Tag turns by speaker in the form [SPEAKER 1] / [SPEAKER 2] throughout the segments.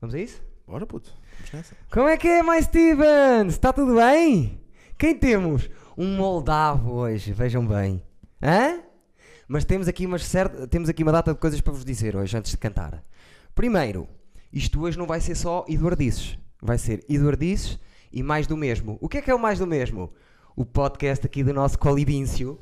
[SPEAKER 1] Vamos a isso?
[SPEAKER 2] Bora, puto. Vamos nessa.
[SPEAKER 1] Como é que é, mais Stevens? Está tudo bem? Quem temos? Um moldavo hoje, vejam bem. Hã? Mas temos aqui, umas cer- temos aqui uma data de coisas para vos dizer hoje, antes de cantar. Primeiro, isto hoje não vai ser só Eduardices. Vai ser Eduardices e mais do mesmo. O que é que é o mais do mesmo? O podcast aqui do nosso Colibíncio.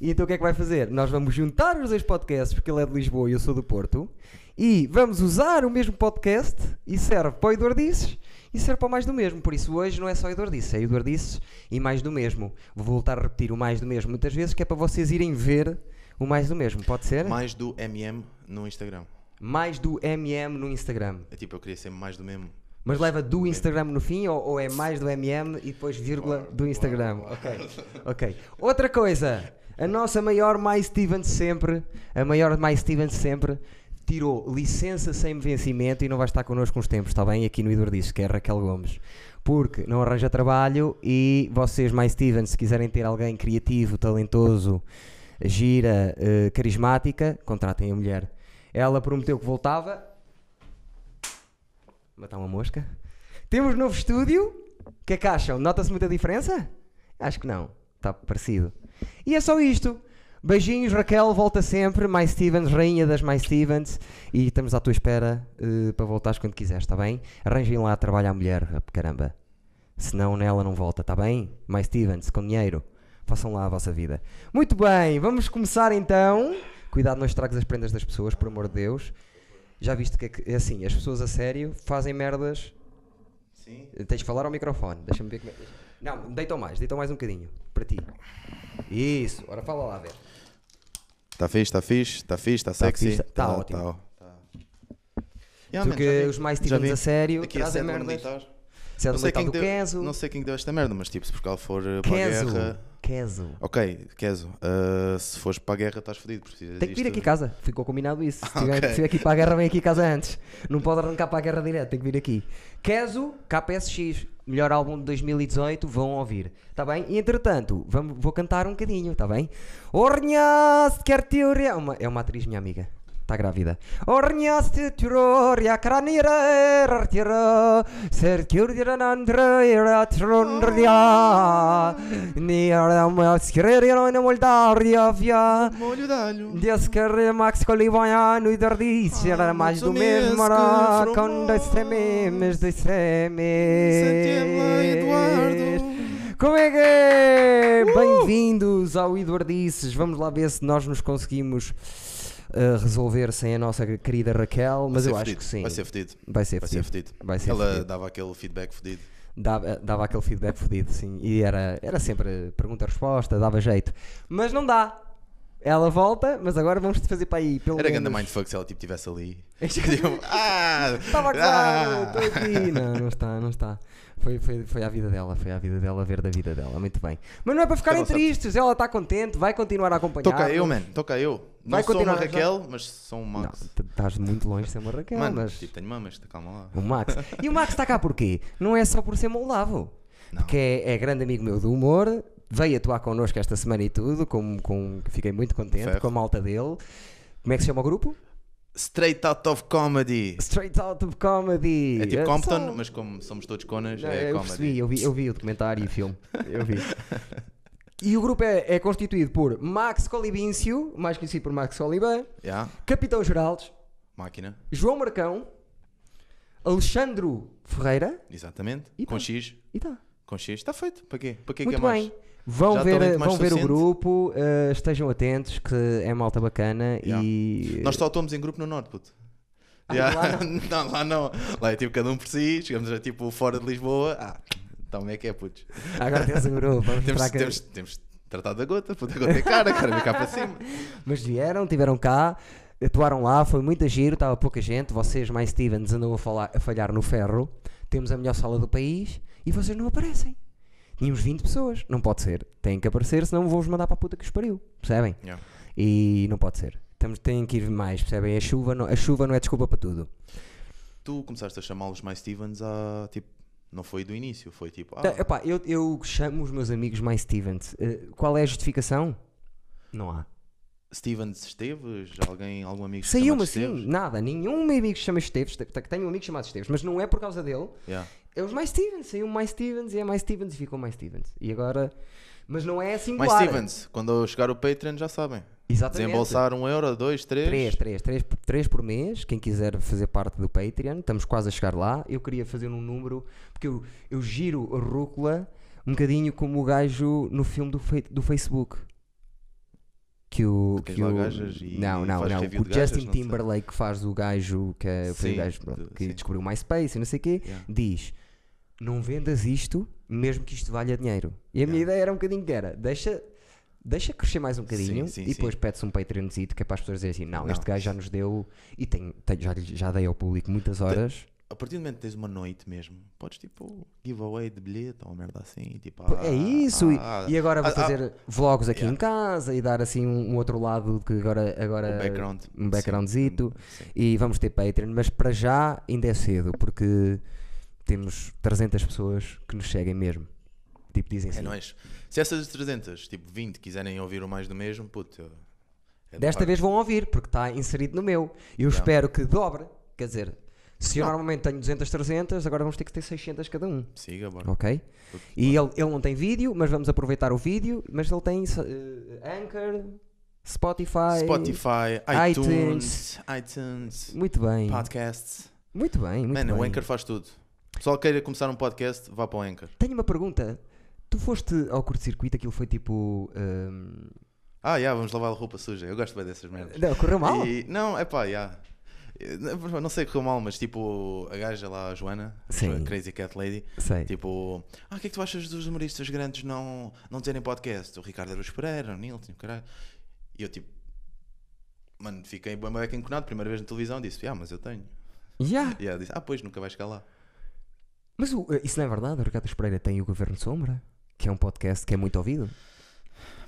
[SPEAKER 1] E então o que é que vai fazer? Nós vamos juntar os dois podcasts, porque ele é de Lisboa e eu sou do Porto. E vamos usar o mesmo podcast e serve para o Eduardices e serve para o mais do mesmo. Por isso hoje não é só Eduardices, é Eduardices e mais do mesmo. Vou voltar a repetir o mais do mesmo muitas vezes, que é para vocês irem ver o mais do mesmo. Pode ser?
[SPEAKER 2] Mais do MM no Instagram.
[SPEAKER 1] Mais do MM no Instagram.
[SPEAKER 2] É tipo, eu queria ser mais do mesmo.
[SPEAKER 1] Mas leva do Instagram no fim ou, ou é mais do MM e depois vírgula do Instagram? Ok. Ok. Outra coisa. A nossa maior My Stevens sempre, a maior My Stevens sempre, tirou licença sem vencimento e não vai estar connosco uns tempos, está bem? Aqui no Idor disse que é a Raquel Gomes. Porque não arranja trabalho e vocês, My Stevens, se quiserem ter alguém criativo, talentoso, gira, eh, carismática, contratem a mulher. Ela prometeu que voltava, Matar uma mosca. Temos novo estúdio. O que é que acham? Nota-se muita diferença? Acho que não. Está parecido. E é só isto. Beijinhos, Raquel, volta sempre. My Stevens, rainha das My Stevens. E estamos à tua espera eh, para voltares quando quiseres, está bem? Arranjem lá trabalho à mulher, caramba. Senão nela não volta, está bem? My Stevens, com dinheiro. Façam lá a vossa vida. Muito bem, vamos começar então. Cuidado, não estragues as prendas das pessoas, por amor de Deus. Já viste que é, que é assim, as pessoas a sério fazem merdas.
[SPEAKER 2] Sim.
[SPEAKER 1] Tens de falar ao microfone, deixa-me ver como é. Não, deitam mais, deitam mais um bocadinho, para ti. Isso, ora fala lá, ver.
[SPEAKER 2] Está Tá fixe, está fixe, está fixe, está sexy.
[SPEAKER 1] fixe, tá ótimo.
[SPEAKER 2] Tá,
[SPEAKER 1] Tu que os mais tivemos a sério,
[SPEAKER 2] Aqui a
[SPEAKER 1] trazem
[SPEAKER 2] cédula
[SPEAKER 1] merdas.
[SPEAKER 2] militar.
[SPEAKER 1] Se é
[SPEAKER 2] Não
[SPEAKER 1] do
[SPEAKER 2] sei,
[SPEAKER 1] metal
[SPEAKER 2] quem
[SPEAKER 1] do
[SPEAKER 2] deu,
[SPEAKER 1] Kenzo.
[SPEAKER 2] não sei quem deu esta merda, mas tipo, se Portugal for uh, para a
[SPEAKER 1] Kenzo.
[SPEAKER 2] guerra.
[SPEAKER 1] Kenzo.
[SPEAKER 2] Ok, Keso, uh, se fores para a guerra estás fodido. precisas
[SPEAKER 1] Tem que vir
[SPEAKER 2] disto.
[SPEAKER 1] aqui a casa, ficou combinado isso. Se tiver,
[SPEAKER 2] um- ok.
[SPEAKER 1] se tiver que ir para a guerra, vem aqui a casa antes. Não pode arrancar para a guerra direto, tem que vir aqui. Keso, KPSX, melhor álbum de 2018, vão ouvir. Está bem? E entretanto, vamos, vou cantar um bocadinho, está bem? Ornhas, quer teoria. É uma atriz, minha amiga. Está grávida. Ornhas, teoria, cranira, tira, ser teoria, nandra, trondria, nira, mas querer, não moldar, via.
[SPEAKER 2] Molho de alho.
[SPEAKER 1] Dias que Max Colibaniano e Dardice era
[SPEAKER 2] Ah,
[SPEAKER 1] mais do
[SPEAKER 2] muito mesmo,
[SPEAKER 1] mesmo, era
[SPEAKER 2] que
[SPEAKER 1] com dois
[SPEAKER 2] fromoso.
[SPEAKER 1] temes, dois
[SPEAKER 2] Santiago
[SPEAKER 1] temes.
[SPEAKER 2] Eduardo.
[SPEAKER 1] Como é que é? Bem-vindos ao Eduardices. Vamos lá ver se nós nos conseguimos uh, resolver sem a nossa querida Raquel, mas
[SPEAKER 2] Vai
[SPEAKER 1] eu
[SPEAKER 2] ser
[SPEAKER 1] acho
[SPEAKER 2] fedido,
[SPEAKER 1] que sim.
[SPEAKER 2] Vai ser fedido.
[SPEAKER 1] Vai ser
[SPEAKER 2] Vai ser
[SPEAKER 1] fedido.
[SPEAKER 2] fedido.
[SPEAKER 1] Vai ser
[SPEAKER 2] Ela
[SPEAKER 1] fedido.
[SPEAKER 2] dava aquele feedback fedido.
[SPEAKER 1] Dava, dava aquele feedback fodido, sim. E era, era sempre pergunta-resposta, dava jeito. Mas não dá. Ela volta, mas agora vamos fazer para aí pelo
[SPEAKER 2] Era grande
[SPEAKER 1] menos...
[SPEAKER 2] mindfuck se ela tipo estivesse ali. Tipo, ah!
[SPEAKER 1] Estava claro,
[SPEAKER 2] ah.
[SPEAKER 1] estou aqui. Não, não está, não está. Foi, foi, foi à vida dela, foi à vida dela, ver da vida dela, muito bem. Mas não é para ficarem
[SPEAKER 2] Ela sabe.
[SPEAKER 1] tristes, ela está contente, vai continuar a acompanhar.
[SPEAKER 2] Toca eu, man. Toca eu. Não
[SPEAKER 1] Vai
[SPEAKER 2] sou uma
[SPEAKER 1] continuar já.
[SPEAKER 2] Raquel, mas sou um
[SPEAKER 1] Não,
[SPEAKER 2] Max.
[SPEAKER 1] t- estás muito longe de ser uma Raquel,
[SPEAKER 2] Mano,
[SPEAKER 1] mas.
[SPEAKER 2] tipo, tenho mamas, tá, calma lá.
[SPEAKER 1] O Max. E o Max está cá porquê? Não é só por ser moldavo.
[SPEAKER 2] Não.
[SPEAKER 1] Porque é, é grande amigo meu do humor, veio atuar connosco esta semana e tudo, com, com, fiquei muito contente
[SPEAKER 2] Ferro.
[SPEAKER 1] com a malta dele. Como é que se chama o grupo?
[SPEAKER 2] Straight out of comedy.
[SPEAKER 1] Straight Out of Comedy.
[SPEAKER 2] É tipo
[SPEAKER 1] só-
[SPEAKER 2] Compton, mas como somos todos conas,
[SPEAKER 1] Não,
[SPEAKER 2] é
[SPEAKER 1] eu percebi,
[SPEAKER 2] comedy.
[SPEAKER 1] eu vi, eu vi o documentário e o filme. Eu vi. E o grupo é, é constituído por Max Colibíncio, mais conhecido por Max Coliban,
[SPEAKER 2] Yeah?
[SPEAKER 1] Capitão Geraldes,
[SPEAKER 2] Máquina,
[SPEAKER 1] João Marcão, Alexandro Ferreira
[SPEAKER 2] exatamente.
[SPEAKER 1] E
[SPEAKER 2] com
[SPEAKER 1] pronto.
[SPEAKER 2] X,
[SPEAKER 1] e tá.
[SPEAKER 2] com X, está feito. Para quê? Para quê
[SPEAKER 1] Muito
[SPEAKER 2] que é
[SPEAKER 1] bem.
[SPEAKER 2] mais?
[SPEAKER 1] Vão
[SPEAKER 2] Já
[SPEAKER 1] ver,
[SPEAKER 2] talento mais
[SPEAKER 1] vão ver o
[SPEAKER 2] suficiente.
[SPEAKER 1] grupo, eh, estejam atentos, que é malta bacana
[SPEAKER 2] Yeah.
[SPEAKER 1] e.
[SPEAKER 2] Nós só estamos em grupo no Norte, puto.
[SPEAKER 1] Ah,
[SPEAKER 2] Yeah.
[SPEAKER 1] lá
[SPEAKER 2] não, lá não. Lá é tipo cada um por si, chegamos a tipo fora de Lisboa. Ah, então como é que é, putos?
[SPEAKER 1] Agora tens o grupo, vamos
[SPEAKER 2] Temos,
[SPEAKER 1] mostrar que-
[SPEAKER 2] temos, temos tratado da gota, puto, a gota é cara, cara, vem cá para cima.
[SPEAKER 1] Mas vieram, tiveram cá, atuaram lá, foi muito giro, estava pouca gente. Vocês, mais Stevens, andam a, falar- a falhar no ferro. Temos a melhor sala do país e vocês não aparecem. Tínhamos 20 pessoas, não pode ser. Têm que aparecer, senão vou-vos mandar para a puta que os pariu, percebem?
[SPEAKER 2] Yeah.
[SPEAKER 1] E não pode ser. Temos, têm que ir mais, percebem? A chuva, não, a chuva não é desculpa para tudo.
[SPEAKER 2] Tu começaste a chamá-los mais Stevens a tipo. Não foi do início, foi tipo. Ah,
[SPEAKER 1] Tá, epá, eu, eu chamo os meus amigos mais Stevens. Eh, qual é a justificação? Não há.
[SPEAKER 2] Stevens Esteves? Alguém, algum amigo que se
[SPEAKER 1] Saiu-me
[SPEAKER 2] chama
[SPEAKER 1] assim,
[SPEAKER 2] Esteves?
[SPEAKER 1] nada, nenhum meu amigo se chama Esteves, te- te- tenho um amigo chamado Esteves, mas não é por causa dele,
[SPEAKER 2] Yeah.
[SPEAKER 1] é os mais Stevens, saiu mais Stevens e é mais Stevens e ficou mais Stevens. E agora, mas não é assim
[SPEAKER 2] Mais Stevens, quando eu chegar o Patreon já sabem.
[SPEAKER 1] Exatamente.
[SPEAKER 2] Desembolsar um euro, dois, três.
[SPEAKER 1] 3, 3, 3, por mês. Quem quiser fazer parte do Patreon, estamos quase a chegar lá. Eu queria fazer um número, porque eu, eu giro a rúcula um bocadinho como o gajo no filme do, fei- do Facebook. Que o.
[SPEAKER 2] Tens
[SPEAKER 1] Que
[SPEAKER 2] lá
[SPEAKER 1] o
[SPEAKER 2] gajas e
[SPEAKER 1] não, não,
[SPEAKER 2] fazes
[SPEAKER 1] não.
[SPEAKER 2] review
[SPEAKER 1] O
[SPEAKER 2] de gajas,
[SPEAKER 1] Justin
[SPEAKER 2] não sei.
[SPEAKER 1] Timberlake que faz o gajo que, é, foi o
[SPEAKER 2] Sim,
[SPEAKER 1] gajo, pronto,
[SPEAKER 2] do-
[SPEAKER 1] que
[SPEAKER 2] sim.
[SPEAKER 1] descobriu o MySpace e não sei o quê.
[SPEAKER 2] Yeah.
[SPEAKER 1] Diz: Não vendas isto, mesmo que isto valha dinheiro. E a minha ideia era um bocadinho que era: deixa. Deixa crescer mais um bocadinho
[SPEAKER 2] sim,
[SPEAKER 1] e
[SPEAKER 2] sim.
[SPEAKER 1] depois pede-se um Patreonzito que é para as pessoas dizerem assim: não,
[SPEAKER 2] Não.
[SPEAKER 1] este gajo já nos deu e tem, tem- já, lhe- já dei ao público muitas horas.
[SPEAKER 2] A partir do momento que tens uma noite mesmo, podes tipo giveaway de bilhete ou uma merda assim. Tipo,
[SPEAKER 1] Pô,
[SPEAKER 2] ah,
[SPEAKER 1] é isso. e-
[SPEAKER 2] ah,
[SPEAKER 1] e, agora vou
[SPEAKER 2] ah, ah,
[SPEAKER 1] fazer vlogs aqui
[SPEAKER 2] yeah.
[SPEAKER 1] em casa e dar assim um, um outro lado que agora. agora
[SPEAKER 2] um background.
[SPEAKER 1] um backgroundzito.
[SPEAKER 2] Sim, sim.
[SPEAKER 1] E vamos ter Patreon, mas para já ainda é cedo porque temos 300 pessoas que nos seguem mesmo. Tipo, dizem
[SPEAKER 2] É
[SPEAKER 1] assim.
[SPEAKER 2] nóis. Se essas 300, tipo 20, quiserem ouvir o mais do mesmo, puto. eu- é do
[SPEAKER 1] Desta
[SPEAKER 2] par.
[SPEAKER 1] vez vão ouvir, porque está inserido no meu. Eu espero que dobre. Quer dizer, se
[SPEAKER 2] Ah.
[SPEAKER 1] eu normalmente tenho 200, 300, agora vamos ter que ter 600 cada um.
[SPEAKER 2] Siga, bora.
[SPEAKER 1] Ok?
[SPEAKER 2] Tudo
[SPEAKER 1] E ele, ele não tem vídeo, mas vamos aproveitar o vídeo. Mas ele tem eh, Anchor, Spotify.
[SPEAKER 2] Spotify,
[SPEAKER 1] iTunes.
[SPEAKER 2] iTunes, iTunes,
[SPEAKER 1] Muito bem.
[SPEAKER 2] podcasts.
[SPEAKER 1] Muito bem, muito
[SPEAKER 2] Mano,
[SPEAKER 1] bem.
[SPEAKER 2] o Anchor faz tudo. Pessoal que queira começar um podcast, vá para o Anchor.
[SPEAKER 1] Tenho uma pergunta. Tu foste ao curto-circuito, aquilo foi tipo. ehm,
[SPEAKER 2] Ah, já, vamos lavar a roupa suja. Eu gosto bem dessas merdas.
[SPEAKER 1] Não, correu mal?
[SPEAKER 2] E- não, é pá, já. Eh, Não sei que correu mal, mas tipo, a gaja lá, a Joana,
[SPEAKER 1] Sim.
[SPEAKER 2] a Crazy Cat Lady,
[SPEAKER 1] Sei.
[SPEAKER 2] tipo, ah, o que é que tu achas dos humoristas grandes não, não terem podcast? O Ricardo Aruz Pereira, o Nilton, o caralho. E eu tipo, mano, fiquei bem bem enconado, primeira vez na televisão, disse, ah, mas eu tenho.
[SPEAKER 1] Já.
[SPEAKER 2] E ela disse, ah, pois, nunca vais chegar lá.
[SPEAKER 1] Mas o- eh, isso não é verdade? O Ricardo Espreira tem o Governo de Sombra, que é um podcast que é muito ouvido.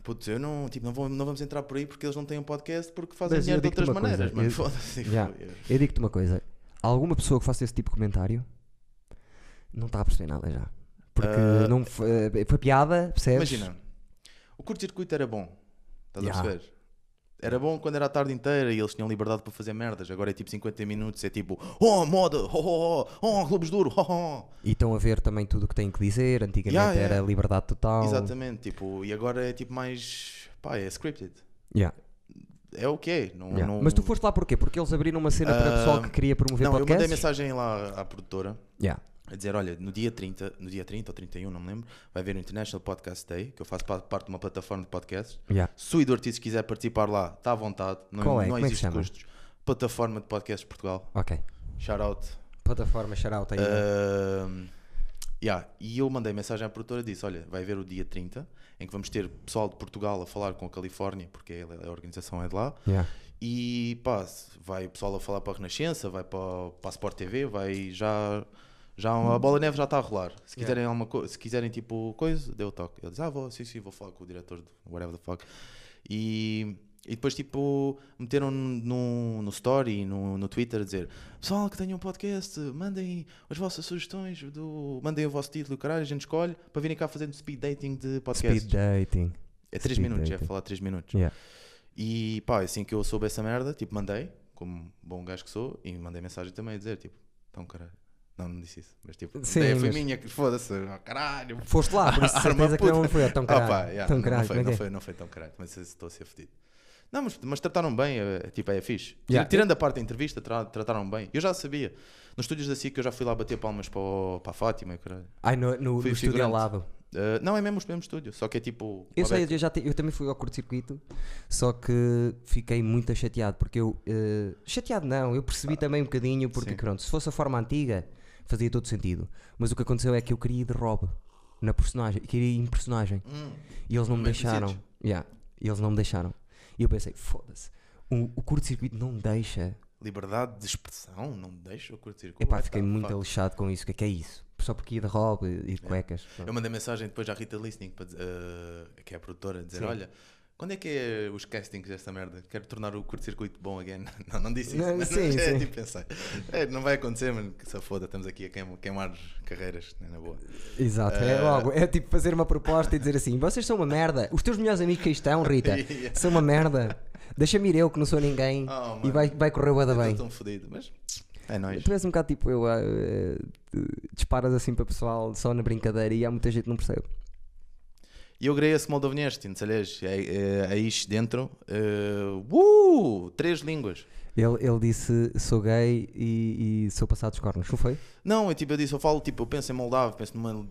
[SPEAKER 2] Putz, eu não, tipo, não, vou- não vamos entrar por aí porque eles não têm um podcast porque fazem
[SPEAKER 1] Mas eu
[SPEAKER 2] dinheiro de
[SPEAKER 1] digo-te
[SPEAKER 2] outras
[SPEAKER 1] uma coisa,
[SPEAKER 2] maneiras, mano.
[SPEAKER 1] eu-
[SPEAKER 2] Foda-se.
[SPEAKER 1] Já. Eu digo-te uma coisa: alguma pessoa que faça esse tipo de comentário não está a perceber nada já. Porque
[SPEAKER 2] Ah.
[SPEAKER 1] não foi, eh, foi piada, percebes?
[SPEAKER 2] Imagina, o curto-circuito era bom. Estás
[SPEAKER 1] Yeah.
[SPEAKER 2] a perceber? Era bom quando era a tarde inteira e eles tinham liberdade para fazer merdas. Agora é tipo 50 minutos, é tipo, oh, moda, oh, oh, oh, oh Globos de Ouro, oh, oh.
[SPEAKER 1] E estão a ver também tudo o que têm que dizer. Antigamente
[SPEAKER 2] Yeah,
[SPEAKER 1] era
[SPEAKER 2] yeah.
[SPEAKER 1] liberdade total.
[SPEAKER 2] Exatamente, tipo, e agora é tipo mais, pá, é scripted.
[SPEAKER 1] Yeah,
[SPEAKER 2] É o que é. Não,
[SPEAKER 1] yeah.
[SPEAKER 2] não... Ah,
[SPEAKER 1] Mas tu foste lá porquê? Porque eles abriram uma cena para o pessoal que queria promover
[SPEAKER 2] Não, eu mandei
[SPEAKER 1] podcasts?
[SPEAKER 2] mensagem lá à produtora
[SPEAKER 1] Yeah.
[SPEAKER 2] a dizer, olha, no dia 30, no dia 30 ou 31, não me lembro, vai haver o International Podcast Day, que eu faço pa- parte de uma plataforma de podcasts.
[SPEAKER 1] Yeah.
[SPEAKER 2] Se o Edu Ortiz quiser participar lá, está à vontade, não,
[SPEAKER 1] Qual é?
[SPEAKER 2] não
[SPEAKER 1] Como é que se
[SPEAKER 2] existe
[SPEAKER 1] chama?
[SPEAKER 2] custos. Plataforma de Podcasts de Portugal,
[SPEAKER 1] Ok.
[SPEAKER 2] shout out.
[SPEAKER 1] Plataforma Shoutout aí. né?
[SPEAKER 2] Ah, Ahm, yeah, E eu mandei mensagem à produtora e disse: Olha, vai haver o dia 30 em que vamos ter pessoal de Portugal a falar com a Califórnia, porque ela- a organização é de lá.
[SPEAKER 1] Yeah.
[SPEAKER 2] E pá, se- vai o pessoal a falar para a Renascença, vai para, para a Sport TV, vai já. Já a bola de neve já está a rolar. Se quiserem alguma coisa, se quiserem tipo coisa, deu toque. Ele diz: Ah, vou, sim, sim, vou falar com o diretor do whatever the fuck. E, e depois tipo meteram no, no story, no, no Twitter a dizer: Pessoal que tenham um podcast, mandem as vossas sugestões, do, mandem o vosso título, caralho, a gente escolhe para virem cá fazendo speed dating de podcast.
[SPEAKER 1] Speed dating.
[SPEAKER 2] é 3
[SPEAKER 1] speed
[SPEAKER 2] minutos,
[SPEAKER 1] dating.
[SPEAKER 2] é falar 3 minutos.
[SPEAKER 1] Yeah.
[SPEAKER 2] E pá, assim que eu soube essa merda, tipo, mandei, como bom gajo que sou, e mandei mensagem também a dizer, tipo, então caralho. Não, não disse isso, mas tipo,
[SPEAKER 1] Sim,
[SPEAKER 2] a ideia foi
[SPEAKER 1] mas-
[SPEAKER 2] minha, que foda-se, oh, caralho.
[SPEAKER 1] Foste lá, por isso de
[SPEAKER 2] arma
[SPEAKER 1] certeza que não
[SPEAKER 2] puta.
[SPEAKER 1] foi tão
[SPEAKER 2] Ah,
[SPEAKER 1] caralho.
[SPEAKER 2] pá, yeah,
[SPEAKER 1] tão
[SPEAKER 2] não,
[SPEAKER 1] caralho.
[SPEAKER 2] foi,
[SPEAKER 1] como é
[SPEAKER 2] não,
[SPEAKER 1] que é?
[SPEAKER 2] foi, não foi tão caralho, mas estou a ser fodido. Não, mas, mas trataram bem, é, é, tipo, é fixe. Tira-
[SPEAKER 1] Yeah.
[SPEAKER 2] Tirando a parte da entrevista, tra- trataram bem. Eu já sabia. Nos estúdios da SIC eu já fui lá bater palmas para, o- para a Fátima e caralho.
[SPEAKER 1] Ai, no, no, no
[SPEAKER 2] Fui
[SPEAKER 1] estúdio ao
[SPEAKER 2] figurante.
[SPEAKER 1] lado.
[SPEAKER 2] Ah, não, é mesmo o mesmo estúdio, só que é tipo.
[SPEAKER 1] Eu
[SPEAKER 2] uma
[SPEAKER 1] sei,
[SPEAKER 2] beca.
[SPEAKER 1] eu, já te- eu também fui ao curto-circuito, só que fiquei muito chateado, porque eu. eh, chateado não, eu percebi também um bocadinho, porque
[SPEAKER 2] sim.
[SPEAKER 1] pronto, se fosse a forma antiga, fazia todo sentido. Mas o que aconteceu é que eu queria ir de Rob na personagem, queria ir em personagem.
[SPEAKER 2] Hum,
[SPEAKER 1] E eles não me
[SPEAKER 2] Mas
[SPEAKER 1] deixaram.
[SPEAKER 2] decides.
[SPEAKER 1] Yeah, e eles não me deixaram. E eu pensei, foda-se, o, o curto-circuito não me deixa.
[SPEAKER 2] liberdade de expressão, não me deixa eu curtir.
[SPEAKER 1] Epá,
[SPEAKER 2] What
[SPEAKER 1] fiquei
[SPEAKER 2] the
[SPEAKER 1] muito
[SPEAKER 2] é tá? fuck?
[SPEAKER 1] alixado com isso, o que é que é isso? Só porque ia de Rob e de cuecas.
[SPEAKER 2] Eu mandei mensagem depois à Rita Listening, para dizer, eh, que é a produtora, a dizer:
[SPEAKER 1] Sim.
[SPEAKER 2] Olha, Quando é que é os castings desta merda? Quero tornar o curto-circuito bom again. Não, não disse isso.
[SPEAKER 1] Não,
[SPEAKER 2] mas
[SPEAKER 1] sim,
[SPEAKER 2] é,
[SPEAKER 1] sim.
[SPEAKER 2] tipo, pensei. É, não vai acontecer, mano. Que se foda, estamos aqui a queimar, queimar carreiras, né, na boa.
[SPEAKER 1] Exato, é
[SPEAKER 2] Eh,
[SPEAKER 1] logo. É tipo fazer uma proposta e dizer assim: vocês são uma merda. Os teus melhores amigos que aí estão, Rita,
[SPEAKER 2] Yeah.
[SPEAKER 1] são uma merda. Deixa-me ir eu que não sou ninguém
[SPEAKER 2] Oh,
[SPEAKER 1] e
[SPEAKER 2] mano. um
[SPEAKER 1] vai, vai correr o bué da
[SPEAKER 2] Estou
[SPEAKER 1] bem.
[SPEAKER 2] tão fodido, mas é nóis.
[SPEAKER 1] Tu és um bocado tipo eu, ah, eh, disparas assim para o pessoal só na brincadeira e há muita gente que não percebe.
[SPEAKER 2] E eu grei esse moldovneste, entalhas, aí é, dentro, uh, uh, três línguas.
[SPEAKER 1] Ele, ele disse: sou gay e, e sou passado dos cornos, não foi?
[SPEAKER 2] Não, eu, tipo, eu disse, eu falo, tipo, eu penso em moldavo, penso, numa,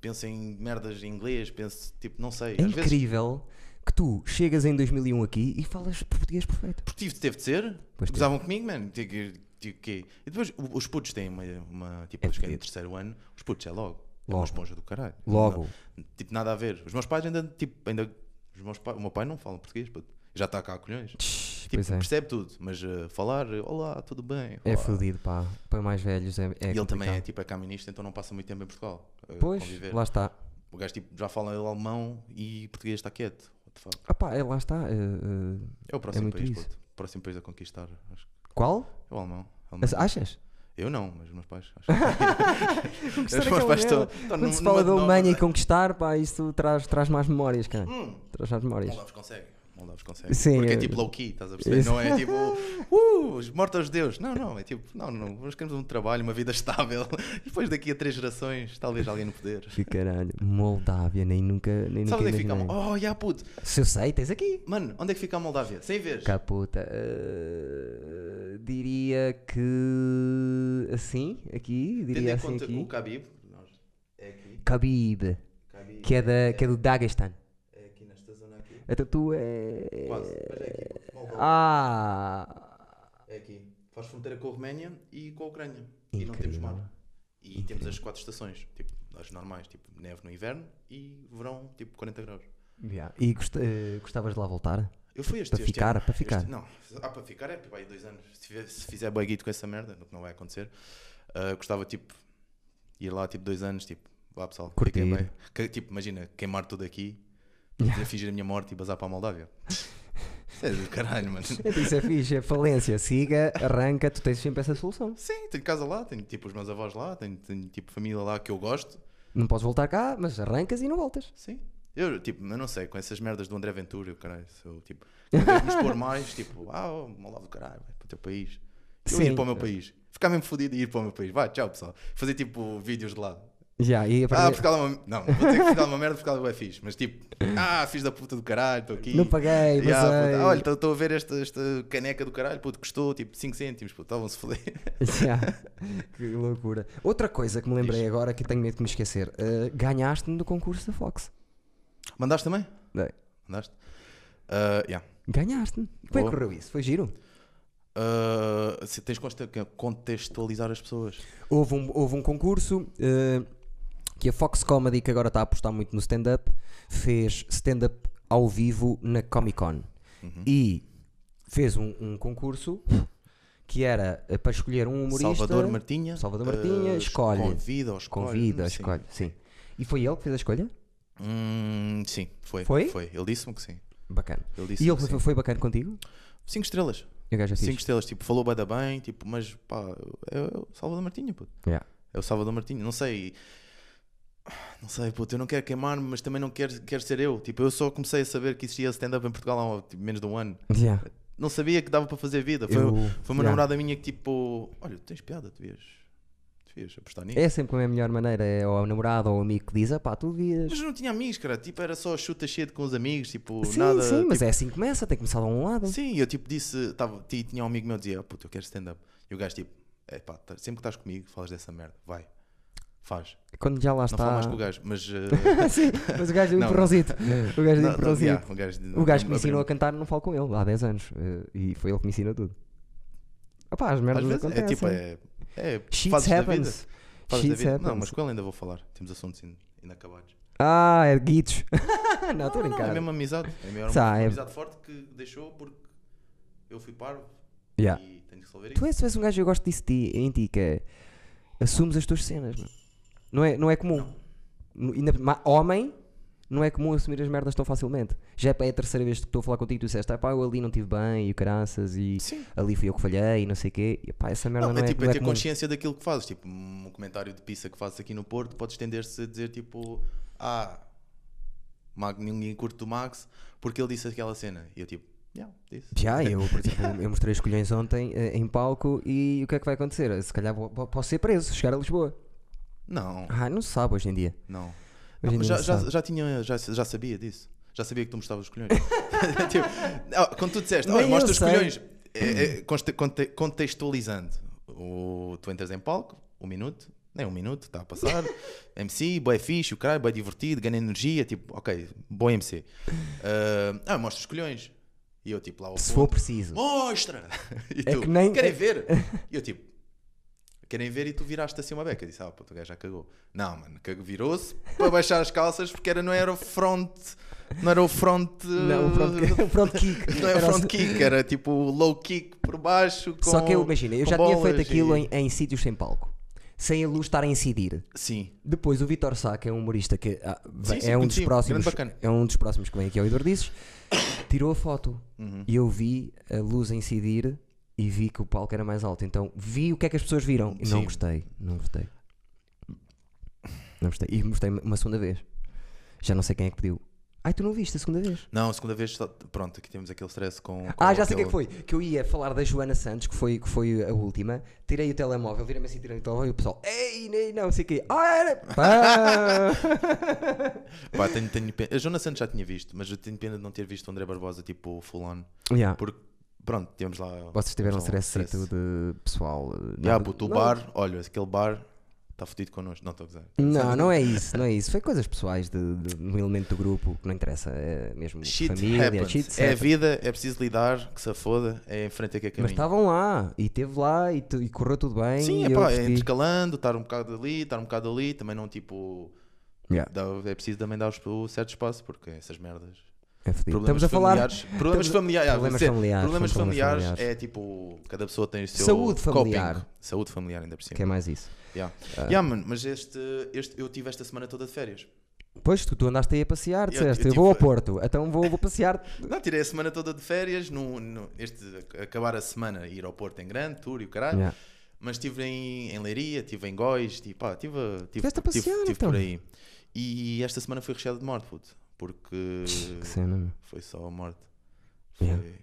[SPEAKER 2] penso em merdas em inglês, penso, tipo, não sei.
[SPEAKER 1] É
[SPEAKER 2] Às vezes,
[SPEAKER 1] incrível que tu chegas em 2001 aqui e falas português perfeito.
[SPEAKER 2] porque tive, teve de ser,
[SPEAKER 1] Pois
[SPEAKER 2] gozavam comigo, mano. Tipo, tipo, quê? E depois, o- os putos têm uma, uma tipo, acho que é no terceiro ano, os putos é logo. É
[SPEAKER 1] Logo.
[SPEAKER 2] uma esponja do caralho.
[SPEAKER 1] Logo.
[SPEAKER 2] Não- tipo, nada a ver. Os meus pais ainda, tipo, ainda, os meus pais, o meu pai não fala português, puto. Já está cá a colhões.
[SPEAKER 1] Tch,
[SPEAKER 2] Tipo,
[SPEAKER 1] pois é.
[SPEAKER 2] percebe tudo, mas eh, falar, eh, olá, tudo bem?
[SPEAKER 1] É
[SPEAKER 2] olá.
[SPEAKER 1] fodido, pá. Para mais velhos é. é
[SPEAKER 2] E ele também é
[SPEAKER 1] complicado.
[SPEAKER 2] tipo é caminista, então não passa muito tempo em Portugal. eh, a
[SPEAKER 1] Pois,
[SPEAKER 2] conviver.
[SPEAKER 1] lá está.
[SPEAKER 2] O gajo tipo, já fala ele alemão e português está quieto. What the fuck?
[SPEAKER 1] Ah pá, é, lá está. eh, eh,
[SPEAKER 2] É o próximo
[SPEAKER 1] muito
[SPEAKER 2] país,
[SPEAKER 1] isso.
[SPEAKER 2] puto. O próximo país a conquistar, acho que
[SPEAKER 1] Qual?
[SPEAKER 2] é o alemão. Alemão.
[SPEAKER 1] As- Achas?
[SPEAKER 2] Eu não, mas os meus pais. Acho. Os meus pais estão. estão
[SPEAKER 1] Quando se
[SPEAKER 2] numa-
[SPEAKER 1] fala da
[SPEAKER 2] numa-
[SPEAKER 1] Alemanha e conquistar, pá, isto traz, traz mais memórias, cara.
[SPEAKER 2] Hum,
[SPEAKER 1] Traz mais memórias.
[SPEAKER 2] Moldavos conseguem. Moldavos conseguem.
[SPEAKER 1] Sim,
[SPEAKER 2] Porque é
[SPEAKER 1] eu-
[SPEAKER 2] tipo low-key, estás a perceber?
[SPEAKER 1] Isso.
[SPEAKER 2] Não é tipo, uh, os mortos aos deuses. Não, não. É tipo, não, não. Nós queremos um trabalho, uma vida estável. E depois daqui a três gerações, talvez alguém no poder.
[SPEAKER 1] Que caralho. Moldávia, nem nunca. Nem
[SPEAKER 2] Sabe
[SPEAKER 1] nunca
[SPEAKER 2] onde é que fica a
[SPEAKER 1] imaginei.
[SPEAKER 2] Moldávia? Oh, já puto.
[SPEAKER 1] Se eu sei, tens aqui.
[SPEAKER 2] Mano, onde é que fica a Moldávia? Sem ver.
[SPEAKER 1] Caputa. eh, diria que. Assim, aqui.
[SPEAKER 2] Tendo
[SPEAKER 1] Diria
[SPEAKER 2] em
[SPEAKER 1] assim
[SPEAKER 2] conta o
[SPEAKER 1] aqui.
[SPEAKER 2] Khabib, nós- é aqui.
[SPEAKER 1] Khabib,
[SPEAKER 2] Khabib
[SPEAKER 1] que é, da, que é do Daguestan.
[SPEAKER 2] é aqui nesta zona aqui.
[SPEAKER 1] Então tu é.
[SPEAKER 2] Quase, mas é aqui. Moldova.
[SPEAKER 1] Ah.
[SPEAKER 2] É aqui. Faz fronteira com a Roménia e com a Ucrânia. E não temos
[SPEAKER 1] Incrível.
[SPEAKER 2] mar. E temos as quatro estações, tipo, as normais, tipo, neve no inverno e verão, tipo, 40 graus.
[SPEAKER 1] Yeah. E gost- eh, gostavas de lá voltar?
[SPEAKER 2] Eu fui este
[SPEAKER 1] Para
[SPEAKER 2] este
[SPEAKER 1] ficar,
[SPEAKER 2] ano.
[SPEAKER 1] para ficar.
[SPEAKER 2] Este- não, ah, para ficar é para aí dois anos. Se, tiver, se fizer baguito com essa merda, o que não vai acontecer, ah, gostava tipo ir lá tipo dois anos, tipo, vá pessoal, fiquem
[SPEAKER 1] Curtir.
[SPEAKER 2] bem. Que, tipo, imagina, queimar tudo aqui,
[SPEAKER 1] Yeah.
[SPEAKER 2] fingir a minha morte e bazar para a Moldávia. Isso é do caralho, mano.
[SPEAKER 1] Isso é fixe, é falência. Siga, arranca, tu tens sempre essa solução.
[SPEAKER 2] Sim, tenho casa lá, tenho tipo os meus avós lá, tenho, tenho tipo família lá que eu gosto.
[SPEAKER 1] Não podes voltar cá, mas arrancas e não voltas.
[SPEAKER 2] Sim. Eu, tipo, eu não sei, com essas merdas do André Ventura, eu, caralho, sou tipo, cada vez me expor mais, tipo, ah, oh, malado do caralho, vai para o teu país. Eu
[SPEAKER 1] Sim.
[SPEAKER 2] ir para o meu país. Ficar mesmo fodido e ir para o meu país. Vai, tchau, pessoal. Fazer tipo vídeos de lá.
[SPEAKER 1] Já, e a
[SPEAKER 2] Ah,
[SPEAKER 1] primeira-
[SPEAKER 2] Portugal é uma. Não, vou dizer que Portugal é uma merda, Portugal é fixe. Mas tipo, ah, fiz da puta do caralho, estou aqui.
[SPEAKER 1] Não paguei, mas
[SPEAKER 2] Yeah, puta,
[SPEAKER 1] ai.
[SPEAKER 2] ah, olha, estou a ver esta, esta caneca do caralho, puto, custou tipo 5 cêntimos, puto, estavam-se a foder.
[SPEAKER 1] Já. Que loucura. Outra coisa que me lembrei agora que tenho medo de me esquecer: eh, ganhaste-me do concurso da Fox.
[SPEAKER 2] Mandaste também?
[SPEAKER 1] Dei.
[SPEAKER 2] Mandaste? Ah, yeah.
[SPEAKER 1] Ganhaste-me. Como é que
[SPEAKER 2] Boa.
[SPEAKER 1] correu isso? Foi giro?
[SPEAKER 2] Ah, se tens que contextualizar as pessoas.
[SPEAKER 1] Houve um, houve um concurso eh, que a Fox Comedy, que agora está a apostar muito no stand-up, fez stand-up ao vivo na Comic Con.
[SPEAKER 2] Uhum.
[SPEAKER 1] E fez um, um concurso que era eh, para escolher um humorista.
[SPEAKER 2] Salvador Martinha.
[SPEAKER 1] Salvador Martinha,
[SPEAKER 2] eh,
[SPEAKER 1] escolhe.
[SPEAKER 2] Convida ou escolhe.
[SPEAKER 1] Convida,
[SPEAKER 2] sim.
[SPEAKER 1] escolhe, sim. E foi ele que fez a escolha?
[SPEAKER 2] Hum, sim, foi.
[SPEAKER 1] Foi?
[SPEAKER 2] Ele disse-me que sim.
[SPEAKER 1] Bacana.
[SPEAKER 2] Ele
[SPEAKER 1] E
[SPEAKER 2] disse-me
[SPEAKER 1] ele
[SPEAKER 2] que sim.
[SPEAKER 1] foi, foi bacana contigo?
[SPEAKER 2] Cinco estrelas.
[SPEAKER 1] E o gajo é
[SPEAKER 2] Cinco
[SPEAKER 1] fixe.
[SPEAKER 2] estrelas, tipo, falou bué da bem, tipo, mas pá, é é o Salvador Martinha, puto.
[SPEAKER 1] Yeah.
[SPEAKER 2] É o Salvador Martinha, não sei. Não sei, puto, eu não quero queimar-me, mas também não quero, quero ser eu. Tipo, eu só comecei a saber que existia stand-up em Portugal há tipo, menos de um ano.
[SPEAKER 1] Yeah.
[SPEAKER 2] Não sabia que dava para fazer vida. Foi,
[SPEAKER 1] Eu-
[SPEAKER 2] foi
[SPEAKER 1] yeah.
[SPEAKER 2] uma namorada minha que tipo, olha, tu tens piada, tu devias, devias apostar nisso.
[SPEAKER 1] É sempre como é a melhor maneira, é ou o namorado ou o amigo que diz, ah pá, tu devias.
[SPEAKER 2] Mas eu não tinha amigos, cara. Tipo, era só chuta cedo com os amigos, tipo,
[SPEAKER 1] Sim,
[SPEAKER 2] nada.
[SPEAKER 1] sim, mas
[SPEAKER 2] tipo,
[SPEAKER 1] é assim que começa, tem que começar de um lado.
[SPEAKER 2] Sim, eu tipo disse, tava, ti- tinha um amigo meu que dizia, "Ah, puto, eu quero stand-up. E o gajo tipo, é pá, tá- sempre que estás comigo, falas dessa merda, vai, faz.
[SPEAKER 1] Quando já lá
[SPEAKER 2] Não
[SPEAKER 1] está.
[SPEAKER 2] falo mais com o gajo, mas. eh,
[SPEAKER 1] Sim, mas o gajo é um
[SPEAKER 2] Não.
[SPEAKER 1] perrãozito. O gajo é
[SPEAKER 2] não,
[SPEAKER 1] um
[SPEAKER 2] não,
[SPEAKER 1] perrãozito.
[SPEAKER 2] yeah, o gajo,
[SPEAKER 1] O gajo que me ensinou a cantar não falo com ele há 10 anos. eh, E foi ele que me ensina tudo. Opá, as merdas
[SPEAKER 2] Às vezes é
[SPEAKER 1] acontecem.
[SPEAKER 2] tipo, é. é
[SPEAKER 1] Shit
[SPEAKER 2] fases da vida.
[SPEAKER 1] happens.
[SPEAKER 2] fases da
[SPEAKER 1] Shit
[SPEAKER 2] vida. Não, mas
[SPEAKER 1] happens.
[SPEAKER 2] com ele ainda vou falar. Temos assuntos in- inacabados.
[SPEAKER 1] Ah, é de guitos. não, estou a
[SPEAKER 2] Não, é
[SPEAKER 1] brincar.
[SPEAKER 2] mesmo amizade. É mesmo
[SPEAKER 1] Sá,
[SPEAKER 2] uma
[SPEAKER 1] é-
[SPEAKER 2] amizade forte que deixou porque eu fui parvo
[SPEAKER 1] Yeah.
[SPEAKER 2] e tenho que resolver isso.
[SPEAKER 1] Tu és, tu és um gajo, eu gosto disso de ti, em ti, que é assumes as tuas cenas, meu. Não é, não é comum. No- ainda- ma- homem não é comum assumir as merdas tão facilmente. Já é a terceira vez que estou a falar contigo e tu disseste, ah, pá, eu ali não tive bem e o caraças e
[SPEAKER 2] Sim.
[SPEAKER 1] ali fui eu que falhei e não sei o quê. E, pá, essa merda
[SPEAKER 2] Não,
[SPEAKER 1] não,
[SPEAKER 2] é
[SPEAKER 1] é,
[SPEAKER 2] tipo,
[SPEAKER 1] não
[SPEAKER 2] é
[SPEAKER 1] é
[SPEAKER 2] ter
[SPEAKER 1] comum.
[SPEAKER 2] consciência daquilo que fazes. Tipo, um comentário de pizza que fazes aqui no Porto pode estender-se a dizer tipo, ah, Mag, ninguém curte o Max porque ele disse aquela cena. E eu tipo, yeah, disse. É,
[SPEAKER 1] Já, eu, por exemplo, eu mostrei os colhões ontem eh, em palco e o que é que vai acontecer? Se calhar vou- vou- posso ser preso, chegar a Lisboa.
[SPEAKER 2] Não,
[SPEAKER 1] Ah, não se sabe hoje em dia.
[SPEAKER 2] não.
[SPEAKER 1] Hoje em
[SPEAKER 2] Não,
[SPEAKER 1] dia
[SPEAKER 2] já,
[SPEAKER 1] se
[SPEAKER 2] já,
[SPEAKER 1] sabe.
[SPEAKER 2] já, tinha, já, já sabia disso. Já sabia que tu mostravas os colhões. Tipo, ah, quando tu disseste,
[SPEAKER 1] Nem
[SPEAKER 2] olha,
[SPEAKER 1] eu
[SPEAKER 2] mostra os
[SPEAKER 1] sei.
[SPEAKER 2] colhões, é, é, conte- conte- contextualizando, o, tu entras em palco, um minuto, nem um minuto, está a passar, MC, boé fixe, o caralho, boé divertido, ganha energia, tipo, ok, bom MC. Ah, ah, mostra os colhões. E eu, tipo, lá ao
[SPEAKER 1] Se
[SPEAKER 2] fundo,
[SPEAKER 1] for preciso.
[SPEAKER 2] mostra! E
[SPEAKER 1] É
[SPEAKER 2] tu,
[SPEAKER 1] que nem-
[SPEAKER 2] querem ver? E eu tipo, querem ver? E tu viraste assim uma beca. E disse, ah, puto, o gajo já cagou. Não, mano, cagou- virou-se para baixar as calças porque era, não era o front. Não era o front.
[SPEAKER 1] Não, o front, o front kick.
[SPEAKER 2] Não era
[SPEAKER 1] Era
[SPEAKER 2] o
[SPEAKER 1] o-
[SPEAKER 2] front kick, era tipo o low kick por baixo. Com,
[SPEAKER 1] Só que eu imagina, eu
[SPEAKER 2] com
[SPEAKER 1] já tinha
[SPEAKER 2] bolas
[SPEAKER 1] feito aquilo
[SPEAKER 2] e-
[SPEAKER 1] em, em sítios sem palco, sem a luz estar a incidir.
[SPEAKER 2] Sim.
[SPEAKER 1] Depois o Vitor Sá, que é um humorista que ah,
[SPEAKER 2] Sim, sim,
[SPEAKER 1] é um dos
[SPEAKER 2] conheci, grande
[SPEAKER 1] próximos,
[SPEAKER 2] bacana.
[SPEAKER 1] é um dos próximos que vem aqui ao Eduardices, tirou a foto
[SPEAKER 2] Uhum.
[SPEAKER 1] e eu vi a luz a incidir e vi que o palco era mais alto. Então vi o que é que as pessoas viram e não
[SPEAKER 2] Sim.
[SPEAKER 1] gostei, não gostei. Não gostei. E mostrei uma segunda vez. Já não sei quem é que pediu. Ai, tu não viste a segunda vez?
[SPEAKER 2] Não, a segunda vez, só- pronto, aqui temos aquele stress com. com
[SPEAKER 1] Ah, já sei o que é
[SPEAKER 2] aquele-
[SPEAKER 1] que foi. Que eu ia falar da Joana Santos, que foi, que foi a última. Tirei o telemóvel, virei-me assim, tirei o telemóvel e o pessoal, ei, nem, não, sei o quê. Ah, era. Pá.
[SPEAKER 2] Pá, tenho, tenho pena. A Joana Santos já tinha visto, mas eu tenho pena de não ter visto o André Barbosa, tipo, full on.
[SPEAKER 1] Yeah.
[SPEAKER 2] Porque, pronto, temos lá.
[SPEAKER 1] Vocês tiveram um
[SPEAKER 2] temos lá
[SPEAKER 1] stress de pessoal. eh,
[SPEAKER 2] Já,
[SPEAKER 1] não-
[SPEAKER 2] puto, o
[SPEAKER 1] não-
[SPEAKER 2] Ah, bar, olha, aquele bar está fodido connosco. Não estou a gozar.
[SPEAKER 1] Não, não é isso, não é isso. Foi coisas pessoais de, de um elemento do grupo que não interessa. É mesmo
[SPEAKER 2] Shit
[SPEAKER 1] família,
[SPEAKER 2] happens.
[SPEAKER 1] shit.
[SPEAKER 2] é a
[SPEAKER 1] happens.
[SPEAKER 2] vida, é preciso lidar, que se foda, é em frente a que é
[SPEAKER 1] Mas
[SPEAKER 2] caminho.
[SPEAKER 1] estavam lá e teve lá e, tu- e correu tudo bem.
[SPEAKER 2] Sim,
[SPEAKER 1] e
[SPEAKER 2] é
[SPEAKER 1] eu
[SPEAKER 2] pá, é
[SPEAKER 1] curti.
[SPEAKER 2] intercalando, estar um bocado ali, estar um bocado ali, também não tipo.
[SPEAKER 1] Yeah.
[SPEAKER 2] dá- é preciso também dar os- o certo espaço, porque essas merdas.
[SPEAKER 1] É fedido.
[SPEAKER 2] Problemas
[SPEAKER 1] Estamos a falar
[SPEAKER 2] familiares. Problemas
[SPEAKER 1] estamos a-
[SPEAKER 2] familiares. ah, vou
[SPEAKER 1] problemas
[SPEAKER 2] dizer,
[SPEAKER 1] familiares,
[SPEAKER 2] problemas
[SPEAKER 1] são problemas
[SPEAKER 2] familiares
[SPEAKER 1] familiares.
[SPEAKER 2] é tipo. Cada pessoa tem o seu.
[SPEAKER 1] Saúde familiar.
[SPEAKER 2] coping. Saúde familiar, ainda por cima.
[SPEAKER 1] que é Ah. mais isso.
[SPEAKER 2] Yeah. Yeah, mano, mas este, este, eu tive esta semana toda de férias.
[SPEAKER 1] Pois, tu, tu andaste aí a passear,
[SPEAKER 2] Eu-
[SPEAKER 1] disseste, eu,
[SPEAKER 2] eu
[SPEAKER 1] vou ao
[SPEAKER 2] tive-
[SPEAKER 1] Porto, então vou, vou passear.
[SPEAKER 2] Não, tirei a semana toda de férias, no, no- este, acabar a semana, ir ao Porto em grande, tour e o caralho.
[SPEAKER 1] Yeah.
[SPEAKER 2] Mas estive em, em Leiria, estive em Góis, estive pá, estive a- estive-
[SPEAKER 1] Tiveste a passear,
[SPEAKER 2] estive- estive
[SPEAKER 1] então.
[SPEAKER 2] por aí. E esta semana foi recheada de morte, puto, porque
[SPEAKER 1] Que cena, meu.
[SPEAKER 2] foi só a morte.
[SPEAKER 1] Yeah.
[SPEAKER 2] Foi-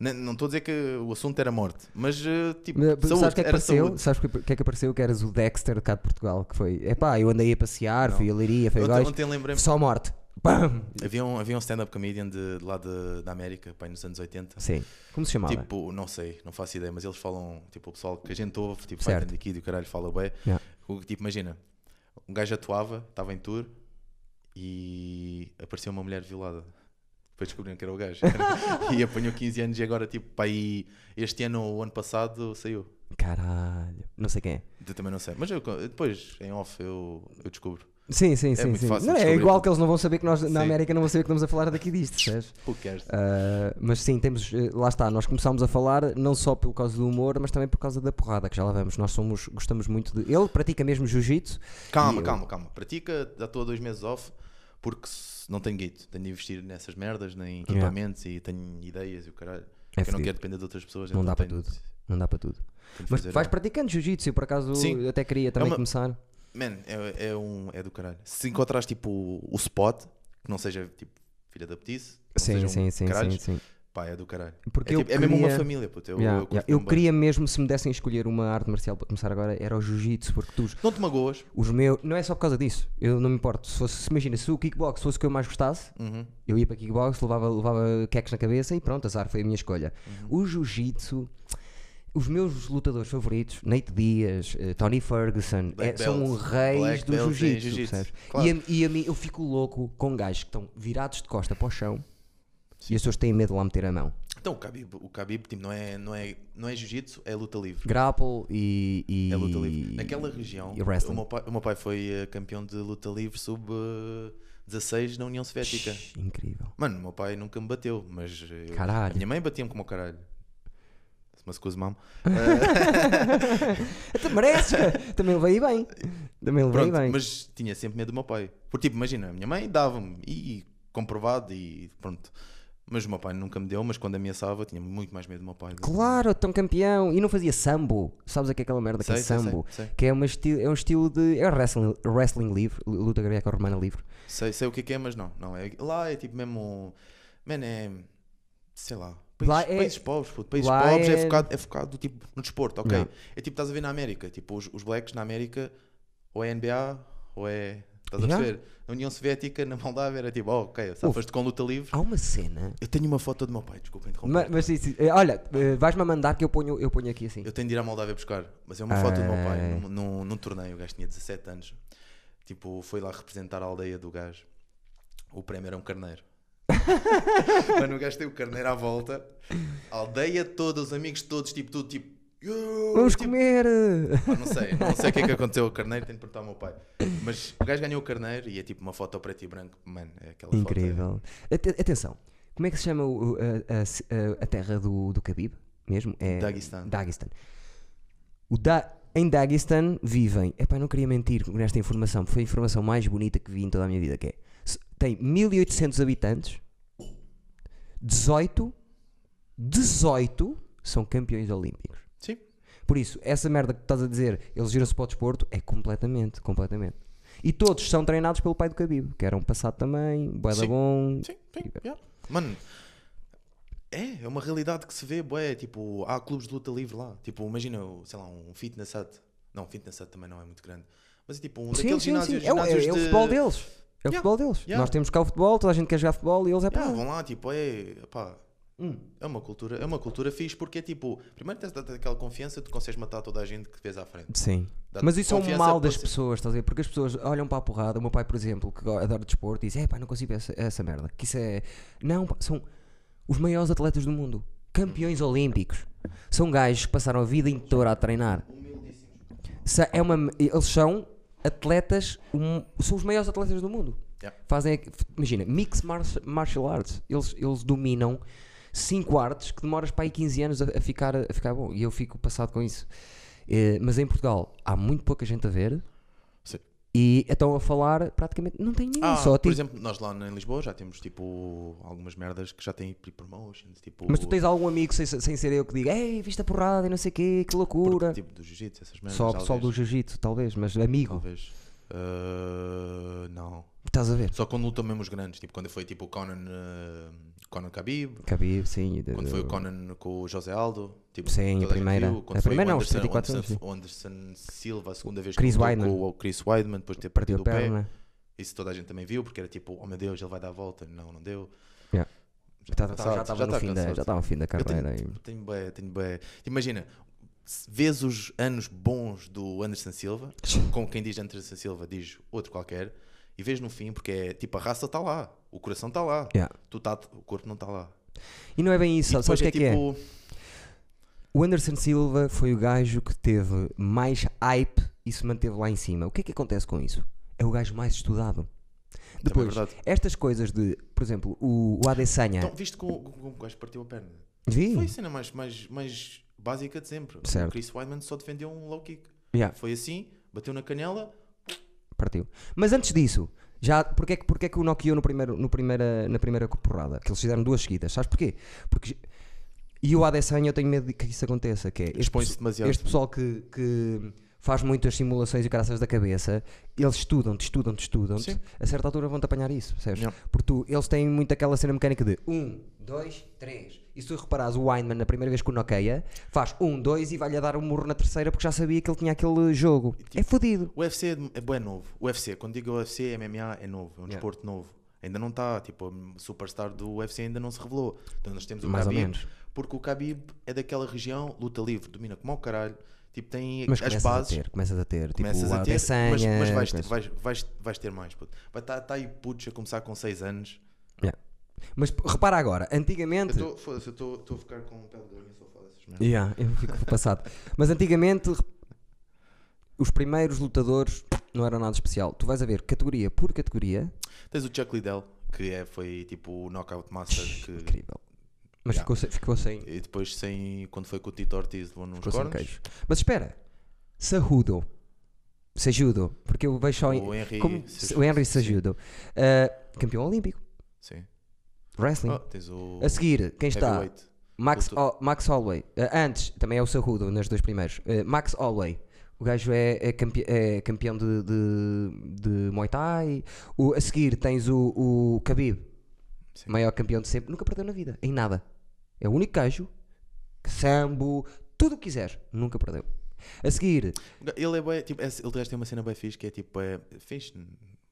[SPEAKER 2] Não- Não estou a dizer que o assunto era morte, mas eh, tipo,
[SPEAKER 1] Mas,
[SPEAKER 2] saúde,
[SPEAKER 1] sabes o que é que
[SPEAKER 2] era
[SPEAKER 1] apareceu?
[SPEAKER 2] saúde.
[SPEAKER 1] Sabes o que é que apareceu? Que eras o Dexter cá de Portugal, que foi, epá, eu andei a passear, fui a Leiria, fui a
[SPEAKER 2] Eu
[SPEAKER 1] Góis,
[SPEAKER 2] ontem lembrei-me,
[SPEAKER 1] só morte. Bam!
[SPEAKER 2] havia um, havia um stand-up comedian de, de lá de- da América, pai, nos anos 80,
[SPEAKER 1] Sim, como se chamava?
[SPEAKER 2] Tipo, não sei, não faço ideia, mas eles falam, tipo, o pessoal que a gente ouve, tipo,
[SPEAKER 1] Certo.
[SPEAKER 2] vai tendo aqui e o caralho fala bem.
[SPEAKER 1] Yeah.
[SPEAKER 2] O que, tipo, imagina, um gajo atuava, estava em tour e apareceu uma mulher violada. Depois descobriram que era o gajo. e apanhou 15 anos e agora, tipo, pá, aí este ano ou ano passado saiu.
[SPEAKER 1] Caralho, não sei quem é.
[SPEAKER 2] Eu também não sei, mas eu, depois, em off, eu, eu descubro.
[SPEAKER 1] Sim, sim, sim.
[SPEAKER 2] muito
[SPEAKER 1] sim.
[SPEAKER 2] fácil
[SPEAKER 1] Não, é
[SPEAKER 2] descobrir
[SPEAKER 1] igual
[SPEAKER 2] tudo.
[SPEAKER 1] que eles não vão saber que nós na
[SPEAKER 2] Sim.
[SPEAKER 1] América não vão saber que estamos a falar daqui disto, sabes?
[SPEAKER 2] Who cares?
[SPEAKER 1] Ah, mas sim, temos, eh, lá está, nós começámos a falar não só por causa do humor, mas também por causa da porrada, que já lá vamos. Nós somos, gostamos muito de. Ele pratica mesmo jiu-jitsu,
[SPEAKER 2] Calma,
[SPEAKER 1] E-
[SPEAKER 2] calma, calma. Pratica, já estou a dois meses off, porque se- não tenho guito. Tenho de investir nessas merdas, nem
[SPEAKER 1] Yeah.
[SPEAKER 2] equipamentos e tenho ideias e o
[SPEAKER 1] É
[SPEAKER 2] caralho. Porque eu não
[SPEAKER 1] fedido.
[SPEAKER 2] quero depender de outras pessoas.
[SPEAKER 1] Não
[SPEAKER 2] então
[SPEAKER 1] dá para
[SPEAKER 2] tenho-
[SPEAKER 1] tudo. não dá para tudo.
[SPEAKER 2] tenho de
[SPEAKER 1] Mas
[SPEAKER 2] fazer
[SPEAKER 1] vais
[SPEAKER 2] um-
[SPEAKER 1] praticando jiu-jitsu, eu por acaso
[SPEAKER 2] Sim. É
[SPEAKER 1] até queria também
[SPEAKER 2] uma-
[SPEAKER 1] começar.
[SPEAKER 2] Man, é, é um, é do caralho. Se encontrares tipo o spot, que não seja tipo filha da petice, não
[SPEAKER 1] Sim,
[SPEAKER 2] seja um
[SPEAKER 1] sim, sim,
[SPEAKER 2] caralhos,
[SPEAKER 1] sim, sim.
[SPEAKER 2] pá, é do caralho.
[SPEAKER 1] Porque
[SPEAKER 2] é,
[SPEAKER 1] eu
[SPEAKER 2] tipo- é mesmo uma
[SPEAKER 1] queria-
[SPEAKER 2] família, puto. Eu,
[SPEAKER 1] Yeah,
[SPEAKER 2] eu, curto
[SPEAKER 1] yeah. Eu
[SPEAKER 2] mesmo bem.
[SPEAKER 1] queria mesmo, se me dessem a escolher uma arte marcial para começar agora, era o jiu-jitsu, porque tu,
[SPEAKER 2] Não te magoas.
[SPEAKER 1] os meus, não é só por causa disso, eu não me importo. Se fosse, se imagina, se o kickbox fosse o que eu mais gostasse,
[SPEAKER 2] Uhum.
[SPEAKER 1] eu ia para kickbox, levava, levava queques na cabeça e pronto, azar, foi a minha escolha.
[SPEAKER 2] Uhum.
[SPEAKER 1] O jiu-jitsu, os meus lutadores favoritos, Nate Diaz, eh, Tony Ferguson,
[SPEAKER 2] Black
[SPEAKER 1] é- são
[SPEAKER 2] belts.
[SPEAKER 1] reis
[SPEAKER 2] Black
[SPEAKER 1] do
[SPEAKER 2] belts em
[SPEAKER 1] jiu-jitsu,
[SPEAKER 2] jiu-jitsu,
[SPEAKER 1] percebes?
[SPEAKER 2] claro.
[SPEAKER 1] E, a, e a mim, eu fico louco com gajos que estão virados de costa para o chão e as pessoas têm medo de lá meter a mão.
[SPEAKER 2] Então o Khabib, o Khabib tipo, não, é, não, é, não é jiu-jitsu, é luta livre.
[SPEAKER 1] Grapple e. e
[SPEAKER 2] É luta livre. Naquela região,
[SPEAKER 1] e wrestling.
[SPEAKER 2] o meu, pai, o meu pai foi eh, campeão de luta livre sub-16 na União Soviética.
[SPEAKER 1] Incrível.
[SPEAKER 2] Mano, o meu pai nunca me bateu, mas eu-
[SPEAKER 1] Caralho.
[SPEAKER 2] a minha mãe batia-me como o caralho. Se me escuso, mam.
[SPEAKER 1] Até mereces, cara. Também veio bem. Também levei
[SPEAKER 2] Pronto,
[SPEAKER 1] bem.
[SPEAKER 2] mas tinha sempre medo do meu pai. Porque, tipo, imagina, a minha mãe dava-me e comprovado e pronto. Mas o meu pai nunca me deu, mas quando ameaçava, eu tinha muito mais medo do meu pai.
[SPEAKER 1] Claro, tão campeão. E não fazia sambo. Sabes o que é aquela merda que
[SPEAKER 2] Sei,
[SPEAKER 1] é
[SPEAKER 2] sei,
[SPEAKER 1] sambo?
[SPEAKER 2] sei, sei.
[SPEAKER 1] Que é, uma esti- é um estilo de. É wrestling, wrestling livre, luta greco-romana livre.
[SPEAKER 2] Sei, sei o que é que é, mas não. não é, lá é tipo mesmo. Man, é. Sei lá. Países,
[SPEAKER 1] Lá é-
[SPEAKER 2] países pobres, puto. Países
[SPEAKER 1] lá
[SPEAKER 2] pobres é...
[SPEAKER 1] é-
[SPEAKER 2] focado, é focado tipo, no desporto, ok?
[SPEAKER 1] Não.
[SPEAKER 2] É tipo, estás a ver na América. Tipo, os, os blacks na América, ou é NBA, ou é. Estás
[SPEAKER 1] Yeah.
[SPEAKER 2] a perceber? Na União Soviética, na Moldávia, era tipo, oh, ok, safas-te com luta livre.
[SPEAKER 1] Há uma cena.
[SPEAKER 2] Eu tenho uma foto do meu pai, desculpa interromper.
[SPEAKER 1] Ah. Ma- Mas, sim, sim. Eh, olha, eh, vais-me a mandar que eu ponho, eu ponho aqui assim.
[SPEAKER 2] é? Eu tenho de ir à Moldávia buscar, mas é uma foto do meu pai
[SPEAKER 1] Ai.
[SPEAKER 2] num, num, num torneio. O gajo tinha 17 anos. Tipo, foi lá representar a aldeia do gajo. O prémio era um carneiro. Mano, o gajo tem o carneiro à volta. A aldeia toda, os amigos todos, tipo, tudo, tipo. "Yo",
[SPEAKER 1] Vamos
[SPEAKER 2] tipo,
[SPEAKER 1] comer!
[SPEAKER 2] pá, não sei, não sei o que é que aconteceu ao carneiro, tenho de perguntar ao meu pai. Mas o gajo ganhou o carneiro e é tipo uma foto preto e branco. Mano, é aquela foto.
[SPEAKER 1] Incrível. Ate- Atenção, como é que se chama o- o- a, a ci- a- a terra do, do Khabib? Mesmo? É
[SPEAKER 2] Daguestão.
[SPEAKER 1] Daguestan. O da, em Daguestan vivem. Epá, não queria mentir nesta informação, foi a informação mais bonita que vi em toda a minha vida. Que é, se- tem 1800 habitantes, 18, 18 são campeões olímpicos.
[SPEAKER 2] Sim,
[SPEAKER 1] Por isso, essa merda que estás a dizer, eles giram-se para o desporto, é completamente, completamente. E todos são treinados pelo pai do Khabib, que era um passado também, bué da
[SPEAKER 2] Sim.
[SPEAKER 1] bom.
[SPEAKER 2] Sim, sim, yeah. Mano, é, é uma realidade que se vê, bué, tipo, há clubes de luta livre lá. Tipo, imagina, sei lá, um fitness hut. Não, um fitness hut também não é muito grande. Mas é tipo um
[SPEAKER 1] Sim,
[SPEAKER 2] daqueles
[SPEAKER 1] sim,
[SPEAKER 2] ginásios,
[SPEAKER 1] sim. É, o- é-
[SPEAKER 2] ginásios
[SPEAKER 1] é o
[SPEAKER 2] de-
[SPEAKER 1] futebol deles. É o
[SPEAKER 2] Yeah,
[SPEAKER 1] futebol deles.
[SPEAKER 2] yeah.
[SPEAKER 1] Nós temos cá o futebol, toda a gente quer jogar futebol e eles é pá. Hum.
[SPEAKER 2] Yeah, vão lá, tipo, é, pá, é uma cultura, é uma cultura fixe porque é tipo, primeiro tens de dar aquela confiança, tu consegues matar toda a gente que vês à frente.
[SPEAKER 1] Sim.
[SPEAKER 2] Dá-te
[SPEAKER 1] Mas isso é o
[SPEAKER 2] confiança
[SPEAKER 1] mal
[SPEAKER 2] para
[SPEAKER 1] das
[SPEAKER 2] ser-
[SPEAKER 1] pessoas, estás a ver? Porque as pessoas olham para a porrada. O meu pai, por exemplo, que go- adora desporto, diz: É pá, não consigo essa, essa merda. Que isso é. Não, pá, são os maiores atletas do mundo, campeões olímpicos. São gajos que passaram a vida inteira a treinar. Se- É uma, eles são atletas, um- são os maiores atletas do mundo.
[SPEAKER 2] Yeah.
[SPEAKER 1] Fazem, imagina, mix mar- martial arts. Eles, eles dominam cinco artes que demoras para aí 15 anos a, a ficar, a ficar bom. E eu fico passado com isso. Eh, mas em Portugal há muito pouca gente a ver
[SPEAKER 2] Sim.
[SPEAKER 1] e estão a falar praticamente. Não tem ninguém,
[SPEAKER 2] Ah,
[SPEAKER 1] só tipo- a ti.
[SPEAKER 2] por exemplo, nós lá em Lisboa já temos tipo algumas merdas que já têm pre-promotions, tipo,
[SPEAKER 1] mas tu tens algum amigo sem, sem ser eu que diga: Ei, viste a porrada e não sei o quê, que loucura.
[SPEAKER 2] tipo do jiu-jitsu, essas merdas.
[SPEAKER 1] só o pessoal
[SPEAKER 2] talvez.
[SPEAKER 1] do jiu-jitsu, talvez, mas amigo,
[SPEAKER 2] Talvez. Ah, não.
[SPEAKER 1] estás a ver?
[SPEAKER 2] Só quando lutam mesmo os grandes. Tipo, quando foi tipo o Conan, ah, Conan Khabib.
[SPEAKER 1] Khabib, sim. de-
[SPEAKER 2] Quando foi o Conan com o José Aldo. Tipo,
[SPEAKER 1] Sim, a
[SPEAKER 2] toda gente
[SPEAKER 1] primeira.
[SPEAKER 2] viu. Quando
[SPEAKER 1] A
[SPEAKER 2] foi o
[SPEAKER 1] primeira não, os
[SPEAKER 2] Anderson,
[SPEAKER 1] 34
[SPEAKER 2] Anderson,
[SPEAKER 1] anos,
[SPEAKER 2] o Anderson Silva, a segunda vez
[SPEAKER 1] Chris
[SPEAKER 2] que lutou
[SPEAKER 1] Weidman.
[SPEAKER 2] com o Chris Weidman, depois de ter
[SPEAKER 1] Partiu
[SPEAKER 2] partido
[SPEAKER 1] a
[SPEAKER 2] o pé.
[SPEAKER 1] perna.
[SPEAKER 2] Isso toda a gente também viu, porque era tipo, oh meu Deus, ele vai dar a volta. Não, não deu.
[SPEAKER 1] Yeah.
[SPEAKER 2] Já
[SPEAKER 1] Tá-
[SPEAKER 2] tá
[SPEAKER 1] tá-
[SPEAKER 2] cansado,
[SPEAKER 1] já estava no
[SPEAKER 2] tá
[SPEAKER 1] fim da-
[SPEAKER 2] cansado.
[SPEAKER 1] já estava no fim da
[SPEAKER 2] Eu
[SPEAKER 1] carreira. e-
[SPEAKER 2] Tenho, tenho bué, tenho bué. Imagina, se vês os anos bons do Anderson Silva, com quem diz Anderson Silva diz outro qualquer, e vês no fim, porque é tipo a raça está lá, o coração está lá,
[SPEAKER 1] Yeah.
[SPEAKER 2] tu tá, o corpo não está lá.
[SPEAKER 1] E não é bem isso,
[SPEAKER 2] E
[SPEAKER 1] sabe- sabes o que é
[SPEAKER 2] depois
[SPEAKER 1] que é?
[SPEAKER 2] tipo,
[SPEAKER 1] O Anderson Silva foi o gajo que teve mais hype e se manteve lá em cima. O que é que acontece com isso? É o gajo mais estudado. Depois,
[SPEAKER 2] é
[SPEAKER 1] É.
[SPEAKER 2] verdade.
[SPEAKER 1] estas coisas de, por exemplo, o, o Adesanya.
[SPEAKER 2] Então, viste com com- com o gajo partiu a perna.
[SPEAKER 1] vi?
[SPEAKER 2] Foi a cena mais, mais, mais básica de sempre.
[SPEAKER 1] Hum. Certo. Ah.
[SPEAKER 2] O Chris Weidman só defendeu um low kick.
[SPEAKER 1] Yeah,
[SPEAKER 2] Foi assim, bateu na canela,
[SPEAKER 1] partiu. Mas antes disso, já, porque, é que, porque é que o noqueou no primeiro, no primeira, na primeira porrada? Que eles fizeram duas seguidas. Sabes porquê? Porque. E o Adesanya eu tenho medo de que isso aconteça. Que é este
[SPEAKER 2] expõe-se demasiado.
[SPEAKER 1] Este pessoal que, que faz muitas simulações e caraças da cabeça, eles estudam-te, estudam-te, estudam-te,
[SPEAKER 2] Sim.
[SPEAKER 1] a certa altura vão-te apanhar isso, percebes?
[SPEAKER 2] Yeah.
[SPEAKER 1] Porque tu, eles têm muito aquela cena mecânica de 1, 2, 3. E se tu reparares o Weinman na primeira vez que o noqueia, faz 1, 2 e vai-lhe a dar um murro na terceira porque já sabia que ele tinha aquele jogo. é fodido.
[SPEAKER 2] O UFC é de- é, bué novo. O UFC, quando digo UFC, MMA é novo, é um desporto novo. Ainda não está, tipo, a superstar do UFC ainda não se revelou. Então nós temos o
[SPEAKER 1] Mais ou
[SPEAKER 2] Khabib,
[SPEAKER 1] menos.
[SPEAKER 2] porque o Khabib é daquela região, luta livre, domina como ao caralho, tipo, tem
[SPEAKER 1] Mas
[SPEAKER 2] as
[SPEAKER 1] começas
[SPEAKER 2] bases.
[SPEAKER 1] a ter, começas a ter, tipo
[SPEAKER 2] começas
[SPEAKER 1] o
[SPEAKER 2] a ter,
[SPEAKER 1] Adesanya,
[SPEAKER 2] mas, mas vais, ter,
[SPEAKER 1] coisas.
[SPEAKER 2] vais, vais, vais ter mais, puto. Vai estar tá aí putos a começar com 6 anos.
[SPEAKER 1] Yeah. Mas p- repara agora, antigamente...
[SPEAKER 2] Eu estou a ficar com pele de galinha só falar dessas merdas.
[SPEAKER 1] Yeah, eu fico passado. Mas antigamente os primeiros lutadores não eram nada especial. Tu vais a ver categoria por categoria.
[SPEAKER 2] Tens o Chuck Liddell, que é, foi tipo o Knockout Master que
[SPEAKER 1] Incrível. Mas
[SPEAKER 2] Yeah.
[SPEAKER 1] ficou, sem, ficou sem.
[SPEAKER 2] E depois, sem, quando foi com o Tito Ortiz, levou nos
[SPEAKER 1] Ficou sem
[SPEAKER 2] cornos.
[SPEAKER 1] queijo. Mas espera. Sarrudo. se ajudam, porque eu vejo só
[SPEAKER 2] O Henry
[SPEAKER 1] Então, como
[SPEAKER 2] Sejudo,
[SPEAKER 1] o Henry se
[SPEAKER 2] sim.
[SPEAKER 1] ajuda. Uh, campeão olímpico,
[SPEAKER 2] Sim.
[SPEAKER 1] wrestling.
[SPEAKER 2] Ah, tens o.
[SPEAKER 1] A seguir,
[SPEAKER 2] é
[SPEAKER 1] quem está?
[SPEAKER 2] heavyweight.
[SPEAKER 1] Max,
[SPEAKER 2] Doutor-
[SPEAKER 1] Ho- Max Holloway. Eh, antes, também é o Cerrudo, nos dois primeiros. Eh, Max Holloway. O gajo é, é campe- é campeão de, de, de Muay Thai. O- a seguir tens o, o Khabib.
[SPEAKER 2] Sim.
[SPEAKER 1] Maior campeão de sempre. Nunca perdeu na vida, em nada. É o único gajo que sambo, tudo o que quiser. Nunca perdeu. A seguir,
[SPEAKER 2] Ele é bem. Tipo, esse- ele de resto tem uma cena bem fixe que é tipo. É, fixe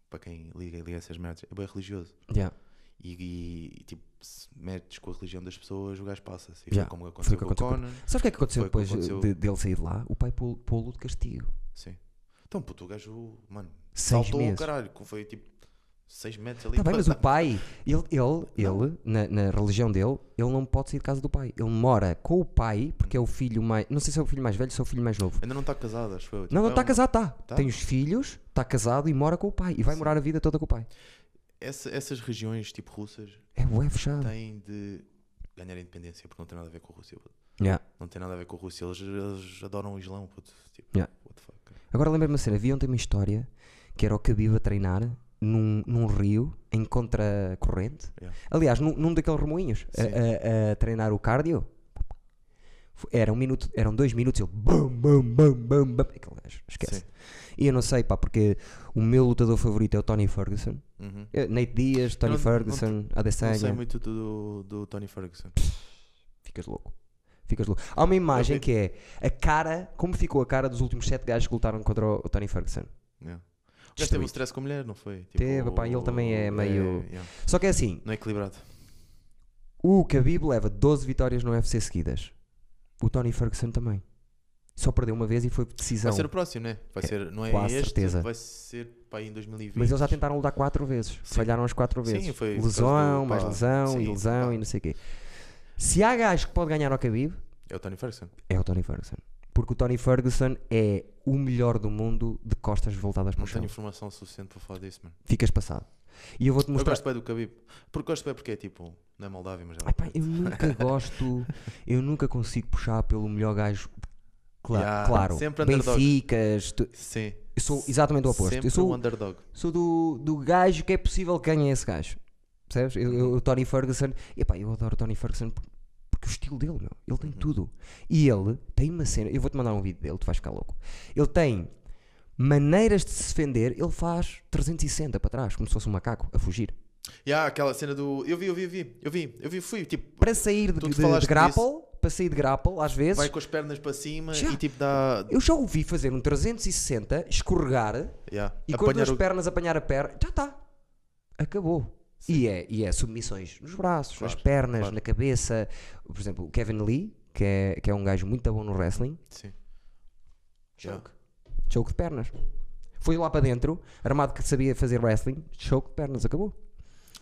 [SPEAKER 2] para quem liga, liga essas merdas. É bem religioso.
[SPEAKER 1] yeah,
[SPEAKER 2] E, e, tipo, se metes com a religião das pessoas, o gajo passa-se. E
[SPEAKER 1] Yeah,
[SPEAKER 2] foi como
[SPEAKER 1] foi
[SPEAKER 2] aconteceu
[SPEAKER 1] o que
[SPEAKER 2] com o
[SPEAKER 1] aconteceu com-
[SPEAKER 2] Conan.
[SPEAKER 1] sabes o que é que aconteceu
[SPEAKER 2] Foi o que
[SPEAKER 1] depois
[SPEAKER 2] aconteceu.
[SPEAKER 1] de- dele sair de lá? O pai pô- pô-lo de castigo.
[SPEAKER 2] Sim. Então, puto, o gajo, mano,
[SPEAKER 1] Seis
[SPEAKER 2] saltou o
[SPEAKER 1] meses.
[SPEAKER 2] caralho. que Foi tipo 6 metros ali. tá
[SPEAKER 1] Está Tá bem, mas o
[SPEAKER 2] Pá,
[SPEAKER 1] pai, ele, ele, ele na, na religião dele, ele não pode sair de casa do pai. Ele mora com o pai, porque é o filho mais. Não sei se é o filho mais velho ou se é o filho mais novo.
[SPEAKER 2] Ainda não está casado, acho eu.
[SPEAKER 1] Não, não, está casado, está.
[SPEAKER 2] Tá?
[SPEAKER 1] Tem os filhos, está casado e mora com o pai. E vai morar a vida toda com o pai.
[SPEAKER 2] Essa, essas regiões, tipo russas,
[SPEAKER 1] É bué fechado.
[SPEAKER 2] têm de ganhar independência porque não tem nada a ver com a Rússia. puto.
[SPEAKER 1] Yeah.
[SPEAKER 2] Não tem nada a ver com a Rússia. Eles, eles adoram o Islão, puto. Tipo,
[SPEAKER 1] Yeah.
[SPEAKER 2] what the fuck.
[SPEAKER 1] Agora lembro-me uma cena, vi ontem uma história que era o Khabib a treinar num, num rio em contracorrente.
[SPEAKER 2] Yeah.
[SPEAKER 1] Aliás, num, num daqueles remoinhos, a-
[SPEAKER 2] Sim.
[SPEAKER 1] a, a treinar o cardio. F- Era um minuto, eram dois minutos, ele bum, bum, bum, bum, bum. Aquele gajo, esquece.
[SPEAKER 2] Sim.
[SPEAKER 1] E eu não sei, pá, porque o meu lutador favorito é o Tony Ferguson.
[SPEAKER 2] Uhum.
[SPEAKER 1] Eh, Nate Dias, Tony
[SPEAKER 2] não- não
[SPEAKER 1] Ferguson,
[SPEAKER 2] Não sei
[SPEAKER 1] Adesanya.
[SPEAKER 2] muito do, do Tony Ferguson.
[SPEAKER 1] Ficas louco. Ficas louco. Há uma imagem
[SPEAKER 2] vi.
[SPEAKER 1] que é a cara, como ficou a cara dos últimos sete gajos que lutaram contra o, o Tony Ferguson.
[SPEAKER 2] Yeah. O gajo teve um
[SPEAKER 1] Destruído.
[SPEAKER 2] stress com a mulher, não foi? Tipo,
[SPEAKER 1] Teve, pá, e ele também é meio-
[SPEAKER 2] yeah.
[SPEAKER 1] Só que é assim,
[SPEAKER 2] Não é equilibrado.
[SPEAKER 1] O Khabib leva 12 vitórias no UFC seguidas. O Tony Ferguson também. Só perdeu uma vez e foi por decisão.
[SPEAKER 2] Vai ser o próximo, né? Vai ser, não é
[SPEAKER 1] com a
[SPEAKER 2] este,
[SPEAKER 1] certeza.
[SPEAKER 2] vai ser para aí em 2020.
[SPEAKER 1] Mas eles já tentaram lutar 4 vezes. Falharam as 4
[SPEAKER 2] Sim,
[SPEAKER 1] vezes.
[SPEAKER 2] foi por causa
[SPEAKER 1] lesão,
[SPEAKER 2] do-
[SPEAKER 1] mais
[SPEAKER 2] pá,
[SPEAKER 1] lesão, e
[SPEAKER 2] sim,
[SPEAKER 1] lesão
[SPEAKER 2] pá.
[SPEAKER 1] e não sei o quê. Se há gajo que pode ganhar ao Khabib,
[SPEAKER 2] É o Tony Ferguson.
[SPEAKER 1] é o Tony Ferguson. Porque o Tony Ferguson é o melhor do mundo de costas voltadas para
[SPEAKER 2] Não
[SPEAKER 1] o chão.
[SPEAKER 2] tenho informação suficiente para falar disso, mano.
[SPEAKER 1] Ficas passado. E eu vou-te
[SPEAKER 2] Eu
[SPEAKER 1] mostrar.
[SPEAKER 2] gosto bem do Khabib. Porque gosto bem porque é tipo, não é Moldávia, mas é
[SPEAKER 1] Ai, pá, eu nunca gosto, eu nunca consigo puxar pelo melhor gajo. Cla
[SPEAKER 2] Yeah,
[SPEAKER 1] claro,
[SPEAKER 2] sempre underdog.
[SPEAKER 1] Benficas, tu-
[SPEAKER 2] Sim.
[SPEAKER 1] Eu sou exatamente o oposto.
[SPEAKER 2] Sempre
[SPEAKER 1] eu sou,
[SPEAKER 2] um underdog.
[SPEAKER 1] sou do, do gajo que é possível que ganhe esse gajo. Percebes? Eu, eu-
[SPEAKER 2] Uhum.
[SPEAKER 1] o Tony Ferguson. Epá, eu adoro o Tony Ferguson por- porque o estilo dele, meu. Ele
[SPEAKER 2] Uhum.
[SPEAKER 1] tem tudo. E ele tem uma cena. Eu vou-te mandar um vídeo dele, tu vais ficar louco. Ele tem maneiras de se defender. Ele faz 360 para trás, como se fosse um macaco a fugir.
[SPEAKER 2] E há aquela cena do. Eu vi, eu vi, eu vi, eu vi, eu vi, fui. Tipo,
[SPEAKER 1] Para sair de,
[SPEAKER 2] Tu
[SPEAKER 1] de,
[SPEAKER 2] te
[SPEAKER 1] de
[SPEAKER 2] falaste
[SPEAKER 1] grapple, para sair de grapple, às vezes.
[SPEAKER 2] vai com as pernas para cima
[SPEAKER 1] Já.
[SPEAKER 2] e tipo dá.
[SPEAKER 1] Eu já ouvi fazer um 360, escorregar.
[SPEAKER 2] Yeah.
[SPEAKER 1] E quando
[SPEAKER 2] Apanhar
[SPEAKER 1] as
[SPEAKER 2] o.
[SPEAKER 1] pernas apanhar a perna, já está. Acabou. E é, e é submissões nos braços, nas
[SPEAKER 2] Claro,
[SPEAKER 1] pernas,
[SPEAKER 2] claro.
[SPEAKER 1] na cabeça. Por exemplo, o Kevin Lee, que é, que é um gajo muito bom no wrestling,
[SPEAKER 2] Sim. Já.
[SPEAKER 1] choke. Choke de pernas. Foi lá para dentro, armado que sabia fazer wrestling, choke de pernas, acabou.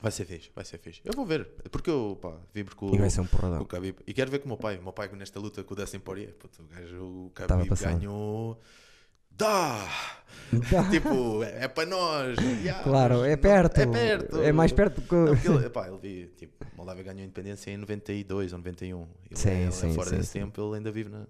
[SPEAKER 2] Vai ser fixe, vai ser fixe. Eu vou ver. Porque eu, pá, vibro com
[SPEAKER 1] E vai ser
[SPEAKER 2] o.
[SPEAKER 1] um
[SPEAKER 2] com o
[SPEAKER 1] porradão.
[SPEAKER 2] Khabib. E quero ver com o meu pai. O meu pai nesta luta com o Dustin Poirier. Puto, o gajo, o
[SPEAKER 1] Tava
[SPEAKER 2] Khabib
[SPEAKER 1] passado.
[SPEAKER 2] ganhou. Dá!
[SPEAKER 1] Dá.
[SPEAKER 2] tipo, é, é para nós. Yeah,
[SPEAKER 1] Claro,
[SPEAKER 2] mas
[SPEAKER 1] é
[SPEAKER 2] não-
[SPEAKER 1] perto.
[SPEAKER 2] É perto.
[SPEAKER 1] É mais perto que.
[SPEAKER 2] Não, porque ele, epá, ele vi, tipo, Moldávia ganhou a independência em 92 ou 91. Ele,
[SPEAKER 1] Sim,
[SPEAKER 2] é- ele é
[SPEAKER 1] sim,
[SPEAKER 2] fora
[SPEAKER 1] sim,
[SPEAKER 2] desse
[SPEAKER 1] sim.
[SPEAKER 2] tempo, ele ainda vive na.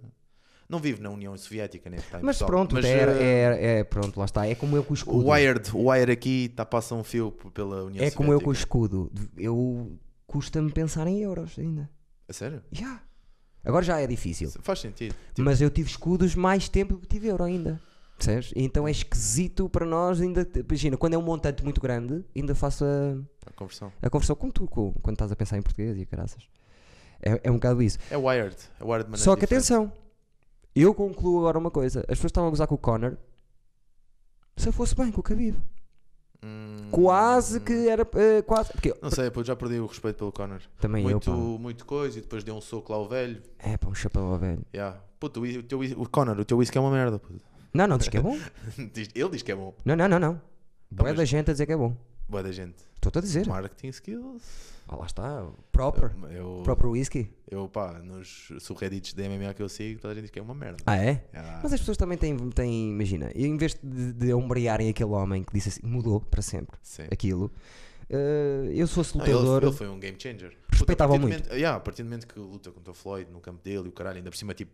[SPEAKER 2] Não vive na União Soviética, né? Tá em
[SPEAKER 1] Mas
[SPEAKER 2] Portugal.
[SPEAKER 1] pronto,
[SPEAKER 2] Mas,
[SPEAKER 1] é,
[SPEAKER 2] eh,
[SPEAKER 1] é, é- pronto, lá está. É como eu com o
[SPEAKER 2] O
[SPEAKER 1] escudo.
[SPEAKER 2] Wired, o Wired aqui tá, passa um fio p- pela União
[SPEAKER 1] É
[SPEAKER 2] Soviética.
[SPEAKER 1] como eu com o escudo. Eu custa-me pensar em euros ainda.
[SPEAKER 2] A É sério?
[SPEAKER 1] Já. Agora já é difícil.
[SPEAKER 2] Faz sentido.
[SPEAKER 1] Mas eu tive escudos mais tempo do que tive euro ainda. Percebes? E Então é esquisito para nós ainda. Imagina, quando é um montante muito grande, ainda faço a,
[SPEAKER 2] A conversão.
[SPEAKER 1] a conversão com tu, com- quando estás a pensar em português e caraças. É, é um bocado isso.
[SPEAKER 2] É Wired. É Wired de maneira
[SPEAKER 1] Só que
[SPEAKER 2] diferente.
[SPEAKER 1] atenção, eu concluo agora uma coisa. As pessoas estavam a gozar com o Connor. Se eu fosse bem com o Khabib.
[SPEAKER 2] Hum,
[SPEAKER 1] Quase que era. eh, quase. Porque eu-
[SPEAKER 2] Não sei, pô, já perdi o respeito pelo Conor.
[SPEAKER 1] também
[SPEAKER 2] Muito,
[SPEAKER 1] eu.
[SPEAKER 2] muito coisa e depois deu um soco lá ao velho.
[SPEAKER 1] Pá. É, pá, um chapéu ao velho.
[SPEAKER 2] Yeah. Puto, o, teu, whis- o Conor, o teu whisky é uma merda. puto.
[SPEAKER 1] Não, não, diz que é bom.
[SPEAKER 2] Diz- Ele diz que é bom.
[SPEAKER 1] Não, não, não, não.
[SPEAKER 2] Então,
[SPEAKER 1] Boa
[SPEAKER 2] mas-
[SPEAKER 1] da gente a dizer que é bom.
[SPEAKER 2] Boa da gente.
[SPEAKER 1] Estou-te a dizer.
[SPEAKER 2] Marketing skills.
[SPEAKER 1] Ah, lá está. Proper.
[SPEAKER 2] Eu,
[SPEAKER 1] Próprio whisky?
[SPEAKER 2] eu pá, nos subreddits de MMA que eu sigo, toda a gente diz que é uma merda.
[SPEAKER 1] Ah, é?
[SPEAKER 2] Ah,
[SPEAKER 1] Mas as pessoas também têm, têm imagina, em vez de, de ombrearem aquele homem que disse assim, mudou para sempre
[SPEAKER 2] sim.
[SPEAKER 1] aquilo, eh, eu se fosse
[SPEAKER 2] Não, ele,
[SPEAKER 1] lutador,
[SPEAKER 2] ele foi um game changer. Puta,
[SPEAKER 1] Respeitava
[SPEAKER 2] a partir do
[SPEAKER 1] muito.
[SPEAKER 2] momento- yeah, a partir do momento que luta contra o Floyd no campo dele e o caralho, ainda por cima, tipo,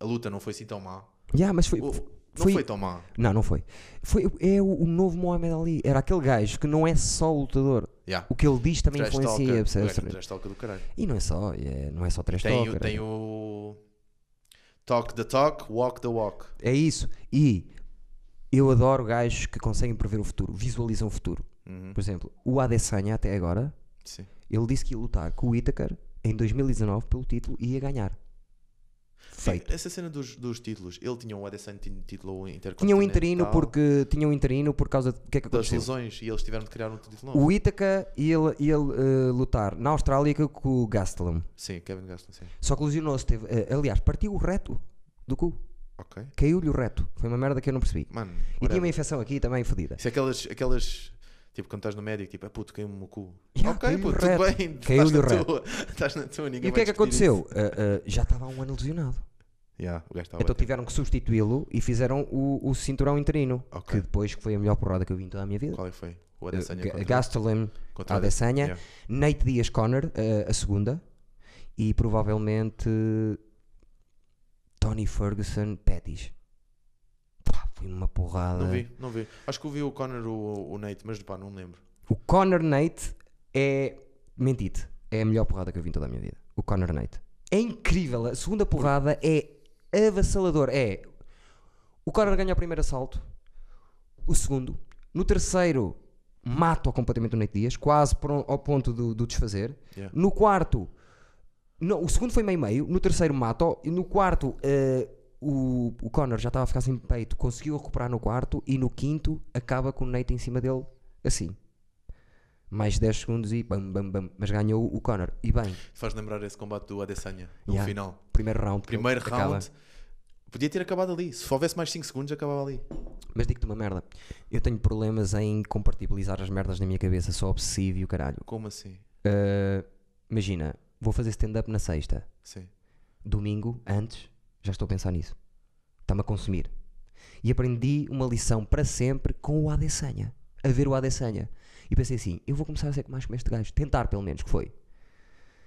[SPEAKER 2] a luta não foi assim tão má.
[SPEAKER 1] Yeah, mas foi,
[SPEAKER 2] O, Não
[SPEAKER 1] Foi-
[SPEAKER 2] foi tão má.
[SPEAKER 1] Não, não foi. foi é o, o novo Mohamed Ali. Era aquele gajo que não é só lutador.
[SPEAKER 2] Yeah.
[SPEAKER 1] O que ele diz também
[SPEAKER 2] Trash
[SPEAKER 1] influencia.
[SPEAKER 2] talker. é
[SPEAKER 1] percebes?
[SPEAKER 2] Trash- trash talker do caralho.
[SPEAKER 1] E não é só, é- não é só trash
[SPEAKER 2] Tem, o-
[SPEAKER 1] talker.
[SPEAKER 2] tem o. Talk the talk, walk the walk.
[SPEAKER 1] É isso. E eu adoro gajos que conseguem prever o futuro, visualizam o futuro.
[SPEAKER 2] Uhum.
[SPEAKER 1] Por exemplo, o Adesanya até agora,
[SPEAKER 2] Sim.
[SPEAKER 1] ele disse que ia lutar com o Itaker em 2019 pelo título e ia ganhar. Feito.
[SPEAKER 2] Sim, Essa cena dos, dos títulos, ele tinha um Adesanya tinha um título intercontinental.
[SPEAKER 1] Tinha um interino porque tinha um interino por causa de o que é que
[SPEAKER 2] Das
[SPEAKER 1] aconteceu?
[SPEAKER 2] lesões e eles tiveram de criar um título novo.
[SPEAKER 1] O Itaca ia, ia eh, lutar na Austrália com com o Gastelum.
[SPEAKER 2] Sim, Kevin Gaston, sim.
[SPEAKER 1] Só que lesionou-se. teve- eh, aliás, partiu o reto do cu.
[SPEAKER 2] Ok.
[SPEAKER 1] Caiu-lhe o reto. Foi uma merda que eu não percebi.
[SPEAKER 2] Mano,
[SPEAKER 1] E tinha
[SPEAKER 2] whatever.
[SPEAKER 1] uma infecção aqui também fodida.
[SPEAKER 2] Isso é aquelas, aquelas. Tipo, quando estás no médico, tipo, é puto, caiu-me o cu.
[SPEAKER 1] Ya,
[SPEAKER 2] ok,
[SPEAKER 1] caiu-lhe o
[SPEAKER 2] puto, tudo
[SPEAKER 1] reto.
[SPEAKER 2] bem.
[SPEAKER 1] Caiu-lhe
[SPEAKER 2] estás na
[SPEAKER 1] o reto.
[SPEAKER 2] tua- Estás na tua, ninguém
[SPEAKER 1] E o que
[SPEAKER 2] vai
[SPEAKER 1] é que
[SPEAKER 2] discutir
[SPEAKER 1] aconteceu? Eh, eh, já estava há um ano lesionado.
[SPEAKER 2] isso. Ya, o gajo tá estava.
[SPEAKER 1] Então tiveram que substituí-lo e fizeram o, o cinturão interino.
[SPEAKER 2] Ok.
[SPEAKER 1] Que depois foi a melhor porrada que eu vi em toda a minha vida.
[SPEAKER 2] Qual é que foi? O
[SPEAKER 1] Eh,
[SPEAKER 2] Adesanya
[SPEAKER 1] Ga-
[SPEAKER 2] contra-
[SPEAKER 1] Gastelum,
[SPEAKER 2] contra
[SPEAKER 1] Adesanya.
[SPEAKER 2] Ya.
[SPEAKER 1] Nate Dias Conner, eh, a segunda. E provavelmente Tony Ferguson Pettis. Pá, foi uma porrada.
[SPEAKER 2] Não vi, não vi. Acho que eu vi o Conor, o, o Nate, mas pá, não me lembro.
[SPEAKER 1] O Conor Nate é. Mentite. É a melhor porrada que eu vi em toda a minha vida. O Conor Nate. É incrível. A segunda porrada é avassalador. É. O Conor ganha o primeiro assalto. O segundo. No terceiro, mata o completamente o Nate Dias. Quase por um- ao ponto do, do desfazer.
[SPEAKER 2] Yeah.
[SPEAKER 1] No quarto. Não, o segundo foi meio-meio. No terceiro, mata-o. E no quarto. eh, o, o Conor já estava a ficar sem peito, conseguiu recuperar no quarto e no quinto acaba com o Nate em cima dele, assim mais 10 segundos e bam, bam, bam. Mas ganhou o Conor. E bem,
[SPEAKER 2] Faz lembrar esse combate do Adesanya no
[SPEAKER 1] Ya.
[SPEAKER 2] final.
[SPEAKER 1] primeiro round. que ele
[SPEAKER 2] Primeiro
[SPEAKER 1] acaba.
[SPEAKER 2] round. Podia ter acabado ali. Se houvesse mais 5 segundos, acabava ali.
[SPEAKER 1] Mas digo-te uma merda. Eu tenho problemas em compatibilizar as merdas na minha cabeça. Sou obsessivo e o caralho.
[SPEAKER 2] Como assim?
[SPEAKER 1] Ah, imagina, vou fazer stand-up na sexta.
[SPEAKER 2] Sim.
[SPEAKER 1] Domingo, antes, já estou a pensar nisso. Está-me a consumir. E aprendi uma lição para sempre com o Adesanya. A ver o Adesanya. E pensei assim, eu vou começar a ser mais como este gajo. Tentar, pelo menos, que foi.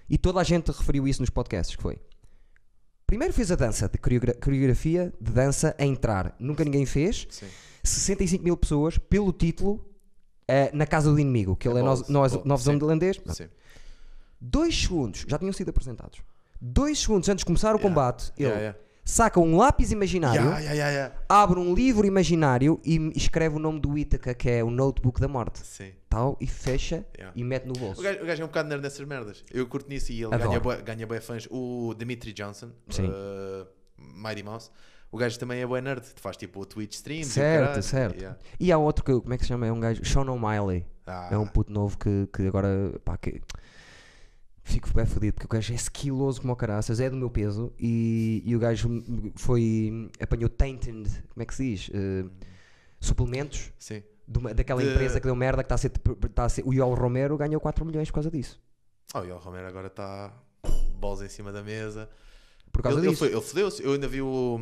[SPEAKER 1] E toda a gente referiu isso nos podcasts, que foi. Primeiro fez a dança, de coreogra- coreografia de dança a entrar. Nunca ninguém fez.
[SPEAKER 2] Sim.
[SPEAKER 1] 65 mil pessoas, pelo título, eh, na casa do inimigo, que ele é,
[SPEAKER 2] Balls,
[SPEAKER 1] nós-
[SPEAKER 2] balls,
[SPEAKER 1] novo
[SPEAKER 2] sim.
[SPEAKER 1] zelandês.
[SPEAKER 2] Sim.
[SPEAKER 1] Dois segundos, já tinham sido apresentados. Dois segundos antes de começar o combate, ele
[SPEAKER 2] Yeah, yeah.
[SPEAKER 1] saca um lápis imaginário,
[SPEAKER 2] Ya, ya, ya, ya.
[SPEAKER 1] abre um livro imaginário e escreve o nome do Ítaca, que é o notebook da morte.
[SPEAKER 2] Sim.
[SPEAKER 1] Tal, e fecha
[SPEAKER 2] Yeah.
[SPEAKER 1] e mete no
[SPEAKER 2] O
[SPEAKER 1] bolso.
[SPEAKER 2] gajo, o gajo é um bocado nerd nessas merdas. Eu curto nisso e ele
[SPEAKER 1] Adoro.
[SPEAKER 2] ganha bué, ganha bué fãs. O Dimitri Johnson,
[SPEAKER 1] Sim.
[SPEAKER 2] uh, Mighty Mouse, o gajo também é bué nerd. Faz tipo o Twitch stream.
[SPEAKER 1] Certo, certo. E há outro que, como é que se chama? É um gajo, Sean O'Malley. É
[SPEAKER 2] Ah.
[SPEAKER 1] um puto novo que, que agora, pá, que... Fico bem fodido porque o gajo é esquiloso como o caraças, é do meu peso e, e o gajo foi. apanhou tainted, como é que se diz? Eh, suplementos
[SPEAKER 2] Sim.
[SPEAKER 1] de uma- daquela
[SPEAKER 2] De-
[SPEAKER 1] empresa que deu merda que está a ser. Tá a ser o Yol Romero ganhou 4 milhões por causa disso.
[SPEAKER 2] Oh, e o Romero agora está bolas em cima da mesa.
[SPEAKER 1] Por causa
[SPEAKER 2] ele, ele
[SPEAKER 1] disso.
[SPEAKER 2] foi- ele fodeu-se. Eu ainda vi o.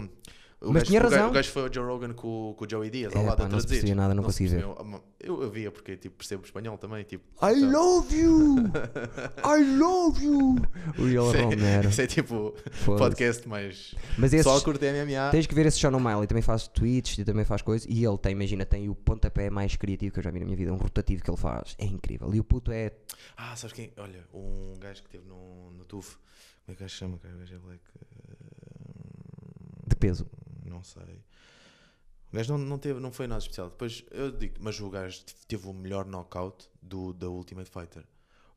[SPEAKER 2] o
[SPEAKER 1] Mas
[SPEAKER 2] gajo,
[SPEAKER 1] tinha
[SPEAKER 2] o gajo-
[SPEAKER 1] razão.
[SPEAKER 2] O gajo foi ao Joe Rogan com, o- com o Joey Diaz ao
[SPEAKER 1] É,
[SPEAKER 2] lado
[SPEAKER 1] pá,
[SPEAKER 2] a
[SPEAKER 1] não se
[SPEAKER 2] traduzir.
[SPEAKER 1] percebia nada, não
[SPEAKER 2] se
[SPEAKER 1] consegui ver.
[SPEAKER 2] percebeu. Ah, Eu, eu via porque tipo, percebo espanhol também. Tipo,
[SPEAKER 1] I
[SPEAKER 2] então-
[SPEAKER 1] love you! I love you! O Yol
[SPEAKER 2] Isso é-
[SPEAKER 1] Romero.
[SPEAKER 2] Isso é tipo
[SPEAKER 1] Foda-se.
[SPEAKER 2] podcast, mas
[SPEAKER 1] Mas
[SPEAKER 2] só
[SPEAKER 1] esses-
[SPEAKER 2] pessoal curte MMA.
[SPEAKER 1] Tens que ver esse Sean O'Malley, também faz tweets e também faz coisas. E ele tem, imagina, tem o pontapé mais criativo que eu já vi na minha vida, um rotativo que ele faz. É incrível. E o puto é.
[SPEAKER 2] Ah, sabes quem? Olha, um gajo que teve no, no TUF. Como é que o gajo se chama? cara? O gajo é black.
[SPEAKER 1] de peso.
[SPEAKER 2] eh, Não sei. O gajo não, não, teve, não foi nada especial. Depois eu digo, mas o gajo te- teve o melhor knockout do, da Ultimate Fighter.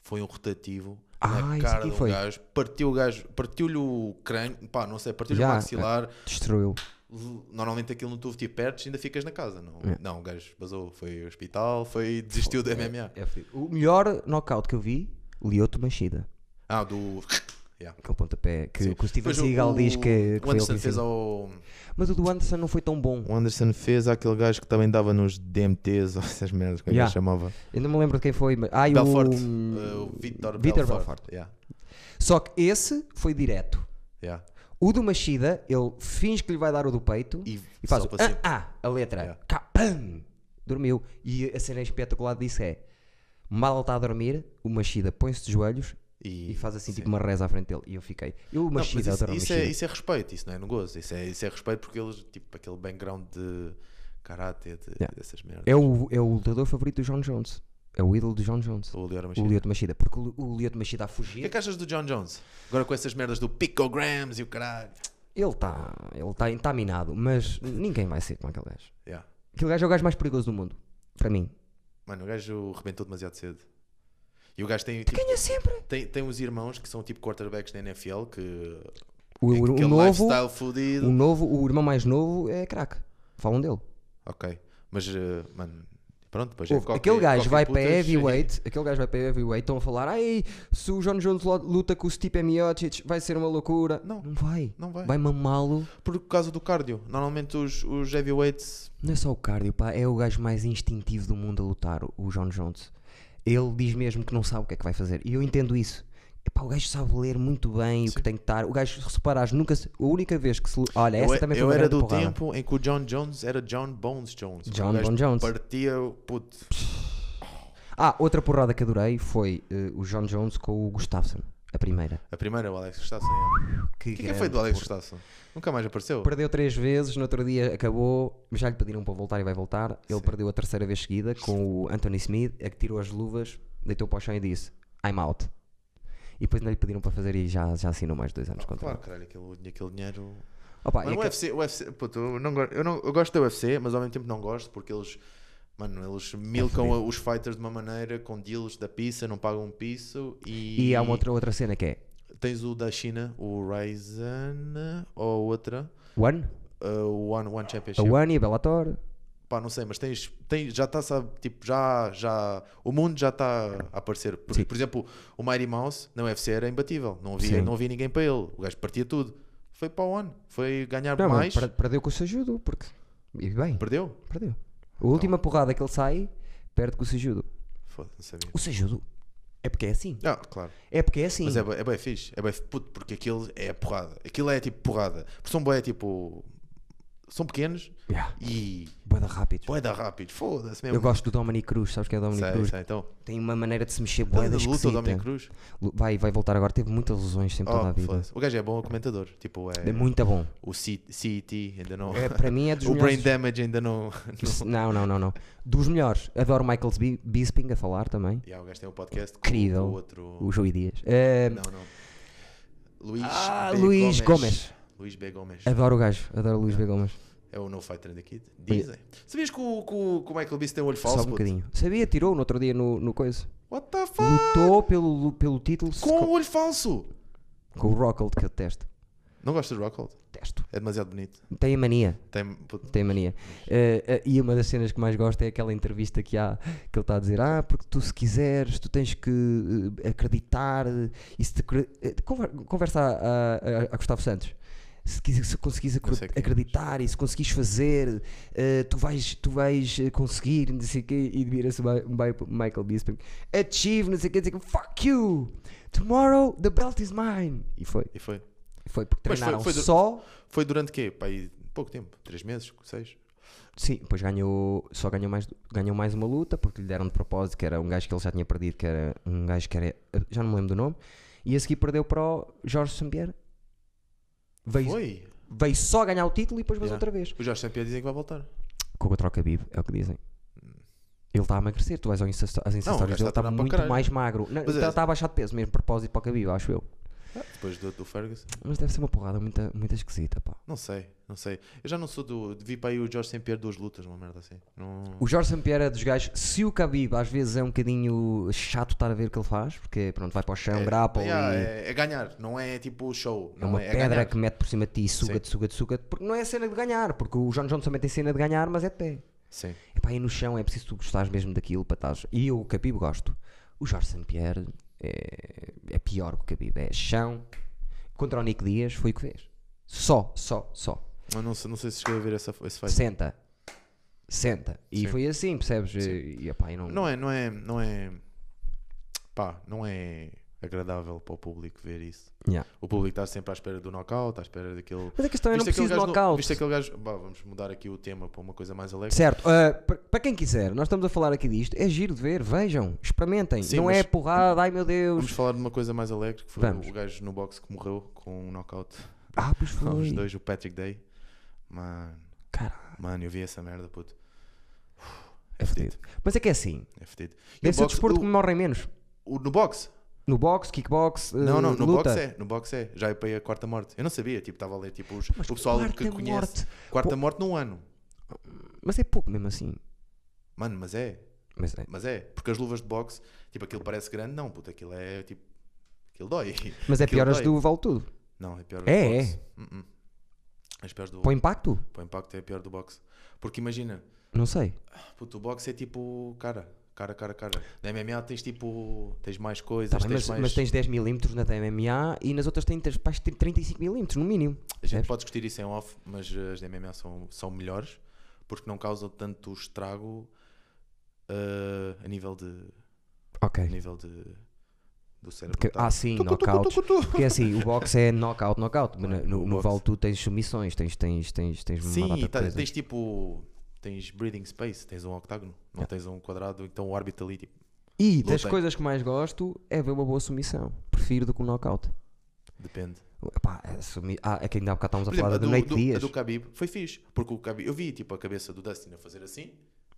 [SPEAKER 2] Foi um rotativo
[SPEAKER 1] Ah,
[SPEAKER 2] na
[SPEAKER 1] isso
[SPEAKER 2] cara
[SPEAKER 1] aqui
[SPEAKER 2] do
[SPEAKER 1] foi.
[SPEAKER 2] gajo. Partiu o gajo, partiu-lhe o crânio, pá, não sei, partiu-lhe
[SPEAKER 1] Já,
[SPEAKER 2] o maxilar.
[SPEAKER 1] Destruiu.
[SPEAKER 2] L- Normalmente aquilo no TUF te perdes e ainda ficas na casa. Não,
[SPEAKER 1] É.
[SPEAKER 2] não, o gajo basou, foi ao hospital, foi, desistiu do MMA.
[SPEAKER 1] É fodido. o melhor knockout que eu vi, Lioto Machida.
[SPEAKER 2] Ah, do. Yeah.
[SPEAKER 1] Que é o pontapé que,
[SPEAKER 2] Sim.
[SPEAKER 1] que o Steven
[SPEAKER 2] Pois o-
[SPEAKER 1] Seagal diz que, que
[SPEAKER 2] o
[SPEAKER 1] foi ele que
[SPEAKER 2] Anderson fez
[SPEAKER 1] ensinou.
[SPEAKER 2] ao.
[SPEAKER 1] Mas o do Anderson não foi tão bom.
[SPEAKER 2] O Anderson fez aquele gajo que também dava nos DMTs ou essas merdas, como é que
[SPEAKER 1] Yeah.
[SPEAKER 2] ele chamava?
[SPEAKER 1] Eu não me lembro de quem foi. Mas... Ai,
[SPEAKER 2] Belfort.
[SPEAKER 1] O...
[SPEAKER 2] Uh, o Vitor
[SPEAKER 1] Vitor
[SPEAKER 2] Belfort.
[SPEAKER 1] Belfort.
[SPEAKER 2] Yeah.
[SPEAKER 1] Só que esse foi direto.
[SPEAKER 2] Yeah.
[SPEAKER 1] O do Machida, ele finge que lhe vai dar o do peito
[SPEAKER 2] E,
[SPEAKER 1] e faz
[SPEAKER 2] só
[SPEAKER 1] o
[SPEAKER 2] para
[SPEAKER 1] ah,
[SPEAKER 2] sempre.
[SPEAKER 1] ah, a letra
[SPEAKER 2] Yeah.
[SPEAKER 1] Cá, pam, dormiu e a cena espetacular disso é mal ele está a dormir o Machida põe-se de joelhos E faz assim tipo uma reza à frente dele. E eu fiquei. Eu,
[SPEAKER 2] Não, mas
[SPEAKER 1] Machida,
[SPEAKER 2] isso,
[SPEAKER 1] adoro
[SPEAKER 2] isso é,
[SPEAKER 1] Machida.
[SPEAKER 2] isso é respeito, isso não é no gozo. Isso é, isso é respeito porque eles, tipo, aquele background de karate, de,
[SPEAKER 1] Yeah.
[SPEAKER 2] dessas merdas.
[SPEAKER 1] É o, é o lutador favorito do John Jones. É o ídolo do John Jones.
[SPEAKER 2] O Leora
[SPEAKER 1] O
[SPEAKER 2] Machida.
[SPEAKER 1] Lioto Machida. Porque o, o Lioto Machida a
[SPEAKER 2] O
[SPEAKER 1] fugir.
[SPEAKER 2] que é que achas do John Jones? Agora com essas merdas do picograms e o caralho.
[SPEAKER 1] Ele está ele tá, tá minado, mas ninguém vai ser como aquele gajo.
[SPEAKER 2] Yeah.
[SPEAKER 1] Aquele gajo é o gajo mais perigoso do mundo, para mim.
[SPEAKER 2] Mano, o gajo rebentou demasiado cedo. E o gajo tem, tipo,
[SPEAKER 1] Ganha sempre.
[SPEAKER 2] tem, tem uns irmãos que são tipo quarterbacks na NFL que.
[SPEAKER 1] O, o- o
[SPEAKER 2] aquele
[SPEAKER 1] novo,
[SPEAKER 2] lifestyle fudido.
[SPEAKER 1] o novo, o irmão mais novo é craque. Falam dele.
[SPEAKER 2] Ok. Mas, eh, mano, pronto, depois é
[SPEAKER 1] Ouve, aquele gajo vai para heavyweight, aquele gajo vai para heavyweight, estão a falar, ai, se o John Jones lo- luta com o Stipe Miocic, vai ser uma loucura.
[SPEAKER 2] Não.
[SPEAKER 1] Não vai.
[SPEAKER 2] Não vai.
[SPEAKER 1] Vai mamá-lo.
[SPEAKER 2] Por causa do cardio. Normalmente os, os heavyweights.
[SPEAKER 1] Não é só o cardio, pá, é o gajo mais instintivo do mundo a lutar, o- o John Jones. Ele diz mesmo que não sabe o que é que vai fazer. E eu entendo isso. Epá, o gajo sabe ler muito bem o que tem que estar. O gajo, se reparares, nunca. se- A única vez que se. lu- Olha, essa
[SPEAKER 2] eu
[SPEAKER 1] também
[SPEAKER 2] eu
[SPEAKER 1] foi uma
[SPEAKER 2] era
[SPEAKER 1] grande
[SPEAKER 2] do
[SPEAKER 1] porrada.
[SPEAKER 2] tempo em que o John Jones era John Bones Jones.
[SPEAKER 1] John
[SPEAKER 2] O gajo
[SPEAKER 1] Bones Jones.
[SPEAKER 2] Partia o puto.
[SPEAKER 1] Ah, outra porrada que adorei foi eh, o John Jones com o Gustafsson. A primeira.
[SPEAKER 2] A primeira, o Alex Gustavo. é. O que é que foi
[SPEAKER 1] grande
[SPEAKER 2] do Alex
[SPEAKER 1] porra.
[SPEAKER 2] Gustavo? Nunca mais apareceu.
[SPEAKER 1] Perdeu três vezes, no outro dia acabou, já lhe pediram para voltar e vai voltar. Ele perdeu a terceira vez seguida com o Anthony Smith, a que tirou as luvas, deitou para o chão e disse I'm out. E depois não lhe pediram para fazer e já, já assinou mais dois anos
[SPEAKER 2] Ah,
[SPEAKER 1] contra
[SPEAKER 2] Claro, é caralho, aquele, aquele dinheiro.
[SPEAKER 1] Opa,
[SPEAKER 2] Mano,
[SPEAKER 1] e
[SPEAKER 2] o
[SPEAKER 1] aca-
[SPEAKER 2] UFC, o UFC puto, eu, não, go- eu, não, eu gosto da UFC, mas ao mesmo tempo não gosto porque eles, mano, eles milcam os fighters de uma maneira com deals da pizza, não pagam um piso e,
[SPEAKER 1] e há uma outra, outra cena que é
[SPEAKER 2] tens o da China, o Ryzen ou outra,
[SPEAKER 1] One,
[SPEAKER 2] uh, o One, One
[SPEAKER 1] a
[SPEAKER 2] Championship.
[SPEAKER 1] One e a Bellator.
[SPEAKER 2] Pá, não sei, mas tens, tens já está, sabe, tipo, já, já, o mundo já está a aparecer. Por, por exemplo, o Mighty Mouse na UFC era imbatível, não havia,
[SPEAKER 1] Sim.
[SPEAKER 2] não havia ninguém para ele, o gajo partia tudo. Foi para o One, foi ganhar
[SPEAKER 1] Não, mas
[SPEAKER 2] mais,
[SPEAKER 1] per- perdeu com o Sejudo, porque. E bem,
[SPEAKER 2] perdeu.
[SPEAKER 1] perdeu. A
[SPEAKER 2] então.
[SPEAKER 1] última porrada que ele sai, perde com o Sejudo.
[SPEAKER 2] Foda-se, não sabia.
[SPEAKER 1] O Sejudo é porque é assim.
[SPEAKER 2] Ah, claro.
[SPEAKER 1] É porque é assim.
[SPEAKER 2] Mas é, bué- é bem fixe, é bem puto, porque aquilo é porrada. Aquilo é tipo porrada. Porque são bem tipo. São pequenos
[SPEAKER 1] Yeah.
[SPEAKER 2] e.
[SPEAKER 1] Bué da rápido.
[SPEAKER 2] Bué da rápido, foda-se mesmo.
[SPEAKER 1] Eu gosto do Dominic Cruz, sabes quem é o Dominic
[SPEAKER 2] um- sei,
[SPEAKER 1] Cruz?
[SPEAKER 2] sei, então.
[SPEAKER 1] Tem uma maneira de se mexer
[SPEAKER 2] Bué
[SPEAKER 1] bué
[SPEAKER 2] da
[SPEAKER 1] da
[SPEAKER 2] luta, o Dominic
[SPEAKER 1] esquisita.
[SPEAKER 2] Cruz.
[SPEAKER 1] Lu- Vai, vai voltar agora, teve muitas lesões sempre toda a
[SPEAKER 2] Oh,
[SPEAKER 1] vida.
[SPEAKER 2] foda-se. o gajo é bom comentador. Tipo,
[SPEAKER 1] É
[SPEAKER 2] é.
[SPEAKER 1] muito bom.
[SPEAKER 2] O C- CET ainda não.
[SPEAKER 1] É, para mim é dos
[SPEAKER 2] Oh. o Brain
[SPEAKER 1] melhores.
[SPEAKER 2] Damage ainda não.
[SPEAKER 1] Não, não, não, não. Dos melhores. Adoro Michael Bi- Bisping a falar também.
[SPEAKER 2] yeah, o gajo tem um podcast com
[SPEAKER 1] Incrível.
[SPEAKER 2] o outro.
[SPEAKER 1] O Joey Dias. Eh,
[SPEAKER 2] Oh. Não, não. Luís.
[SPEAKER 1] Ah,
[SPEAKER 2] B.
[SPEAKER 1] Luís Gomes. É
[SPEAKER 2] Luís B. Gomes.
[SPEAKER 1] adoro o gajo, adoro o Luís B. Gomes.
[SPEAKER 2] É o No Fighter and the Kid. Dizem. Sabias que o, que o- que o Michael Beast tem um olho falso?
[SPEAKER 1] Só um
[SPEAKER 2] puto?
[SPEAKER 1] bocadinho. Sabia, tirou no outro dia no, no coisa.
[SPEAKER 2] What the fuck?
[SPEAKER 1] Lutou pelo, pelo título se-
[SPEAKER 2] Com o olho falso!
[SPEAKER 1] com, o Rockhold que eu detesto.
[SPEAKER 2] Não gosto do Rockhold.
[SPEAKER 1] Detesto.
[SPEAKER 2] É demasiado bonito.
[SPEAKER 1] Tem a mania.
[SPEAKER 2] Tem. puto,
[SPEAKER 1] Tem mania. Eh, eh, e uma das cenas que mais gosto é aquela entrevista que há, que ele está a dizer: Ah, porque tu, se quiseres, tu tens que eh, acreditar. eh, E se te acre- eh, conver- conversa a, a- a Gustavo Santos. Se, quis- se conseguires acre-
[SPEAKER 2] Eu sei quem é,
[SPEAKER 1] acreditar e se conseguires fazer, eh, tu vais, tu vais eh, conseguir. Não sei o quê, e vira-se o Mi- Mi- Michael Bisping: Achieve, não sei o quê, não sei o quê, fuck you! Tomorrow the belt is mine! E foi.
[SPEAKER 2] E foi.
[SPEAKER 1] Foi porque
[SPEAKER 2] Mas foi-
[SPEAKER 1] treinaram
[SPEAKER 2] foi do-
[SPEAKER 1] só
[SPEAKER 2] Foi durante quê? Pá, aí pouco tempo. Três meses? Seis?
[SPEAKER 1] Sim, depois ganhou, só ganhou mais, ganhou mais uma luta porque lhe deram de propósito que era um gajo que ele já tinha perdido, que era um gajo que era. Já não me lembro do nome. E a seguir perdeu para o Jorge Sampier. Veio,
[SPEAKER 2] Foi.
[SPEAKER 1] veio só ganhar o título e depois veio
[SPEAKER 2] Yeah.
[SPEAKER 1] outra vez.
[SPEAKER 2] O Jorge Sampier dizem que vai voltar.
[SPEAKER 1] Com o troca Bib, é o que dizem. Ele está a emagrecer, tu um vais ao Insta, às Insta
[SPEAKER 2] Não,
[SPEAKER 1] Stories
[SPEAKER 2] é o gajo
[SPEAKER 1] dele,
[SPEAKER 2] está a
[SPEAKER 1] está
[SPEAKER 2] treinar para
[SPEAKER 1] muito
[SPEAKER 2] caralho.
[SPEAKER 1] mais magro. Não,
[SPEAKER 2] Mas
[SPEAKER 1] Está
[SPEAKER 2] é-
[SPEAKER 1] está a baixar de peso mesmo, de propósito para o Khabib, acho eu.
[SPEAKER 2] Depois do, do Ferguson.
[SPEAKER 1] Mas deve ser uma porrada muito, muito esquisita, pá.
[SPEAKER 2] Não sei, não sei. Eu já não sou do. Vi para aí o Jorge Sampier duas lutas, uma merda assim. Não...
[SPEAKER 1] O Jorge Sampier é dos gajos, se o Khabib às vezes é um bocadinho chato estar a ver o que ele faz, porque pronto, vai para o chão, grapple
[SPEAKER 2] Yeah,
[SPEAKER 1] e...
[SPEAKER 2] é, é ganhar, não é tipo show.
[SPEAKER 1] É
[SPEAKER 2] Não
[SPEAKER 1] uma
[SPEAKER 2] é, é
[SPEAKER 1] pedra
[SPEAKER 2] ganhar.
[SPEAKER 1] que mete por cima de ti e suga-te, suga-te, suga-te. Porque não é cena de ganhar, porque o John Jones também tem cena de ganhar, mas é de pé.
[SPEAKER 2] Sim.
[SPEAKER 1] Epá, e no chão é preciso tu gostares mesmo daquilo para estás. E eu, o Khabib, gosto. O Jorge St. Pierre é, é pior que o Khabib. É chão. Contra o Nick Dias foi o que fez. Só, só, só.
[SPEAKER 2] Mas não, sei- não sei se cheguei a ver essa, esse fight.
[SPEAKER 1] Senta. Senta. E
[SPEAKER 2] Sim. é-
[SPEAKER 1] foi assim, percebes? E, epá, e não...
[SPEAKER 2] Não é, não é, não é. Pá, não é. agradável para o público ver isso.
[SPEAKER 1] Yeah.
[SPEAKER 2] O público está sempre à espera do knockout, à espera daquele.
[SPEAKER 1] Mas a questão é, não
[SPEAKER 2] Viste aquele
[SPEAKER 1] preciso de
[SPEAKER 2] um gajo no-
[SPEAKER 1] knockout.
[SPEAKER 2] Viste aquele gajo. Bah, vamos mudar aqui o tema para uma coisa mais alegre.
[SPEAKER 1] Certo, uh, pa- para quem quiser, nós estamos a falar aqui disto, é giro de ver, vejam, experimentem,
[SPEAKER 2] Sim,
[SPEAKER 1] não é
[SPEAKER 2] mas-
[SPEAKER 1] porrada, ai meu Deus.
[SPEAKER 2] Vamos falar de uma coisa mais alegre que foi
[SPEAKER 1] Vamos.
[SPEAKER 2] o gajo no boxe que morreu com um knockout.
[SPEAKER 1] Ah, pois
[SPEAKER 2] Os
[SPEAKER 1] foi.
[SPEAKER 2] dois, o Patrick Day. Mano,
[SPEAKER 1] Cara,
[SPEAKER 2] mano, eu vi essa merda, puto.
[SPEAKER 1] é fedido. Mas é que é assim,
[SPEAKER 2] É fedido. E
[SPEAKER 1] deve
[SPEAKER 2] o
[SPEAKER 1] ser o
[SPEAKER 2] boxe-
[SPEAKER 1] desporto
[SPEAKER 2] o-
[SPEAKER 1] que me morrem menos.
[SPEAKER 2] o- no boxe?
[SPEAKER 1] No boxe, kickbox, eh,
[SPEAKER 2] Não, não, no
[SPEAKER 1] luta.
[SPEAKER 2] boxe é. No boxe é. Já é para aí a quarta morte. Eu não sabia, tipo, estava a ler tipo, os, o pessoal que
[SPEAKER 1] quarta
[SPEAKER 2] conhece.
[SPEAKER 1] morte.
[SPEAKER 2] Quarta morte num ano.
[SPEAKER 1] Mas é pouco mesmo assim.
[SPEAKER 2] Mano, mas é.
[SPEAKER 1] Mas é.
[SPEAKER 2] Mas é. Porque as luvas de boxe, tipo, aquilo parece grande. Não, puto, aquilo é tipo. Aquilo dói.
[SPEAKER 1] Mas é
[SPEAKER 2] Aquilo
[SPEAKER 1] pior as
[SPEAKER 2] dói.
[SPEAKER 1] do Vale Tudo.
[SPEAKER 2] Não, é pior do
[SPEAKER 1] É,
[SPEAKER 2] boxe. Hum, hum. As piores do.
[SPEAKER 1] Para o impacto?
[SPEAKER 2] Para o impacto é a pior do boxe. Porque imagina,
[SPEAKER 1] Não sei.
[SPEAKER 2] puto, o boxe é tipo cara, cara, cara, cara. Na MMA tens tipo, tens mais coisas,
[SPEAKER 1] Tá bem,
[SPEAKER 2] tens
[SPEAKER 1] mas,
[SPEAKER 2] mais...
[SPEAKER 1] mas tens 10mm na da MMA e nas outras tens, tens, vais ter 35mm no mínimo.
[SPEAKER 2] A gente
[SPEAKER 1] percebes?
[SPEAKER 2] pode discutir isso em off, mas eh, as da MMA são, são melhores porque não causam tanto estrago eh, a nível de... a
[SPEAKER 1] Ok.
[SPEAKER 2] nível de... do cérebro.
[SPEAKER 1] Que-
[SPEAKER 2] tá?
[SPEAKER 1] ah, sim,
[SPEAKER 2] Tu, tu, tu,
[SPEAKER 1] knockouts.
[SPEAKER 2] tu, tu, tu.
[SPEAKER 1] Porque assim, o boxe é knockout, knockout. No, no, no
[SPEAKER 2] boxe.
[SPEAKER 1] Vale Tudo tens submissões, tens, tens, tens, tens uma
[SPEAKER 2] Sim,
[SPEAKER 1] data
[SPEAKER 2] e
[SPEAKER 1] de
[SPEAKER 2] tá-
[SPEAKER 1] coisas.
[SPEAKER 2] tens tipo... Tens breathing space, tens um octágono, não tens um quadrado, então o árbitro ali, tipo,
[SPEAKER 1] E das
[SPEAKER 2] lutem.
[SPEAKER 1] coisas que mais gosto é ver uma boa submissão. Prefiro do que um knockout.
[SPEAKER 2] depende.
[SPEAKER 1] Epá, a sumi- ah, é que ainda há bocado estávamos a
[SPEAKER 2] Por exemplo,
[SPEAKER 1] falar
[SPEAKER 2] a
[SPEAKER 1] do,
[SPEAKER 2] do,
[SPEAKER 1] Nate
[SPEAKER 2] do, a
[SPEAKER 1] Diaz.
[SPEAKER 2] do Khabib foi fixe, porque o Khabib, eu vi tipo a cabeça do Dustin a fazer assim,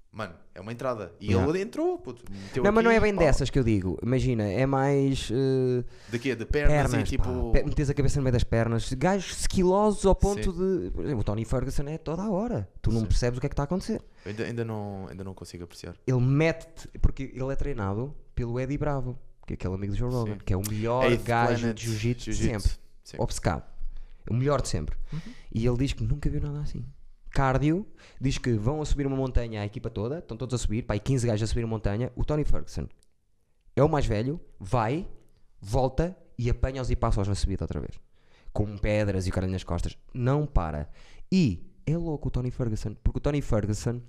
[SPEAKER 2] mano, é uma entrada. E
[SPEAKER 1] Yeah.
[SPEAKER 2] ele entrou, puto, meteu
[SPEAKER 1] Não, mas não
[SPEAKER 2] aqui,
[SPEAKER 1] é bem
[SPEAKER 2] pá.
[SPEAKER 1] dessas que eu digo. Imagina, é mais eh,
[SPEAKER 2] Daqui é de pernas,
[SPEAKER 1] pernas.
[SPEAKER 2] e tipo.
[SPEAKER 1] pá. Pe- Metes a cabeça no meio das pernas. Gajos esquilosos ao ponto
[SPEAKER 2] Sim.
[SPEAKER 1] de. Por exemplo, o Tony Ferguson é toda a hora. Tu não
[SPEAKER 2] Sim.
[SPEAKER 1] percebes o que é que está a acontecer.
[SPEAKER 2] Eu ainda, ainda, não, ainda não consigo apreciar.
[SPEAKER 1] Ele mete-te, porque ele é treinado pelo Eddie Bravo, que é aquele amigo do Joe Rogan,
[SPEAKER 2] Sim.
[SPEAKER 1] que é o melhor
[SPEAKER 2] Eighth
[SPEAKER 1] gajo
[SPEAKER 2] Planet,
[SPEAKER 1] de jiu-jitsu de
[SPEAKER 2] jiu-jitsu.
[SPEAKER 1] sempre.
[SPEAKER 2] Sim.
[SPEAKER 1] Obcecado. O melhor de sempre. E ele diz que nunca viu nada assim. Cardio, diz que vão a subir uma montanha a equipa toda, estão todos a subir, pá, aí 15 gajos a subir uma montanha. O Tony Ferguson é o mais velho, vai, volta e apanha-os e passa-os na subida outra vez. Com pedras e o caralho nas costas. Não para. E é louco o Tony Ferguson, porque o Tony Ferguson,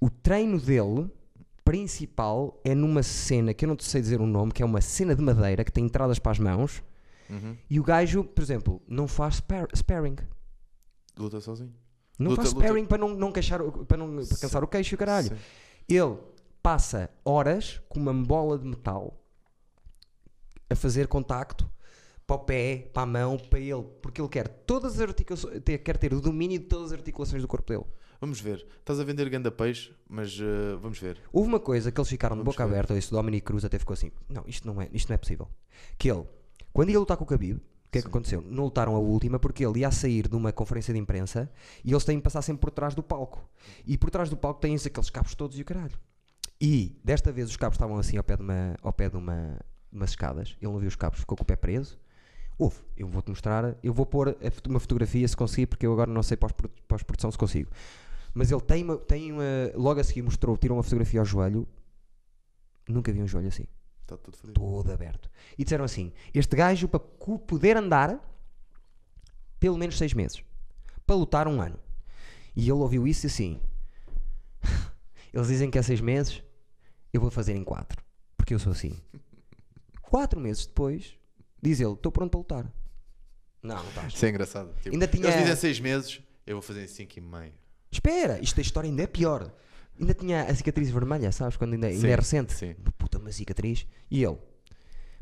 [SPEAKER 1] o treino dele principal é numa cena que eu não te sei dizer o nome, que é uma cena de madeira que tem entradas para as mãos
[SPEAKER 2] Uhum.
[SPEAKER 1] e o gajo, por exemplo, não faz spar- sparring.
[SPEAKER 2] Luta sozinho.
[SPEAKER 1] Não
[SPEAKER 2] Luta-
[SPEAKER 1] faz
[SPEAKER 2] luta.
[SPEAKER 1] sparring para não, não, queixar, o- para não para cansar o queixo e o caralho.
[SPEAKER 2] Sim.
[SPEAKER 1] Ele passa horas com uma bola de metal a fazer contacto para o pé, para a mão, para ele, porque ele quer todas as articulações, ter- quer ter o domínio de todas as articulações do corpo dele.
[SPEAKER 2] Vamos ver. Estás a vender ganda peixe, mas eh, vamos ver.
[SPEAKER 1] Houve uma coisa que eles ficaram de boca
[SPEAKER 2] ver.
[SPEAKER 1] aberta, isso o Dominic Cruz até ficou assim: não, isto não é, isto não é possível. Que ele, quando ia lutar com o Khabib, o que é que aconteceu? Não lutaram a última porque ele ia sair de uma conferência de imprensa e eles têm de passar sempre por trás do palco. E por trás do palco têm aqueles cabos todos e o caralho. E desta vez os cabos estavam assim ao pé de, uma, ao pé de uma, umas escadas, ele não viu os cabos, ficou com o pé preso. Houve, eu vou-te mostrar, eu vou pôr a foto- uma fotografia se conseguir, porque eu agora não sei pós- pós-produção se consigo. Mas ele tem uma, tem uma. Logo a seguir mostrou, tirou uma fotografia ao joelho. Nunca vi um joelho assim,
[SPEAKER 2] Está Tá tudo fodido.
[SPEAKER 1] todo aberto. E disseram assim: este gajo, para cu- poder andar, pelo menos seis meses. Para lutar um ano. E ele ouviu isso e assim: eles dizem que é seis meses, eu vou fazer em quatro. Porque eu sou assim. Quatro meses depois, diz ele: estou pronto para lutar. Não, não estás.
[SPEAKER 2] Isso é engraçado. Tipo,
[SPEAKER 1] Ainda tinha-
[SPEAKER 2] Eles dizem seis meses, eu vou fazer em cinco e meio.
[SPEAKER 1] Espera, isto da história ainda é pior. Ainda tinha a cicatriz vermelha, sabes? Quando ainda, ainda
[SPEAKER 2] Sim,
[SPEAKER 1] é recente.
[SPEAKER 2] sim.
[SPEAKER 1] Uma Puta, uma cicatriz. E ele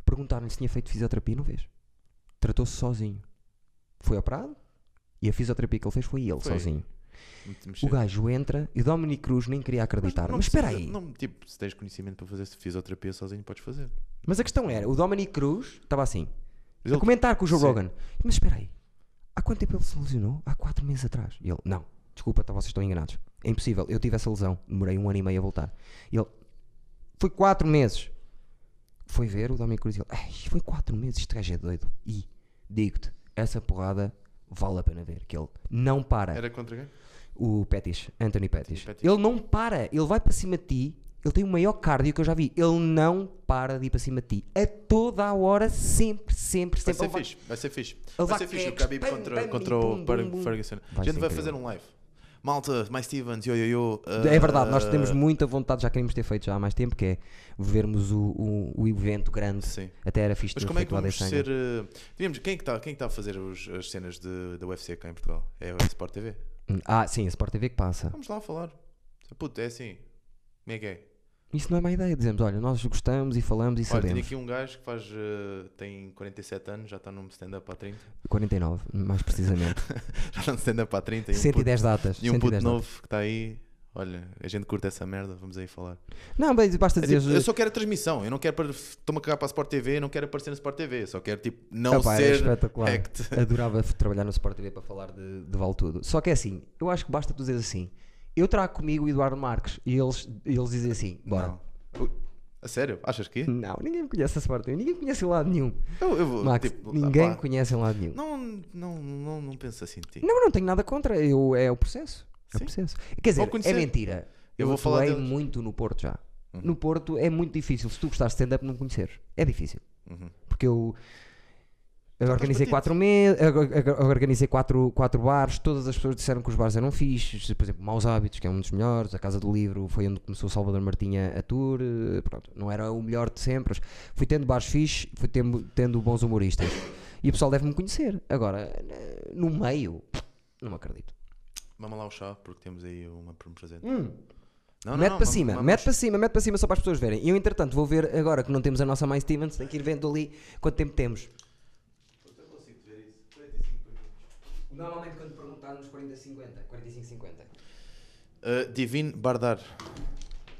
[SPEAKER 1] perguntaram-lhe se tinha feito fisioterapia, não vês? Tratou-se sozinho. Foi operado e a fisioterapia que ele fez foi ele
[SPEAKER 2] Foi.
[SPEAKER 1] sozinho.
[SPEAKER 2] Muito
[SPEAKER 1] O
[SPEAKER 2] mexido.
[SPEAKER 1] gajo entra e o Dominic Cruz nem queria acreditar. Mas,
[SPEAKER 2] não
[SPEAKER 1] espera
[SPEAKER 2] precisa-
[SPEAKER 1] aí.
[SPEAKER 2] Não, tipo, se tens conhecimento para fazer fisioterapia sozinho, podes fazer.
[SPEAKER 1] Mas a questão era: o Dominic Cruz estava assim,
[SPEAKER 2] Mas
[SPEAKER 1] a
[SPEAKER 2] ele-
[SPEAKER 1] comentar com o Joe
[SPEAKER 2] Sim.
[SPEAKER 1] Rogan. Mas espera aí, há quanto tempo ele se lesionou? Há quatro meses atrás. E ele, não, desculpa, tá, vocês estão enganados. É impossível, eu tive essa lesão, demorei um ano e meio a voltar. E ele, foi quatro meses. Foi ver o Dominic Cruz e ele, "Ai, foi quatro meses, este gajo é doido. E digo-te, essa porrada vale a pena ver, que ele não para.
[SPEAKER 2] Era contra quem?
[SPEAKER 1] O Pettis, Anthony Pettis.
[SPEAKER 2] Pettis.
[SPEAKER 1] Ele não para, ele vai para cima de ti. Ele tem o maior cardio que eu já vi. Ele não para de ir para cima de ti. A toda a hora, sempre, sempre,
[SPEAKER 2] Vai
[SPEAKER 1] sempre.
[SPEAKER 2] ser
[SPEAKER 1] Ele vai-
[SPEAKER 2] fixe, vai ser fixe.
[SPEAKER 1] Ele
[SPEAKER 2] Vai
[SPEAKER 1] vai
[SPEAKER 2] ser fixe o
[SPEAKER 1] queques,
[SPEAKER 2] Khabib
[SPEAKER 1] pam,
[SPEAKER 2] contra,
[SPEAKER 1] pam,
[SPEAKER 2] contra
[SPEAKER 1] e pum,
[SPEAKER 2] o
[SPEAKER 1] pum,
[SPEAKER 2] Fer-
[SPEAKER 1] pum.
[SPEAKER 2] Ferguson.
[SPEAKER 1] Vai
[SPEAKER 2] a gente
[SPEAKER 1] ser
[SPEAKER 2] vai
[SPEAKER 1] incrível.
[SPEAKER 2] fazer um live. malta, mais Stevens, yo, yo, yo. ah,
[SPEAKER 1] É verdade, nós
[SPEAKER 2] ah,
[SPEAKER 1] temos muita vontade, já queríamos ter feito já há mais tempo, que é vermos o, o, o evento grande.
[SPEAKER 2] Sim.
[SPEAKER 1] Até era fixe
[SPEAKER 2] Mas
[SPEAKER 1] ter
[SPEAKER 2] como é que
[SPEAKER 1] feito lá
[SPEAKER 2] vamos
[SPEAKER 1] desse
[SPEAKER 2] ser. eh, digamos, quem é que está quem é que tá a fazer os- as cenas de, da UFC cá em Portugal? É a Sport TV?
[SPEAKER 1] ano. Ah, sim, a Sport TV que passa.
[SPEAKER 2] Vamos lá falar. Puto, é assim. Como é que é?
[SPEAKER 1] Isso não é má ideia, dizemos, olha, nós gostamos e falamos e
[SPEAKER 2] Olha,
[SPEAKER 1] sabemos.
[SPEAKER 2] tenho aqui um gajo que faz. eh, tem 47 anos, já está num stand-up há 30.
[SPEAKER 1] 49, mais precisamente.
[SPEAKER 2] Já está num stand-up há 30. E um puto,
[SPEAKER 1] 110 datas.
[SPEAKER 2] e um puto
[SPEAKER 1] 110
[SPEAKER 2] novo que está aí. Olha, a gente curta essa merda, vamos aí falar.
[SPEAKER 1] datas. Não, mas basta
[SPEAKER 2] É
[SPEAKER 1] dizer.
[SPEAKER 2] tipo, eu só quero a transmissão, eu não quero. para- Estou-me a cagar para a Sport TV, eu não quero aparecer na Sport TV, eu só quero tipo não
[SPEAKER 1] Epá, era
[SPEAKER 2] ser
[SPEAKER 1] espetacular.
[SPEAKER 2] act.
[SPEAKER 1] Adorava trabalhar no Sport TV para falar de, de Vale Tudo. Só que é assim, eu acho que basta tu dizer assim. Eu trago comigo o Eduardo Marques e eles, eles dizem assim: bora. Hum.
[SPEAKER 2] Não. Ui, A sério? Achas que? é?
[SPEAKER 1] Não, ninguém me conhece a Sport TV, ninguém me conhece em lado nenhum.
[SPEAKER 2] Eu, eu vou.
[SPEAKER 1] Max,
[SPEAKER 2] tipo,
[SPEAKER 1] ninguém
[SPEAKER 2] pá,
[SPEAKER 1] me conhece em lado nenhum.
[SPEAKER 2] Não, não, não, não penso assim de ti.
[SPEAKER 1] Não, não tenho nada contra, eu, é o processo. É o
[SPEAKER 2] Sim.
[SPEAKER 1] processo. Quer dizer,
[SPEAKER 2] Vou conhecer.
[SPEAKER 1] é mentira.
[SPEAKER 2] Eu vou falar
[SPEAKER 1] atuei
[SPEAKER 2] deles. Uhum.
[SPEAKER 1] muito no Porto já. No Porto é muito difícil. Se tu gostares de stand-up, não conheceres. É difícil.
[SPEAKER 2] Uhum.
[SPEAKER 1] Porque eu. Organizei
[SPEAKER 2] partido.
[SPEAKER 1] quatro, me... agora- agora- organizei quatro, quatro bares, todas as pessoas disseram que os bares eram fixes, por exemplo, Maus Hábitos, que é um dos melhores, a Casa do Livro foi onde começou o Salvador Martinha a tour, eh, pronto, não era o melhor de sempre, mas fui tendo bares fixes, fui tendo, tendo bons humoristas, e o pessoal deve-me conhecer, agora, eh, no meio, não me acredito.
[SPEAKER 2] Vamos lá o chá, porque temos aí uma para me presente. Não, não,
[SPEAKER 1] Hum. mete
[SPEAKER 2] não,
[SPEAKER 1] para
[SPEAKER 2] vamos-
[SPEAKER 1] cima,
[SPEAKER 2] vamos-
[SPEAKER 1] mete para cima, mete para cima só para as pessoas verem. E eu, entretanto, vou ver agora que não temos a nossa mãe Stevens, tenho que ir vendo ali quanto tempo temos. Normalmente quando perguntarmos 40, 50, 45, 50.
[SPEAKER 2] Ah, Divino Bardar.
[SPEAKER 1] Então,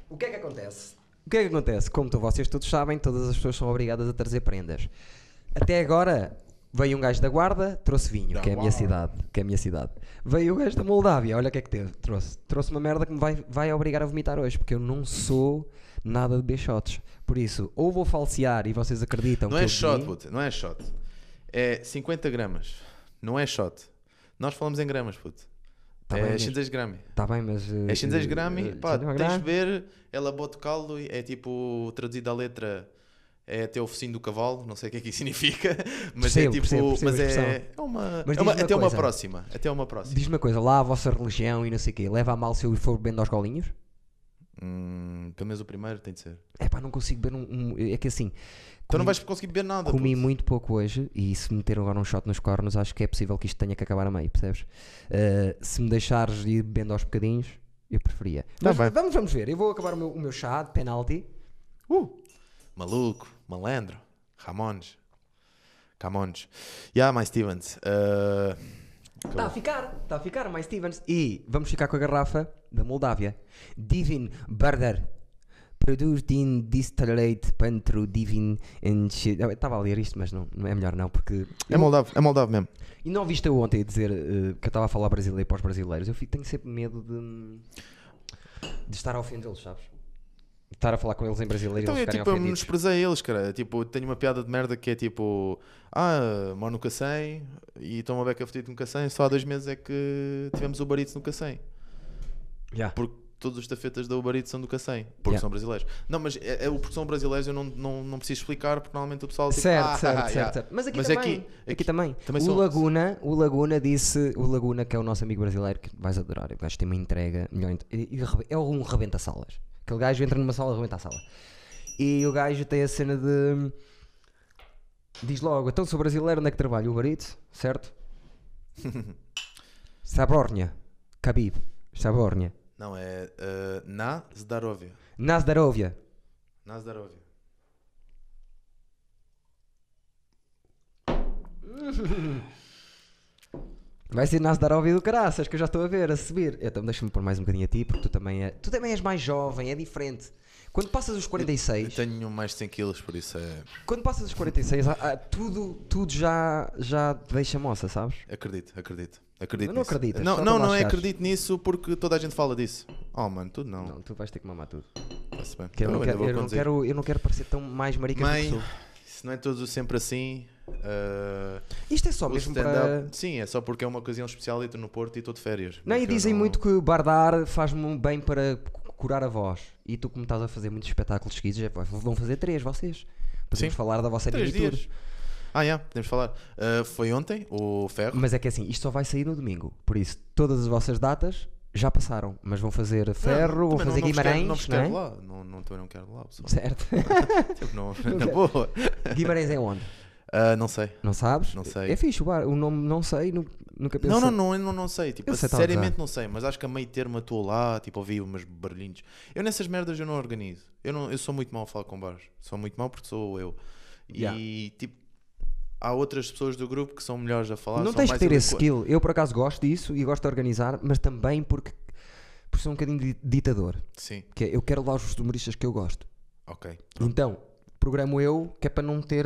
[SPEAKER 1] O que é que acontece? O que é que acontece? Como to- vocês todos sabem, todas as pessoas são obrigadas a trazer prendas. Até agora, veio um gajo da Guarda, trouxe vinho,
[SPEAKER 2] Da
[SPEAKER 1] que é a minha
[SPEAKER 2] Guarda.
[SPEAKER 1] cidade, que é a minha cidade. Veio o gajo da Moldávia, olha o que é que teve, trouxe. Trouxe uma merda que me vai, vai obrigar a vomitar hoje, porque eu não sou nada de beixotes. Por isso, ou vou falsear e vocês acreditam
[SPEAKER 2] Não
[SPEAKER 1] que
[SPEAKER 2] é
[SPEAKER 1] eu
[SPEAKER 2] shot,
[SPEAKER 1] bebi.
[SPEAKER 2] puto, não é shot. É 50 gramas. Não é shot. Nós falamos em gramas, puto.
[SPEAKER 1] Tá bem
[SPEAKER 2] é
[SPEAKER 1] mesmo.
[SPEAKER 2] 110 gramas.
[SPEAKER 1] Tá bem, mas... eh,
[SPEAKER 2] É 110 gramas, pá, tens de
[SPEAKER 1] gramas.
[SPEAKER 2] ver, ela bota caldo, e é tipo, traduzida a letra, é até o focinho do cavalo, não sei o que é que isso significa, mas
[SPEAKER 1] Percebo,
[SPEAKER 2] é tipo,
[SPEAKER 1] percebo, percebo
[SPEAKER 2] mas
[SPEAKER 1] a
[SPEAKER 2] é,
[SPEAKER 1] expressão.
[SPEAKER 2] é uma,
[SPEAKER 1] Mas diz-me
[SPEAKER 2] é uma-
[SPEAKER 1] uma
[SPEAKER 2] até uma
[SPEAKER 1] coisa.
[SPEAKER 2] próxima, até uma próxima.
[SPEAKER 1] Diz-me uma coisa, lá a vossa religião e não sei o quê, leva a mal se eu for bebendo aos golinhos?
[SPEAKER 2] Hum, pelo menos o primeiro tem de ser.
[SPEAKER 1] É pá, não consigo beber um... um- é que assim...
[SPEAKER 2] Então não vais conseguir beber nada,
[SPEAKER 1] Comi
[SPEAKER 2] puto.
[SPEAKER 1] muito pouco hoje e se meter agora um shot nos cornos, acho que é possível que isto tenha que acabar a meio, percebes? Uh, se me deixares ir bebendo aos bocadinhos, eu preferia.
[SPEAKER 2] Tá
[SPEAKER 1] Mas
[SPEAKER 2] bem.
[SPEAKER 1] vamos, vamos ver. Eu vou acabar o meu, o meu chá de penalti.
[SPEAKER 2] Uh, maluco, malandro, Ramones, Camões. Yeah, my Stevens. Uh,
[SPEAKER 1] Está Tá a ficar, está a ficar, mais Stevens. E vamos ficar com a garrafa da Moldávia. Divin Barder. Produz din distillate pentru divin and shit. Eu Estava a ler isto, mas não, não é melhor não, porque.
[SPEAKER 2] é moldavo, é moldavo mesmo.
[SPEAKER 1] E não viste eu ontem dizer eh, que eu estava a falar brasileiro para os brasileiros? Eu fico, tenho sempre medo de, de estar a ofendê-los, sabes? De Estar a falar com eles em brasileiro
[SPEAKER 2] Então
[SPEAKER 1] e
[SPEAKER 2] eu
[SPEAKER 1] eles ficarem
[SPEAKER 2] tipo, eu
[SPEAKER 1] ofendidos.
[SPEAKER 2] menosprezei eles, cara. Tipo, tenho uma piada de merda que é tipo, ah, moro no Cacém e estou uma beca fodido no Cacém. Só há dois meses é que tivemos o barito no Cacém.
[SPEAKER 1] Yeah.
[SPEAKER 2] Porque todos os tafetas da Uber Eats são do Cacém, porque
[SPEAKER 1] Yeah.
[SPEAKER 2] são brasileiros. Não, mas é, é o porque são brasileiros eu não, não, não preciso explicar, porque normalmente o pessoal tipo,
[SPEAKER 1] Certo,
[SPEAKER 2] ah,
[SPEAKER 1] certo,
[SPEAKER 2] ah,
[SPEAKER 1] certo,
[SPEAKER 2] yeah.
[SPEAKER 1] certo. Mas é aqui
[SPEAKER 2] Mas
[SPEAKER 1] também.
[SPEAKER 2] aqui-
[SPEAKER 1] Aqui,
[SPEAKER 2] aqui
[SPEAKER 1] também.
[SPEAKER 2] também
[SPEAKER 1] o,
[SPEAKER 2] são-
[SPEAKER 1] Laguna, o Laguna disse. O Laguna, que é o nosso amigo brasileiro, que vais adorar. O gajo tem uma entrega. Melhor, entre- e- e rebe- é um rebenta-salas. Aquele gajo entra numa sala, rebenta a sala. E o gajo tem a cena de. Diz logo, então sou brasileiro, onde é que trabalho? Uber Eats, certo? Sabornia. Khabib. Sabornia.
[SPEAKER 2] Não, é eh, na Zdarovia.
[SPEAKER 1] Nazdarovia.
[SPEAKER 2] Na Zdarovia.
[SPEAKER 1] Vai ser Nazdarovia do caraças, que eu já estou a ver, a subir. Então deixa-me pôr mais um bocadinho a ti, porque tu também, é, tu também és mais jovem, é diferente. Quando passas os
[SPEAKER 2] Eu
[SPEAKER 1] 46,
[SPEAKER 2] tenho mais de 100 quilos, por isso é...
[SPEAKER 1] quando passas os 46, há- há- ah, tudo, tudo já, já te deixa moça, sabes?
[SPEAKER 2] Acredito, acredito. Acredito
[SPEAKER 1] Não
[SPEAKER 2] nisso.
[SPEAKER 1] acreditas,
[SPEAKER 2] Não,
[SPEAKER 1] só
[SPEAKER 2] não,
[SPEAKER 1] tu lá
[SPEAKER 2] não é
[SPEAKER 1] chegares.
[SPEAKER 2] acredito nisso porque toda a gente fala disso. Oh, mano, tudo não.
[SPEAKER 1] Não, tu vais ter que mamar tudo.
[SPEAKER 2] Está-se bem.
[SPEAKER 1] Que eu,
[SPEAKER 2] Eu
[SPEAKER 1] não
[SPEAKER 2] ainda
[SPEAKER 1] quero,
[SPEAKER 2] vou
[SPEAKER 1] eu, não
[SPEAKER 2] conduzir.
[SPEAKER 1] quero, eu não quero parecer tão mais marica do
[SPEAKER 2] Mãe,
[SPEAKER 1] que sou.
[SPEAKER 2] se não é todos sempre assim... eh,
[SPEAKER 1] Isto é só
[SPEAKER 2] o
[SPEAKER 1] mesmo
[SPEAKER 2] stand-up...
[SPEAKER 1] para...
[SPEAKER 2] Sim, é só porque é uma ocasião especial e estou no Porto e estou de férias.
[SPEAKER 1] Não, e
[SPEAKER 2] Porque eu
[SPEAKER 1] dizem
[SPEAKER 2] não-
[SPEAKER 1] muito que bardar faz-me bem para cu- curar a voz. E tu, como estás a fazer muitos espetáculos seguidos, é, pá, vão fazer três, vocês. Podemos
[SPEAKER 2] Sim.
[SPEAKER 1] falar da vossa
[SPEAKER 2] Três
[SPEAKER 1] mini tour.
[SPEAKER 2] dias. Ah, já, podemos falar. Eh, foi ontem, o Ferro.
[SPEAKER 1] é Mas é que assim, isto só vai sair no domingo. Por isso, todas as vossas datas já passaram, mas vão fazer Ferro, vão
[SPEAKER 2] também
[SPEAKER 1] fazer
[SPEAKER 2] não, vos quero-
[SPEAKER 1] Guimarães,
[SPEAKER 2] não vos
[SPEAKER 1] não
[SPEAKER 2] quero
[SPEAKER 1] é?
[SPEAKER 2] lá. Não, não, também não quero lá, pessoal.
[SPEAKER 1] Certo.
[SPEAKER 2] Tipo, não, na boa.
[SPEAKER 1] Guimarães é onde?
[SPEAKER 2] Ah, não sei.
[SPEAKER 1] Não sabes?
[SPEAKER 2] Não sei.
[SPEAKER 1] É fixe o bar, o nome não sei, nu- nunca pensei.
[SPEAKER 2] Não, não, não, eu não, não sei. Tipo,
[SPEAKER 1] Eu sei, tá a
[SPEAKER 2] seriamente
[SPEAKER 1] gozar.
[SPEAKER 2] não sei, mas acho que a meio termo estou lá, tipo, ouvi umas barulhinhos. Eu nessas merdas eu não organizo. Eu, não, eu sou muito mau a falar com bares. Sou muito mau porque sou eu. E tipo, há outras pessoas do grupo que são melhores a falar.
[SPEAKER 1] Não
[SPEAKER 2] são
[SPEAKER 1] tens que
[SPEAKER 2] mais
[SPEAKER 1] ter esse
[SPEAKER 2] eloqu-
[SPEAKER 1] skill. Eu por acaso gosto disso e gosto de organizar, mas também porque, porque sou um bocadinho di- ditador.
[SPEAKER 2] Sim,
[SPEAKER 1] Que é, eu quero lá os humoristas que eu gosto.
[SPEAKER 2] ok.
[SPEAKER 1] Então, programo eu que é para não ter